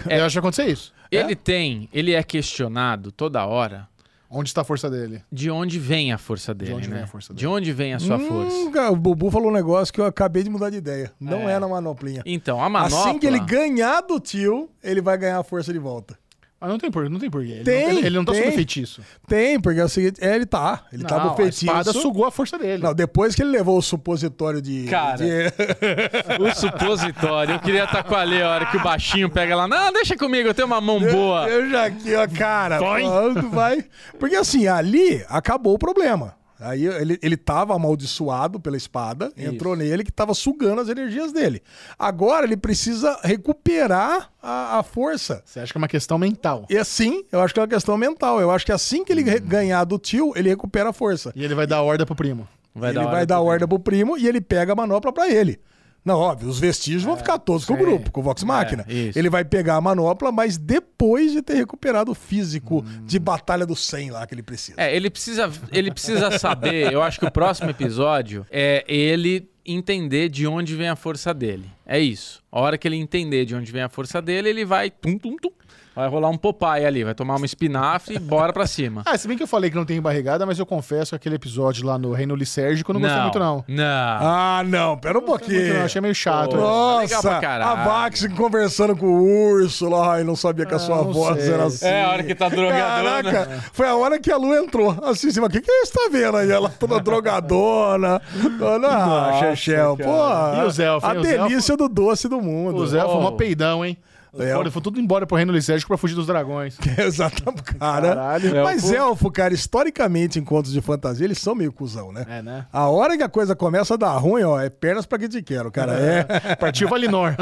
[SPEAKER 1] Eu acho que vai acontecer isso.
[SPEAKER 3] Ele tem, ele é questionado toda hora
[SPEAKER 1] Onde está a força dele?
[SPEAKER 3] de onde vem a força dele,
[SPEAKER 1] onde
[SPEAKER 3] né?
[SPEAKER 1] vem a força dele.
[SPEAKER 3] De onde vem a sua força.
[SPEAKER 2] Hum, cara, o Bubu falou um negócio que eu acabei de mudar de ideia. Não é, na manoplinha.
[SPEAKER 3] Então, a manopla...
[SPEAKER 2] Assim que ele ganhar do tio, ele vai ganhar a força de volta.
[SPEAKER 1] Mas não tem porquê, não tem porquê. Ele,
[SPEAKER 2] Tem,
[SPEAKER 1] não, ele não tá
[SPEAKER 2] tem.
[SPEAKER 1] sendo feitiço.
[SPEAKER 2] Tem, porque é o seguinte, é, ele tá. Ele tá
[SPEAKER 1] Não,
[SPEAKER 2] no
[SPEAKER 1] a
[SPEAKER 2] feitiço.
[SPEAKER 1] espada sugou a força dele.
[SPEAKER 2] Não, depois que ele levou o supositório de.
[SPEAKER 3] Cara.
[SPEAKER 2] de-
[SPEAKER 3] O supositório, eu queria estar com a Lê a hora que o baixinho pega lá. Não, deixa comigo, eu tenho uma mão boa.
[SPEAKER 2] Eu já aqui, ó, cara. Quando vai? Porque assim, ali acabou o problema. Aí ele, ele tava amaldiçoado pela espada, entrou nele, que tava sugando as energias dele. Agora ele precisa recuperar a- a força.
[SPEAKER 1] Você acha que é uma questão mental.
[SPEAKER 2] E assim, eu acho que é uma questão mental. Eu acho que assim que ele re- ganhar do tio, ele recupera a força.
[SPEAKER 1] E ele vai dar horda pro primo.
[SPEAKER 2] ele vai dar
[SPEAKER 3] também.
[SPEAKER 2] ordem pro primo e ele pega a manopla pra ele. Não, óbvio, os vestígios vão ficar todos com o grupo, com o Vox Máquina.
[SPEAKER 3] isso.
[SPEAKER 2] ele vai pegar a manopla, mas depois de ter recuperado o físico de batalha do 100 lá que ele precisa.
[SPEAKER 3] É, ele precisa, ele precisa saber. Eu acho que o próximo episódio é ele entender de onde vem a força dele. É isso. A hora que ele entender de onde vem a força dele, ele vai tum tum tum Vai rolar um Popeye ali, vai tomar um espinafre e bora pra cima.
[SPEAKER 1] Ah, se bem que eu falei que não tem barrigada, mas eu confesso que aquele episódio lá no Reino Licérgico eu não, gostei muito, não.
[SPEAKER 3] Não.
[SPEAKER 2] Ah, não, pera um pouquinho.
[SPEAKER 1] Eu achei meio chato.
[SPEAKER 3] Legal
[SPEAKER 2] Nossa,
[SPEAKER 3] pra caralho.
[SPEAKER 2] a Vax conversando com o urso lá e não sabia que a sua
[SPEAKER 1] não
[SPEAKER 2] voz
[SPEAKER 1] sei.
[SPEAKER 2] era assim.
[SPEAKER 3] É a hora que tá drogadona.
[SPEAKER 2] Caraca, foi a hora que a Lu entrou. Assim, assim, mas o que, que você tá vendo aí? Ela toda drogadona. Toda, ah, Chechel. Pô,
[SPEAKER 1] E os elfos,
[SPEAKER 2] a
[SPEAKER 1] hein? Os
[SPEAKER 2] delícia do doce do mundo.
[SPEAKER 1] O Zé foi
[SPEAKER 3] Oh.
[SPEAKER 1] mó peidão, hein?
[SPEAKER 2] É.
[SPEAKER 1] Foram- Foi tudo embora pro Reino Licérgico pra fugir dos dragões.
[SPEAKER 2] Exatamente, cara.
[SPEAKER 1] Caralho.
[SPEAKER 2] Mas elfo, cara, historicamente, em contos de fantasia, eles são meio cuzão, né?
[SPEAKER 1] É, né?
[SPEAKER 2] A hora que a coisa começa a dar ruim, ó, é pernas pra quem te quero, cara. É.
[SPEAKER 1] Partiu Valinor.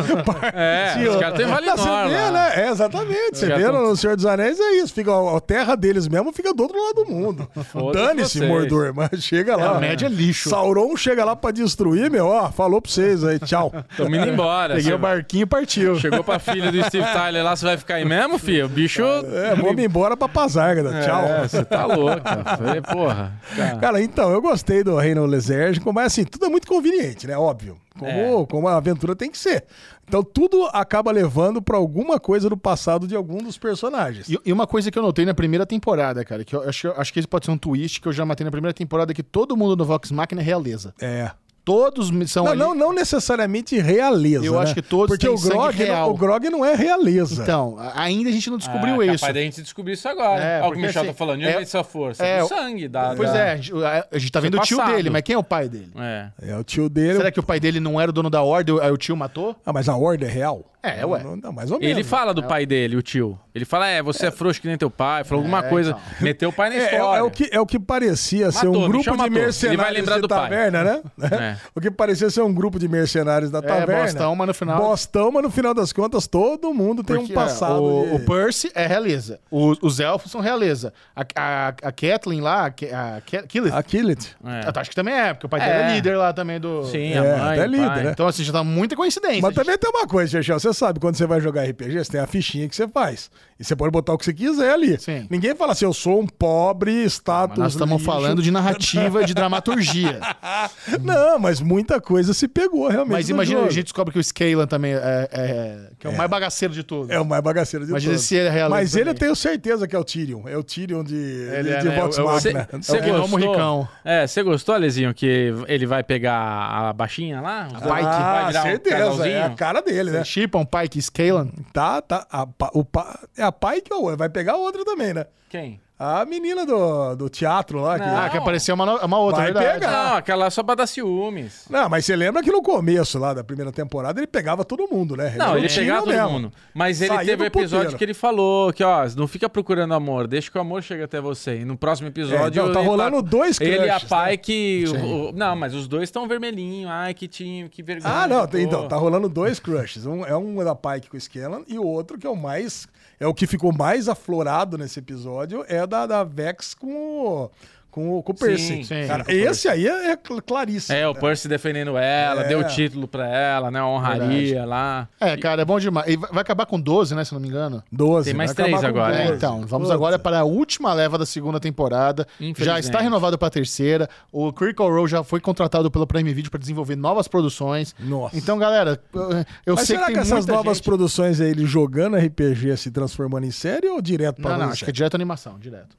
[SPEAKER 3] É, os caras
[SPEAKER 1] tá
[SPEAKER 3] têm
[SPEAKER 2] Ah, Você
[SPEAKER 3] Valinor
[SPEAKER 2] vê,
[SPEAKER 3] lá.
[SPEAKER 2] né? É, exatamente. Você
[SPEAKER 3] Já
[SPEAKER 2] vê
[SPEAKER 3] tão-
[SPEAKER 2] no Senhor dos Anéis, é isso. Fica, a terra deles mesmo fica do outro lado do mundo. Dane-se,
[SPEAKER 3] vocês.
[SPEAKER 2] Mordor, mas chega lá.
[SPEAKER 1] a média é lixo.
[SPEAKER 2] Sauron chega lá pra destruir, meu, ó, falou pra vocês aí, tchau.
[SPEAKER 3] Tão indo embora.
[SPEAKER 1] Peguei
[SPEAKER 3] Você
[SPEAKER 1] o barquinho e partiu.
[SPEAKER 3] Chegou pra filha do Steve Tyler lá, você vai ficar aí mesmo, filho? O bicho.
[SPEAKER 2] É, vamos embora pra Pazárgada, tchau.
[SPEAKER 3] É, você tá louca. Falei, porra.
[SPEAKER 1] é.
[SPEAKER 3] cara.
[SPEAKER 2] Cara, então, eu gostei do Reino Lesérgico, mas assim, tudo é muito conveniente, né? Óbvio. Como,
[SPEAKER 3] É.
[SPEAKER 2] como a aventura tem que ser. Então, tudo acaba levando pra alguma coisa do passado de algum dos personagens.
[SPEAKER 1] E, e uma coisa que eu notei na primeira temporada, cara, que eu acho, que- acho que esse pode ser um twist que eu já matei na primeira temporada, que todo mundo no Vox Machina é realeza.
[SPEAKER 2] É.
[SPEAKER 1] Todos me- são
[SPEAKER 2] Não,
[SPEAKER 1] ali-
[SPEAKER 2] não, não necessariamente realeza.
[SPEAKER 1] Eu
[SPEAKER 2] né?
[SPEAKER 1] acho que todos
[SPEAKER 2] Porque
[SPEAKER 1] têm
[SPEAKER 2] o Grog,
[SPEAKER 1] sangue real.
[SPEAKER 2] o Grog não é realeza.
[SPEAKER 1] Então, a- ainda É, a gente não descobriu
[SPEAKER 3] Ah,
[SPEAKER 1] isso.
[SPEAKER 3] Capaz da gente descobrir isso agora. Olha
[SPEAKER 1] É,
[SPEAKER 3] o que
[SPEAKER 1] porque
[SPEAKER 3] o Michel
[SPEAKER 1] assim,
[SPEAKER 3] tá falando. De
[SPEAKER 1] é-
[SPEAKER 3] onde vem sua força?
[SPEAKER 1] é,
[SPEAKER 3] do
[SPEAKER 1] o-
[SPEAKER 3] sangue. Da,
[SPEAKER 1] Pois
[SPEAKER 3] da-
[SPEAKER 1] é, a gente- a, a gente tá vendo o tio
[SPEAKER 3] passado.
[SPEAKER 1] dele, mas quem é o pai dele?
[SPEAKER 3] É.
[SPEAKER 2] É o tio dele.
[SPEAKER 1] Será que o pai dele não era o dono da ordem, aí o tio matou?
[SPEAKER 2] Ah, mas a ordem é real?
[SPEAKER 1] É, ué.
[SPEAKER 2] Não, não, mais ou menos.
[SPEAKER 3] Ele fala do pai dele, o tio. Ele fala, é, você é frouxo que nem teu pai. Falou
[SPEAKER 1] É,
[SPEAKER 3] alguma coisa.
[SPEAKER 1] então.
[SPEAKER 3] Meteu o pai na
[SPEAKER 2] É, é-
[SPEAKER 3] história.
[SPEAKER 2] é o que, é o que parecia ser
[SPEAKER 3] Matou,
[SPEAKER 2] um grupo
[SPEAKER 3] Michel
[SPEAKER 2] de
[SPEAKER 3] matou. Ele vai
[SPEAKER 2] mercenários
[SPEAKER 3] lembrar
[SPEAKER 2] da
[SPEAKER 3] do pai.
[SPEAKER 2] taverna, né?
[SPEAKER 3] É.
[SPEAKER 2] O que parecia ser um grupo de mercenários da taverna.
[SPEAKER 1] É, bostão, mas no final-
[SPEAKER 2] Bostão, mas no final das contas, todo mundo tem
[SPEAKER 1] Porque,
[SPEAKER 2] um
[SPEAKER 1] é,
[SPEAKER 2] passado.
[SPEAKER 1] o,
[SPEAKER 2] de-
[SPEAKER 1] o Percy é realeza. O- os elfos são realeza. A, a, a Catelyn lá, a, Ke- a Ke- Killith,
[SPEAKER 2] A Killit.
[SPEAKER 3] É.
[SPEAKER 1] eu acho que também é, porque o pai dele é
[SPEAKER 3] É.
[SPEAKER 1] líder lá também do.
[SPEAKER 3] Sim,
[SPEAKER 2] É,
[SPEAKER 3] a mãe.
[SPEAKER 2] até
[SPEAKER 3] o
[SPEAKER 2] líder,
[SPEAKER 3] pai.
[SPEAKER 2] né?
[SPEAKER 1] Então, assim, já tá muita coincidência.
[SPEAKER 2] Mas
[SPEAKER 1] gente.
[SPEAKER 2] também tem uma coisa, Chechel. Você sabe, quando você vai jogar RPG, você tem a fichinha que você faz. E você pode botar o que você quiser ali.
[SPEAKER 1] Sim. Ah,
[SPEAKER 2] Ninguém fala assim, eu sou um pobre status.
[SPEAKER 1] Mas nós estamos
[SPEAKER 2] lixo.
[SPEAKER 1] falando de narrativa, de dramaturgia.
[SPEAKER 2] Não, mas muita coisa se pegou realmente.
[SPEAKER 1] Mas
[SPEAKER 2] no
[SPEAKER 1] imagina,
[SPEAKER 2] jogo.
[SPEAKER 1] a gente descobre que o Scalan também é, é- que é o mais bagaceiro de tudo.
[SPEAKER 2] É o mais bagaceiro de
[SPEAKER 1] Imagina
[SPEAKER 2] todos.
[SPEAKER 1] se ele é realista
[SPEAKER 2] Mas ele eu
[SPEAKER 1] também.
[SPEAKER 2] tenho certeza que é o Tyrion. É o Tyrion de, ele
[SPEAKER 1] é,
[SPEAKER 2] de
[SPEAKER 1] né?
[SPEAKER 2] Vox
[SPEAKER 1] Eu- eu-
[SPEAKER 3] Você
[SPEAKER 2] Machina.
[SPEAKER 1] É o que vamos,
[SPEAKER 3] gostou?
[SPEAKER 1] Ricão.
[SPEAKER 3] É, você gostou, Alezinho, que ele vai pegar a baixinha lá? um Os dois-
[SPEAKER 1] um
[SPEAKER 2] Ah, certeza. é a
[SPEAKER 3] casalzinho?
[SPEAKER 2] cara dele, né?
[SPEAKER 1] Vocês Chipam, Pike e né, Scalan.
[SPEAKER 2] Tá, tá. A pa- o pa- é a pai que ou vai pegar outra também, né?
[SPEAKER 3] Quem?
[SPEAKER 2] A menina do, do teatro lá. que-
[SPEAKER 1] Ah,
[SPEAKER 3] Não.
[SPEAKER 1] que apareceu uma, no- uma outra,
[SPEAKER 2] Vai
[SPEAKER 1] é verdade.
[SPEAKER 2] pegar.
[SPEAKER 3] Não, aquela só pra dar ciúmes.
[SPEAKER 2] Não, mas você lembra que no começo lá da primeira temporada ele pegava todo mundo, né?
[SPEAKER 3] Não,
[SPEAKER 2] era
[SPEAKER 3] ele
[SPEAKER 2] o Tyrion
[SPEAKER 3] pegava todo
[SPEAKER 2] mesmo.
[SPEAKER 3] mundo. Mas ele
[SPEAKER 2] Saía
[SPEAKER 3] teve
[SPEAKER 2] do
[SPEAKER 3] um episódio
[SPEAKER 2] puteiro.
[SPEAKER 3] que ele falou que, ó, não fica procurando amor, deixa que o amor chegue até você. E no próximo episódio...
[SPEAKER 2] É, então, tá
[SPEAKER 3] ele
[SPEAKER 2] rolando dois
[SPEAKER 3] Ele e a
[SPEAKER 2] crushes, né?
[SPEAKER 3] pai que... o- o- não, mas os dois estão vermelhinho. Ai, que tinha, que vergonha.
[SPEAKER 2] Ah, não,
[SPEAKER 3] pô.
[SPEAKER 2] tem- então, tá rolando dois crushes. Um é um da Pike com o Scanlan e o outro que é o mais. É o que ficou mais aflorado nesse episódio é da, da Vex com o. Com o, com o Percy.
[SPEAKER 3] Sim, sim.
[SPEAKER 2] Cara,
[SPEAKER 3] Com o
[SPEAKER 2] esse aí é, é cl- claríssimo.
[SPEAKER 3] É, o Percy defendendo ela,
[SPEAKER 2] É.
[SPEAKER 3] deu o título pra ela, né? A honraria lá.
[SPEAKER 1] É, cara, é bom demais. E vai vai acabar com 12, né, se eu não me engano?
[SPEAKER 2] 12.
[SPEAKER 3] Tem mais
[SPEAKER 2] vai acabar
[SPEAKER 3] três
[SPEAKER 2] com
[SPEAKER 3] agora,
[SPEAKER 1] É,
[SPEAKER 3] né?
[SPEAKER 2] 12.
[SPEAKER 1] então, vamos
[SPEAKER 2] Putz.
[SPEAKER 1] agora para a última leva da segunda temporada.
[SPEAKER 3] Infelizmente.
[SPEAKER 1] Já está renovado para a terceira. O Critical Role já foi contratado pelo Prime Video para desenvolver novas produções.
[SPEAKER 2] Nossa.
[SPEAKER 1] Então, galera, eu- eu
[SPEAKER 2] Mas
[SPEAKER 1] sei
[SPEAKER 2] será
[SPEAKER 1] que
[SPEAKER 2] que,
[SPEAKER 1] tem
[SPEAKER 2] essas
[SPEAKER 1] muita
[SPEAKER 2] novas
[SPEAKER 1] gente...
[SPEAKER 2] produções aí, ele jogando RPG se transformando em série ou direto pra Ah,
[SPEAKER 1] Não, não, acho que é direto animação, direto.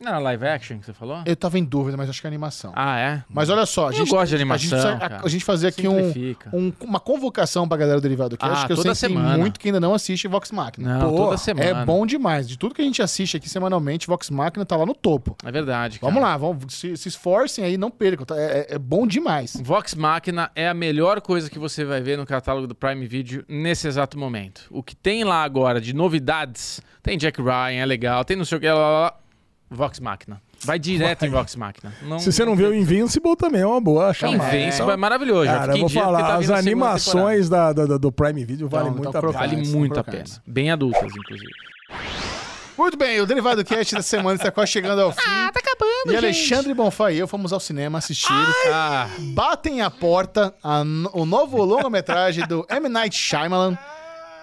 [SPEAKER 3] Não, live action que você falou?
[SPEAKER 1] Eu tava em dúvida, mas acho que é animação.
[SPEAKER 3] Ah, é?
[SPEAKER 1] Mas olha só, a
[SPEAKER 3] Eu
[SPEAKER 1] gente,
[SPEAKER 3] gosto de
[SPEAKER 1] a gente,
[SPEAKER 3] animação,
[SPEAKER 1] precisa- a,
[SPEAKER 3] cara.
[SPEAKER 1] a gente fazer aqui um,
[SPEAKER 3] Simplifica.
[SPEAKER 1] um- uma convocação pra galera do Derivado Cast,
[SPEAKER 3] Ah,
[SPEAKER 1] acho que eu sei
[SPEAKER 3] toda
[SPEAKER 1] que tem
[SPEAKER 3] semana.
[SPEAKER 1] muito que ainda não assiste Vox Machina.
[SPEAKER 3] Não,
[SPEAKER 2] Pô,
[SPEAKER 3] toda semana.
[SPEAKER 1] É bom demais. De tudo que a gente assiste aqui semanalmente, Vox Machina tá lá no topo.
[SPEAKER 3] É verdade, cara.
[SPEAKER 1] Vamos lá, vamos, se, se esforcem aí, não percam. tá? É, é- é bom demais.
[SPEAKER 3] Vox Machina é a melhor coisa que você vai ver no catálogo do Prime Video nesse exato momento. O que tem lá agora de novidades, tem Jack Ryan, é legal, tem não sei o que, lá, lá, lá. Vox Machina. Vai direto em Vox Machina. Não...
[SPEAKER 2] Se você não vê o Invincible também é uma boa chamada.
[SPEAKER 3] Invincible é maravilhoso. já
[SPEAKER 2] Cara, eu
[SPEAKER 3] fiquei em
[SPEAKER 2] vou
[SPEAKER 3] dia porque tá
[SPEAKER 2] falar, as
[SPEAKER 3] vindo a segunda
[SPEAKER 2] animações da, da- da- do Prime Video valem
[SPEAKER 1] Então,
[SPEAKER 2] muito
[SPEAKER 1] então
[SPEAKER 2] a pena.
[SPEAKER 3] temporada. Vale
[SPEAKER 1] Vale
[SPEAKER 3] muito a
[SPEAKER 1] são
[SPEAKER 3] pena.
[SPEAKER 1] crocantes.
[SPEAKER 3] Bem adultas, inclusive.
[SPEAKER 1] Muito bem, o Derivado Cast da semana está quase chegando ao fim.
[SPEAKER 4] Ah, tá acabando,
[SPEAKER 1] E
[SPEAKER 4] gente.
[SPEAKER 1] Alexandre Bonfá e eu fomos ao cinema assistir a Batem a Porta, a no- o novo longa-metragem do M. Night Shyamalan.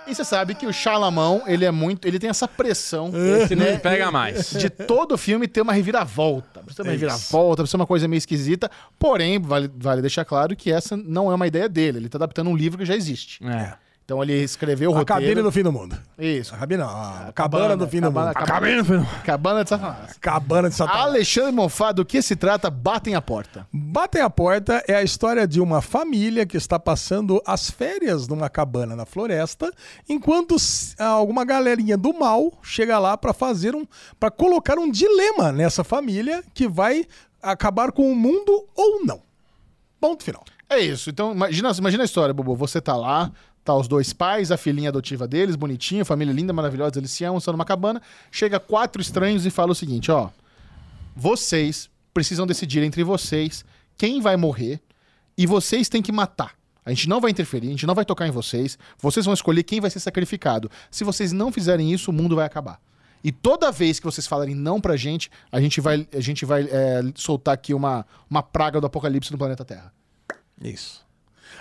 [SPEAKER 1] E você sabe que o Chalamão, ele é muito. Ele tem essa pressão
[SPEAKER 3] Se não
[SPEAKER 2] né?
[SPEAKER 3] pega mais.
[SPEAKER 1] de todo filme ter uma reviravolta. Precisa uma reviravolta, precisa uma coisa meio esquisita. Porém, vale, vale deixar claro que essa não é uma ideia dele. Ele tá adaptando um livro que já existe.
[SPEAKER 3] É.
[SPEAKER 1] Então ele escreveu o
[SPEAKER 2] A
[SPEAKER 1] roteiro.
[SPEAKER 2] cadeira do fim do mundo.
[SPEAKER 1] Isso.
[SPEAKER 2] A cabina, a cabana do fim do
[SPEAKER 1] cabana,
[SPEAKER 2] mundo.
[SPEAKER 1] cabana,
[SPEAKER 5] Cabelo, filho.
[SPEAKER 1] cabana de Satanás.
[SPEAKER 2] Cabana de Satanás.
[SPEAKER 1] Alexandre Monfá, do que se trata? Batem a porta.
[SPEAKER 2] Batem a Porta é a história de uma família que está passando as férias numa cabana na floresta, enquanto s- ah, alguma galerinha do mal chega lá para fazer um para colocar um dilema nessa família que vai acabar com o mundo ou não. Ponto final.
[SPEAKER 1] É isso. Então, imagina, imagina a história, Bobo. Você tá lá, tá os dois pais, a filhinha adotiva deles, bonitinho, família linda, maravilhosa, eles se amam, estão numa cabana. Chega quatro estranhos e fala o seguinte, ó. Vocês precisam decidir entre vocês quem vai morrer e vocês têm que matar. A gente não vai interferir, a gente não vai tocar em vocês. Vocês vão escolher quem vai ser sacrificado. Se vocês não fizerem isso, o mundo vai acabar. E toda vez que vocês falarem não pra gente, a gente vai, a gente vai é, soltar aqui uma, uma praga do apocalipse no planeta Terra.
[SPEAKER 2] Isso.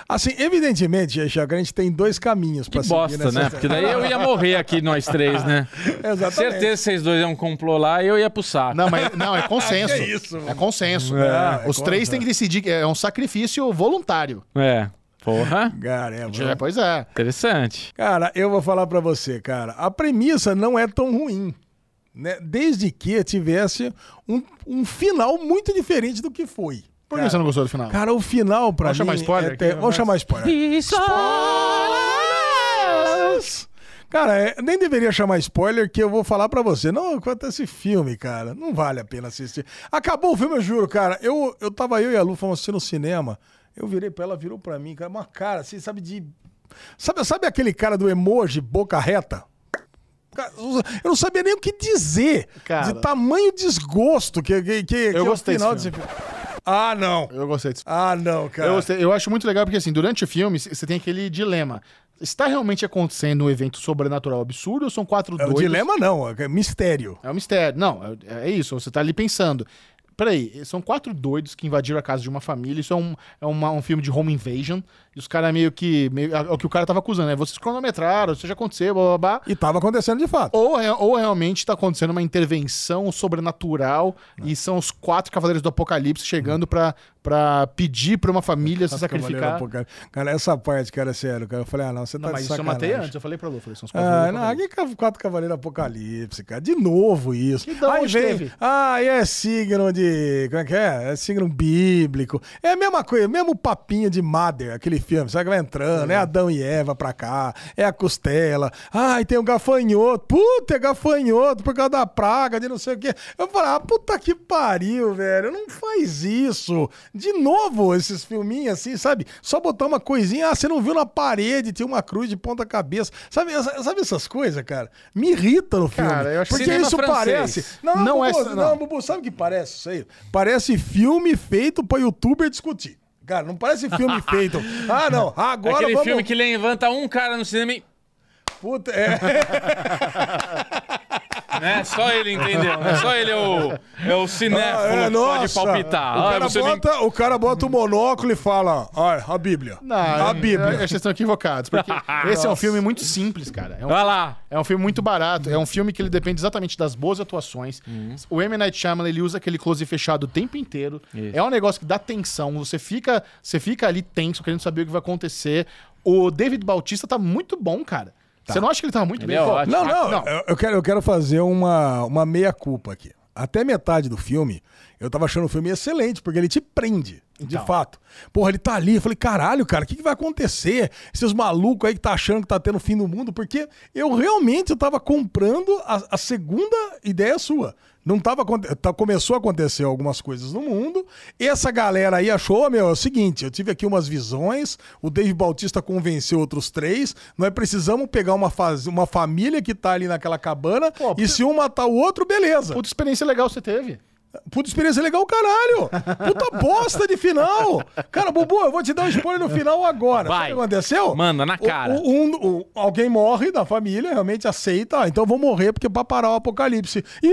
[SPEAKER 2] Assim, evidentemente, Jaga, a gente tem dois caminhos para
[SPEAKER 3] Que bosta, né? Porque daí eu ia morrer aqui, nós três, né?
[SPEAKER 2] Exatamente.
[SPEAKER 3] Certeza que vocês dois iam complô lá e eu ia pro saco.
[SPEAKER 1] Não, mas não, é consenso. é consenso.
[SPEAKER 2] É,
[SPEAKER 1] Os três
[SPEAKER 2] é consenso.
[SPEAKER 1] têm que decidir, que é um sacrifício voluntário.
[SPEAKER 3] É. Porra.
[SPEAKER 2] Caramba.
[SPEAKER 1] É, pois é.
[SPEAKER 3] Interessante.
[SPEAKER 2] Cara, eu vou falar pra você, cara. A premissa não é tão ruim. Né? Desde que tivesse um, um final muito diferente do que foi.
[SPEAKER 1] Por que você não gostou do final?
[SPEAKER 2] Cara, o final pra
[SPEAKER 1] Vamos
[SPEAKER 2] mim.
[SPEAKER 1] chamar spoiler
[SPEAKER 2] é
[SPEAKER 1] aqui,
[SPEAKER 2] ter-
[SPEAKER 1] né?
[SPEAKER 2] Vamos chamar spoiler. Cara, é, nem deveria chamar spoiler, que eu vou falar pra você. Não, quanto a esse filme, cara, não vale a pena assistir. Acabou o filme, eu juro, cara. Eu, eu tava eu e a Lu fomos assistir no cinema. Eu virei pra ela, virou pra mim, cara, uma cara, assim, sabe de. Sabe, sabe aquele cara do emoji boca reta? Cara, Eu não sabia nem o que dizer.
[SPEAKER 1] Cara.
[SPEAKER 2] de tamanho desgosto que, que, que que é o
[SPEAKER 1] gostei desse
[SPEAKER 2] final desse filme. Ah, não.
[SPEAKER 1] Eu gostei disso.
[SPEAKER 2] Ah, não, cara.
[SPEAKER 1] Eu, gostei. Eu acho muito legal porque, assim, durante o filme, c- você tem aquele dilema. Está realmente acontecendo um evento sobrenatural absurdo ou são quatro
[SPEAKER 2] É, O
[SPEAKER 1] doidos?
[SPEAKER 2] dilema não, é mistério.
[SPEAKER 1] É um mistério. Não, é, é isso. Você tá ali pensando. Peraí, são quatro doidos que invadiram a casa de uma família. Isso é um, é uma- um filme de home invasion. E os caras meio que. meio- é o que o cara tava acusando, né? Vocês cronometraram, isso já aconteceu, blá blá blá.
[SPEAKER 2] E tava acontecendo de fato.
[SPEAKER 1] Ou, re- ou realmente tá acontecendo uma intervenção sobrenatural
[SPEAKER 2] É.
[SPEAKER 1] e são os quatro cavaleiros do apocalipse chegando pra para pedir pra uma família se
[SPEAKER 2] Cavaleiro
[SPEAKER 1] sacrificar.
[SPEAKER 2] Apocalipse. Cara, essa parte, cara, é sério, cara. Eu falei, ah, não, você tá
[SPEAKER 1] Não, mas
[SPEAKER 2] de
[SPEAKER 1] isso eu
[SPEAKER 2] sacanagem.
[SPEAKER 1] matei antes. Eu falei pra Lu, falei, são os quatro
[SPEAKER 2] Ah,
[SPEAKER 1] cavaleiros do
[SPEAKER 2] não,
[SPEAKER 1] apocalipse.
[SPEAKER 2] aqui é quatro Cavaleiros do Apocalipse, cara. De novo isso.
[SPEAKER 1] Que da
[SPEAKER 2] Aí
[SPEAKER 1] onde teve?
[SPEAKER 2] Ah, é signo de. Como é que é? É signo bíblico. É a mesma coisa, mesmo papinho de Mother, aquele filme, sabe que vai entrando? É, Adão e Eva pra cá, é a costela. Ai, tem o gafanhoto. Puta, é gafanhoto por causa da praga, de não sei o quê. Eu falei, ah, puta que pariu, velho. Não faz isso. De novo, esses filminhos assim, sabe? Só botar uma coisinha, ah, você não viu na parede, tinha uma cruz de ponta-cabeça. Sabe, essa- sabe essas coisas, cara? Me irrita no filme.
[SPEAKER 1] Cara, eu acho-
[SPEAKER 2] porque
[SPEAKER 3] Cinema
[SPEAKER 2] isso
[SPEAKER 3] francês.
[SPEAKER 2] parece. Não, não,
[SPEAKER 1] Não é-
[SPEAKER 2] Bubu,
[SPEAKER 1] não.
[SPEAKER 2] não, Bubu, sabe o que parece isso aí? Parece filme feito pra youtuber discutir. Cara, não parece filme feito. Ah, não. Agora
[SPEAKER 3] Aquele
[SPEAKER 2] vamos.
[SPEAKER 3] filme que levanta um cara no cinema e.
[SPEAKER 2] Puta, é.
[SPEAKER 3] Né? Só ele entendeu. Né? Só ele é o, é o cinéfilo
[SPEAKER 2] Ah, é,
[SPEAKER 3] que pode
[SPEAKER 2] nossa.
[SPEAKER 3] palpitar.
[SPEAKER 2] O
[SPEAKER 3] Ah,
[SPEAKER 2] cara,
[SPEAKER 3] você nem-
[SPEAKER 2] bota, o cara bota o monóculo e fala: Olha, a Bíblia.
[SPEAKER 1] Não,
[SPEAKER 2] a Bíblia.
[SPEAKER 1] Vocês estão equivocados. Porque esse é um filme muito simples, cara. É um
[SPEAKER 3] Vai lá.
[SPEAKER 1] É um filme muito barato. É um filme que ele depende exatamente das boas atuações. O M. Night Shyamalan, ele usa aquele close fechado o tempo inteiro. É um negócio que dá tensão. Você fica, você fica ali tenso, querendo saber o que vai acontecer. O David Bautista tá muito bom, cara. Você não acha que ele tá muito
[SPEAKER 3] Ele
[SPEAKER 1] bem?
[SPEAKER 3] é
[SPEAKER 1] Pô,
[SPEAKER 3] ótimo.
[SPEAKER 2] Não, não,
[SPEAKER 1] Não.
[SPEAKER 2] Eu, eu quero, eu quero fazer uma, uma meia-culpa aqui. Até metade do filme, eu tava achando o filme excelente, porque ele te prende, de fato. Porra, ele tá ali, eu falei, caralho, cara, o que, que vai acontecer? Esses malucos aí que tá achando que tá tendo o fim do mundo, porque eu realmente eu tava comprando a, a segunda ideia sua. Não tava aconte- tá, começou a acontecer algumas coisas no mundo. Essa galera aí achou, meu, é o seguinte, eu tive aqui umas visões, o Dave Bautista convenceu outros três, nós precisamos pegar uma, faz- uma família que tá ali naquela cabana
[SPEAKER 1] Pô,
[SPEAKER 2] e se um matar o outro, beleza.
[SPEAKER 1] Puta experiência legal você teve.
[SPEAKER 2] Puta experiência legal, caralho! Puta bosta de final! Cara, Bubu, eu vou te dar um spoiler no final agora.
[SPEAKER 3] Vai.
[SPEAKER 2] Sabe o que aconteceu?
[SPEAKER 3] Manda, na
[SPEAKER 2] O-
[SPEAKER 3] cara.
[SPEAKER 2] o- um- o- alguém morre da família, realmente aceita, ah, então vou morrer porque pra parar o apocalipse. E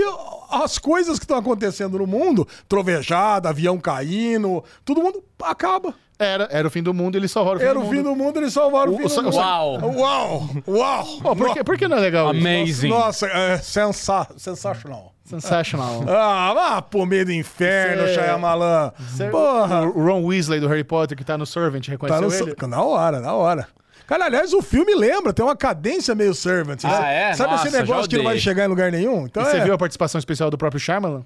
[SPEAKER 2] as coisas que estão acontecendo no mundo, trovejada, avião caindo, todo mundo acaba.
[SPEAKER 1] Era, era o fim do mundo e eles salvaram o fim
[SPEAKER 2] Era
[SPEAKER 1] do
[SPEAKER 2] o
[SPEAKER 1] mundo.
[SPEAKER 2] fim do mundo, eles salvaram o,
[SPEAKER 1] O-
[SPEAKER 2] fim do
[SPEAKER 1] o-
[SPEAKER 2] mundo.
[SPEAKER 3] Uau.
[SPEAKER 2] Uau! Uau!
[SPEAKER 1] Pô, por, que, por que não é legal isso?
[SPEAKER 3] Amazing.
[SPEAKER 2] Nossa, é sensa sensacional.
[SPEAKER 1] Sensational.
[SPEAKER 2] Ah, vá pro meio do inferno,
[SPEAKER 1] Cê-
[SPEAKER 2] Shyamalan. Porra.
[SPEAKER 1] O Ron Weasley do Harry Potter que tá no Servant, reconheceu
[SPEAKER 2] Tá no
[SPEAKER 1] ele?
[SPEAKER 2] so- Na hora, na hora. Cara, aliás, o filme lembra, tem uma cadência meio servant.
[SPEAKER 3] Ah,
[SPEAKER 2] sabe?
[SPEAKER 3] é?
[SPEAKER 2] Sabe
[SPEAKER 3] Nossa,
[SPEAKER 2] esse negócio
[SPEAKER 3] já
[SPEAKER 2] que não vai
[SPEAKER 3] odeio.
[SPEAKER 2] chegar em lugar nenhum? Então
[SPEAKER 1] E você
[SPEAKER 2] é.
[SPEAKER 1] viu a participação especial do próprio Shyamalan?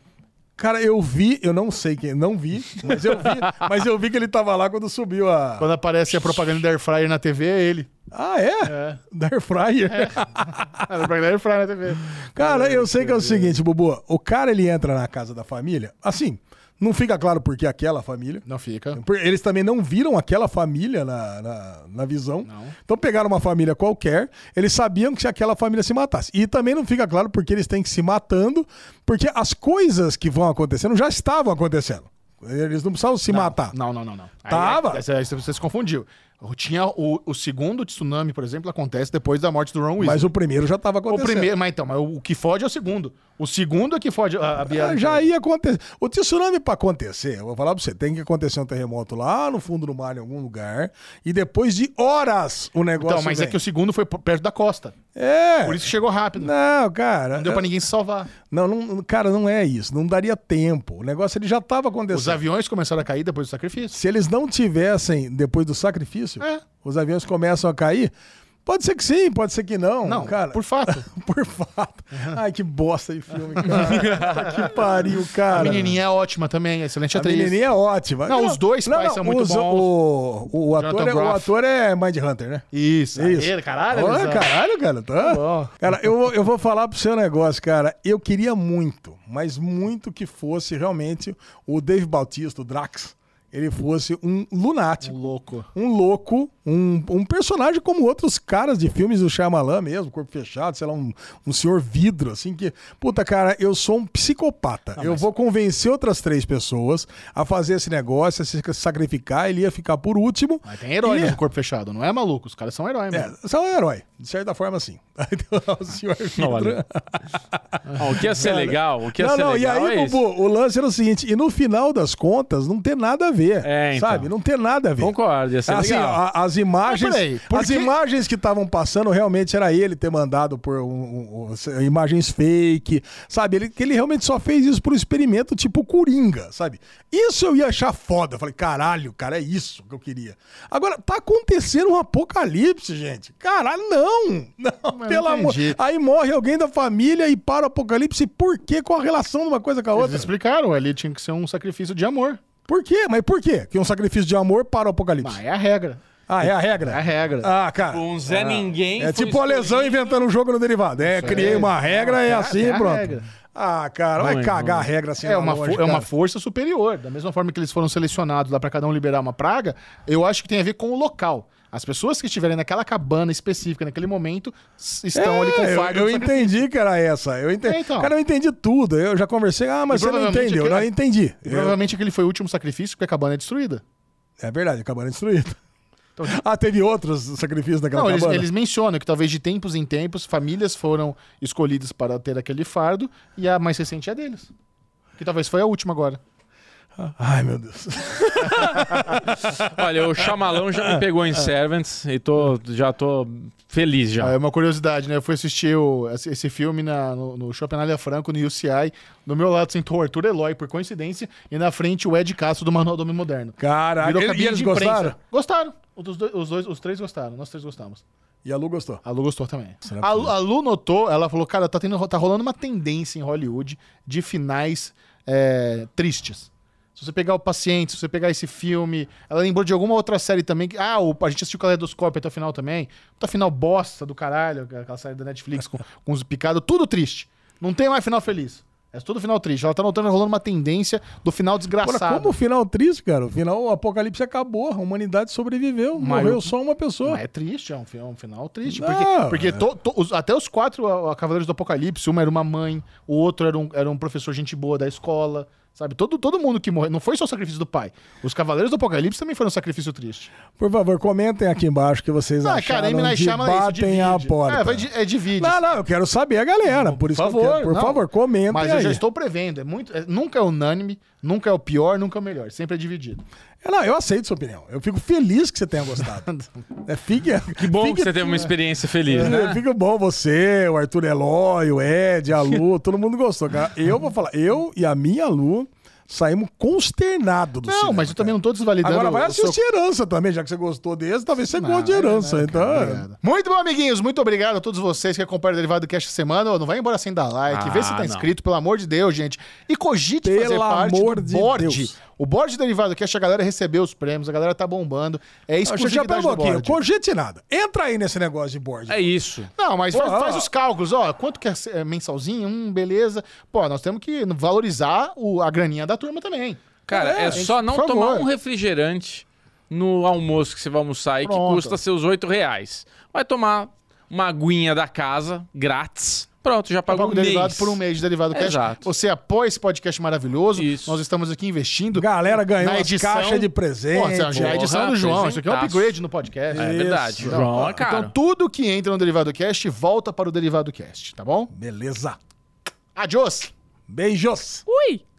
[SPEAKER 2] Cara, eu vi, eu não sei quem, não vi, mas eu vi, mas eu vi que ele tava lá quando subiu a.
[SPEAKER 1] Quando aparece a propaganda da Airfryer na TV, é ele.
[SPEAKER 2] Ah, é? Da Air Fryer.
[SPEAKER 1] É. A propaganda da Airfryer na TV.
[SPEAKER 2] Cara, eu sei que é o seguinte, Bubu, o cara ele entra na casa da família, assim, não fica claro por que aquela família.
[SPEAKER 1] Não fica.
[SPEAKER 2] Por- Eles também não viram aquela família na, na, na visão. Então pegaram uma família qualquer, eles sabiam que se aquela família se matasse. E também não fica claro porque eles têm que se matando, porque as coisas que vão acontecendo já estavam acontecendo. Eles não precisavam se matar.
[SPEAKER 1] Não, não, não, não. Aí-
[SPEAKER 2] Tá.
[SPEAKER 1] é
[SPEAKER 2] Tava.
[SPEAKER 1] Aí, aí você se confundiu. O- Tinha o, o segundo tsunami, por exemplo, acontece depois da morte do Ron Weasley.
[SPEAKER 2] Mas o primeiro já estava
[SPEAKER 1] O
[SPEAKER 2] acontecendo.
[SPEAKER 1] primeiro, mas então, mas o o que fode é o segundo. O segundo é que fode a, a Bia-
[SPEAKER 2] Ah, Já ia acontecer. O tsunami para acontecer, eu vou falar pra você, tem que acontecer um terremoto lá no fundo do mar em algum lugar e depois de horas o negócio
[SPEAKER 1] Então, mas é
[SPEAKER 2] vem.
[SPEAKER 1] que o segundo foi p- perto da costa.
[SPEAKER 2] É.
[SPEAKER 1] Por isso que chegou rápido. Não,
[SPEAKER 2] Não, cara.
[SPEAKER 1] deu pra ninguém se salvar.
[SPEAKER 2] Não, não- cara, não é isso. Não daria tempo. O negócio ele já estava acontecendo.
[SPEAKER 1] Os aviões começaram a cair depois do sacrifício.
[SPEAKER 2] Se eles não tivessem depois do sacrifício,
[SPEAKER 1] É.
[SPEAKER 2] os aviões começam a cair. Pode ser que sim, pode ser que não.
[SPEAKER 1] Não,
[SPEAKER 2] cara.
[SPEAKER 1] por fato.
[SPEAKER 2] Por fato. Ai, que bosta de filme, cara. Puta que pariu, cara.
[SPEAKER 1] A menininha é ótima também, é excelente
[SPEAKER 2] A
[SPEAKER 1] atriz.
[SPEAKER 2] menininha é ótima.
[SPEAKER 1] Não, os dois pais são muito bons.
[SPEAKER 2] O, o, ator
[SPEAKER 1] Jonathan
[SPEAKER 2] é, o
[SPEAKER 1] Groff.
[SPEAKER 2] ator é Mindhunter, né?
[SPEAKER 1] Isso,
[SPEAKER 2] Isso.
[SPEAKER 1] Aê, caralho.
[SPEAKER 2] Olha,
[SPEAKER 1] Elisão.
[SPEAKER 2] caralho, cara. Tá?
[SPEAKER 1] bom.
[SPEAKER 2] Cara, eu, vou- eu vou falar pro seu negócio, cara. Eu queria muito, mas muito que fosse realmente o Dave Bautista, o Drax, ele fosse um lunático.
[SPEAKER 1] Louco.
[SPEAKER 2] Um louco, um, um personagem como outros caras de filmes do Shyamalan mesmo, corpo fechado, sei lá, um, um senhor vidro, assim que. Puta, cara, eu sou um psicopata.
[SPEAKER 1] Ah,
[SPEAKER 2] eu vou convencer outras três pessoas a fazer esse negócio, a se sacrificar, ele ia ficar por último.
[SPEAKER 1] Mas tem herói
[SPEAKER 2] E-
[SPEAKER 1] no corpo fechado, não é maluco? Os caras são heróis, mano.
[SPEAKER 2] é, são um herói. De certa forma, sim. Aí tem lá o senhor Vidro.
[SPEAKER 3] Olha. Ah, o que ia ser legal, o que ia
[SPEAKER 2] não,
[SPEAKER 3] ser
[SPEAKER 2] não, e
[SPEAKER 3] legal
[SPEAKER 2] aí,
[SPEAKER 3] é isso.
[SPEAKER 2] Bubu, o lance era o seguinte, e no final das contas, não tem nada a ver.
[SPEAKER 3] É, então.
[SPEAKER 2] Sabe? Não tem nada a ver.
[SPEAKER 3] Concordo, ia ser
[SPEAKER 2] Assim,
[SPEAKER 3] legal.
[SPEAKER 2] a- as imagens,
[SPEAKER 1] Mas peraí, por
[SPEAKER 2] as
[SPEAKER 1] que-
[SPEAKER 2] imagens que estavam passando realmente era ele ter mandado por um- um- um- imagens fake, sabe? Ele, que ele realmente só fez isso por um experimento tipo Coringa, sabe? Isso eu ia achar foda. Eu falei, caralho, cara, é isso que eu queria. Agora, tá acontecendo um apocalipse, gente. Caralho, não! Não, pelo
[SPEAKER 1] não tem
[SPEAKER 2] amor.
[SPEAKER 1] jeito.
[SPEAKER 2] Aí morre alguém da família e para o apocalipse. Por quê? Qual a relação de uma coisa com a
[SPEAKER 1] Eles
[SPEAKER 2] outra?
[SPEAKER 1] explicaram, ali tinha que ser um sacrifício de amor.
[SPEAKER 2] Por quê? Mas por quê? Que um sacrifício de amor para
[SPEAKER 1] Ah,
[SPEAKER 2] o apocalipse.
[SPEAKER 1] é a regra.
[SPEAKER 2] Ah, é a regra.
[SPEAKER 1] É a regra.
[SPEAKER 2] Ah, cara.
[SPEAKER 3] Um Zé Ninguém.
[SPEAKER 2] É
[SPEAKER 3] foi
[SPEAKER 2] tipo a lesão inventando um jogo no derivado. É, criei uma regra, é assim,
[SPEAKER 1] é a
[SPEAKER 2] pronto.
[SPEAKER 1] regra.
[SPEAKER 2] Ah, cara, vai
[SPEAKER 3] Não é,
[SPEAKER 2] cagar a regra assim.
[SPEAKER 1] É
[SPEAKER 2] na
[SPEAKER 1] uma,
[SPEAKER 2] loja,
[SPEAKER 1] fo- é uma
[SPEAKER 2] cara.
[SPEAKER 1] força superior. Da mesma forma que eles foram selecionados lá pra cada um liberar uma praga, eu acho que tem a ver com o local. As pessoas que estiverem naquela cabana específica naquele momento s- estão ali com
[SPEAKER 2] É, eu,
[SPEAKER 1] fardo.
[SPEAKER 2] eu
[SPEAKER 1] do sacrifício.
[SPEAKER 2] entendi que era essa. Eu entendi.
[SPEAKER 1] É, então.
[SPEAKER 2] Cara, eu entendi tudo. Eu já conversei. Ah, mas
[SPEAKER 1] E
[SPEAKER 2] você não
[SPEAKER 1] provavelmente
[SPEAKER 2] entendeu.
[SPEAKER 1] aquele-
[SPEAKER 2] Não, eu entendi.
[SPEAKER 1] E
[SPEAKER 2] Eu-
[SPEAKER 1] Provavelmente aquele foi o último sacrifício, porque a cabana é destruída.
[SPEAKER 2] É verdade, acabaram destruído. Ah, teve outros sacrifícios naquela
[SPEAKER 1] Então, Não, eles,
[SPEAKER 2] É cabana?
[SPEAKER 1] eles mencionam que talvez de tempos em tempos famílias foram escolhidas para ter aquele fardo e a mais recente é a deles. Que talvez foi a última agora.
[SPEAKER 2] Ai, meu Deus.
[SPEAKER 3] Olha, o chamalão já me pegou
[SPEAKER 2] É.
[SPEAKER 3] em Servants e tô, já tô feliz já.
[SPEAKER 1] É uma curiosidade, né? Eu fui assistir o- esse esse filme na- no, no Shopping Anália Franco, no UCI. Do meu lado sentou o Arthur Eloy, por coincidência, e na frente o Ed Castro do Manual do Homem Moderno.
[SPEAKER 2] Cara,
[SPEAKER 1] Virou
[SPEAKER 2] ele- e
[SPEAKER 1] cabine
[SPEAKER 2] eles
[SPEAKER 1] de imprensa.
[SPEAKER 2] gostaram?
[SPEAKER 1] Gostaram. Os, dois, os, dois- os três gostaram. Nós três gostamos.
[SPEAKER 2] E a Lu gostou.
[SPEAKER 1] A Lu gostou também. A, Lu- a Lu notou, ela falou, cara, tá, tendo, tá rolando uma tendência em Hollywood de finais é, tristes. Se você pegar o paciente, se você pegar esse filme, ela lembrou de alguma outra série também. que- Ah, o, a gente assistiu o Caleidoscópio até o final também. Até o final bosta do caralho, aquela série da Netflix com, com os picados, tudo triste. Não tem mais final feliz. É tudo final triste. Ela tá notando rolando uma tendência do final
[SPEAKER 2] Agora,
[SPEAKER 1] desgraçado.
[SPEAKER 2] como o final triste, cara? O final, o apocalipse acabou. A humanidade sobreviveu. morreu só uma pessoa.
[SPEAKER 1] Mas é triste, é um, fi- é um final triste.
[SPEAKER 2] Não,
[SPEAKER 1] porque porque
[SPEAKER 2] é.
[SPEAKER 1] to- to- os- até os quatro a- a Cavaleiros do Apocalipse, uma era uma mãe, o outro era um, era um professor gente boa da escola, sabe? Todo, todo mundo que morreu. Não foi só o sacrifício do pai. Os Cavaleiros do Apocalipse também foram um sacrifício triste.
[SPEAKER 2] Por favor, comentem aqui embaixo o que vocês
[SPEAKER 1] Ah,
[SPEAKER 2] acharam
[SPEAKER 1] cara, M. Night
[SPEAKER 2] de
[SPEAKER 1] Shyamalan é isso,
[SPEAKER 2] batem a
[SPEAKER 1] divide.
[SPEAKER 2] porta.
[SPEAKER 1] É, vai di- é divide.
[SPEAKER 2] Não, não, eu quero saber a galera. Por isso que eu quero. Por
[SPEAKER 1] não.
[SPEAKER 2] favor, comentem
[SPEAKER 1] Mas
[SPEAKER 2] aí.
[SPEAKER 1] eu já estou prevendo. É muito, é- nunca é unânime, nunca é o pior, nunca é o melhor. Sempre é dividido.
[SPEAKER 2] É, Não, eu aceito sua opinião. Eu fico feliz que você tenha gostado. É, fique,
[SPEAKER 3] Que bom que você teve uma experiência feliz, né?
[SPEAKER 2] É, Fica bom você, o Arthur Eloy, o Ed, a Lu, todo mundo gostou, cara. Eu vou falar, eu e a minha Lu saímos consternados do
[SPEAKER 1] Não,
[SPEAKER 2] cinema,
[SPEAKER 1] mas eu também
[SPEAKER 2] cara.
[SPEAKER 1] não tô desvalidando.
[SPEAKER 2] Agora vai
[SPEAKER 1] o seu-
[SPEAKER 2] assistir Herança também, já que você gostou desse, talvez você
[SPEAKER 1] Não,
[SPEAKER 2] goste de
[SPEAKER 1] é
[SPEAKER 2] Herança.
[SPEAKER 1] verdade,
[SPEAKER 2] então,
[SPEAKER 1] cara, obrigado. Muito bom, amiguinhos. Muito obrigado a todos vocês que acompanham o Derivado do Cast essa semana. Ô, Não vai embora sem dar like. Vê se
[SPEAKER 3] Ah,
[SPEAKER 1] tá
[SPEAKER 3] não.
[SPEAKER 1] inscrito, pelo amor de Deus, gente. E cogite
[SPEAKER 2] Pelo
[SPEAKER 1] fazer parte
[SPEAKER 2] amor
[SPEAKER 1] do
[SPEAKER 2] de
[SPEAKER 1] board.
[SPEAKER 2] Deus.
[SPEAKER 1] O board do Derivado do Cast, a galera recebeu os prêmios, a galera tá bombando. É
[SPEAKER 2] Deixa eu já
[SPEAKER 1] exclusividade
[SPEAKER 2] pega um
[SPEAKER 1] do
[SPEAKER 2] pouquinho,
[SPEAKER 1] board.
[SPEAKER 2] cogite nada. Entra aí nesse negócio de board.
[SPEAKER 3] É isso.
[SPEAKER 1] Não, mas faz,
[SPEAKER 2] Porra.
[SPEAKER 1] faz os cálculos, ó. Quanto que é se- é mensalzinho? Hum, beleza. Pô, nós temos que valorizar o- a graninha da turma também.
[SPEAKER 3] Cara, é, só não
[SPEAKER 1] por favor.
[SPEAKER 3] tomar um refrigerante no almoço que você vai almoçar e que
[SPEAKER 1] Pronto.
[SPEAKER 3] custa seus 8 reais. Vai tomar uma aguinha da casa, grátis. Pronto, já pagou
[SPEAKER 1] Tá Pago
[SPEAKER 3] um
[SPEAKER 1] derivado
[SPEAKER 3] mês.
[SPEAKER 1] por um mês de derivado cash.
[SPEAKER 3] Exato.
[SPEAKER 1] Você apoia esse podcast maravilhoso.
[SPEAKER 3] Isso.
[SPEAKER 1] Nós estamos aqui investindo.
[SPEAKER 2] Galera ganhou
[SPEAKER 1] Na
[SPEAKER 2] umas
[SPEAKER 1] edição-
[SPEAKER 2] caixas de presente.
[SPEAKER 1] Pô, já é a edição do
[SPEAKER 3] Porra,
[SPEAKER 1] João. Isso aqui é um
[SPEAKER 3] presentaço.
[SPEAKER 1] upgrade no podcast.
[SPEAKER 3] É verdade.
[SPEAKER 1] Isso.
[SPEAKER 3] João é
[SPEAKER 1] Então,
[SPEAKER 3] caro.
[SPEAKER 1] Então, tudo que entra no Derivado Cast volta para o Derivado Cast, tá bom?
[SPEAKER 2] Beleza.
[SPEAKER 1] Adiós!
[SPEAKER 2] Beijos.
[SPEAKER 4] Ui!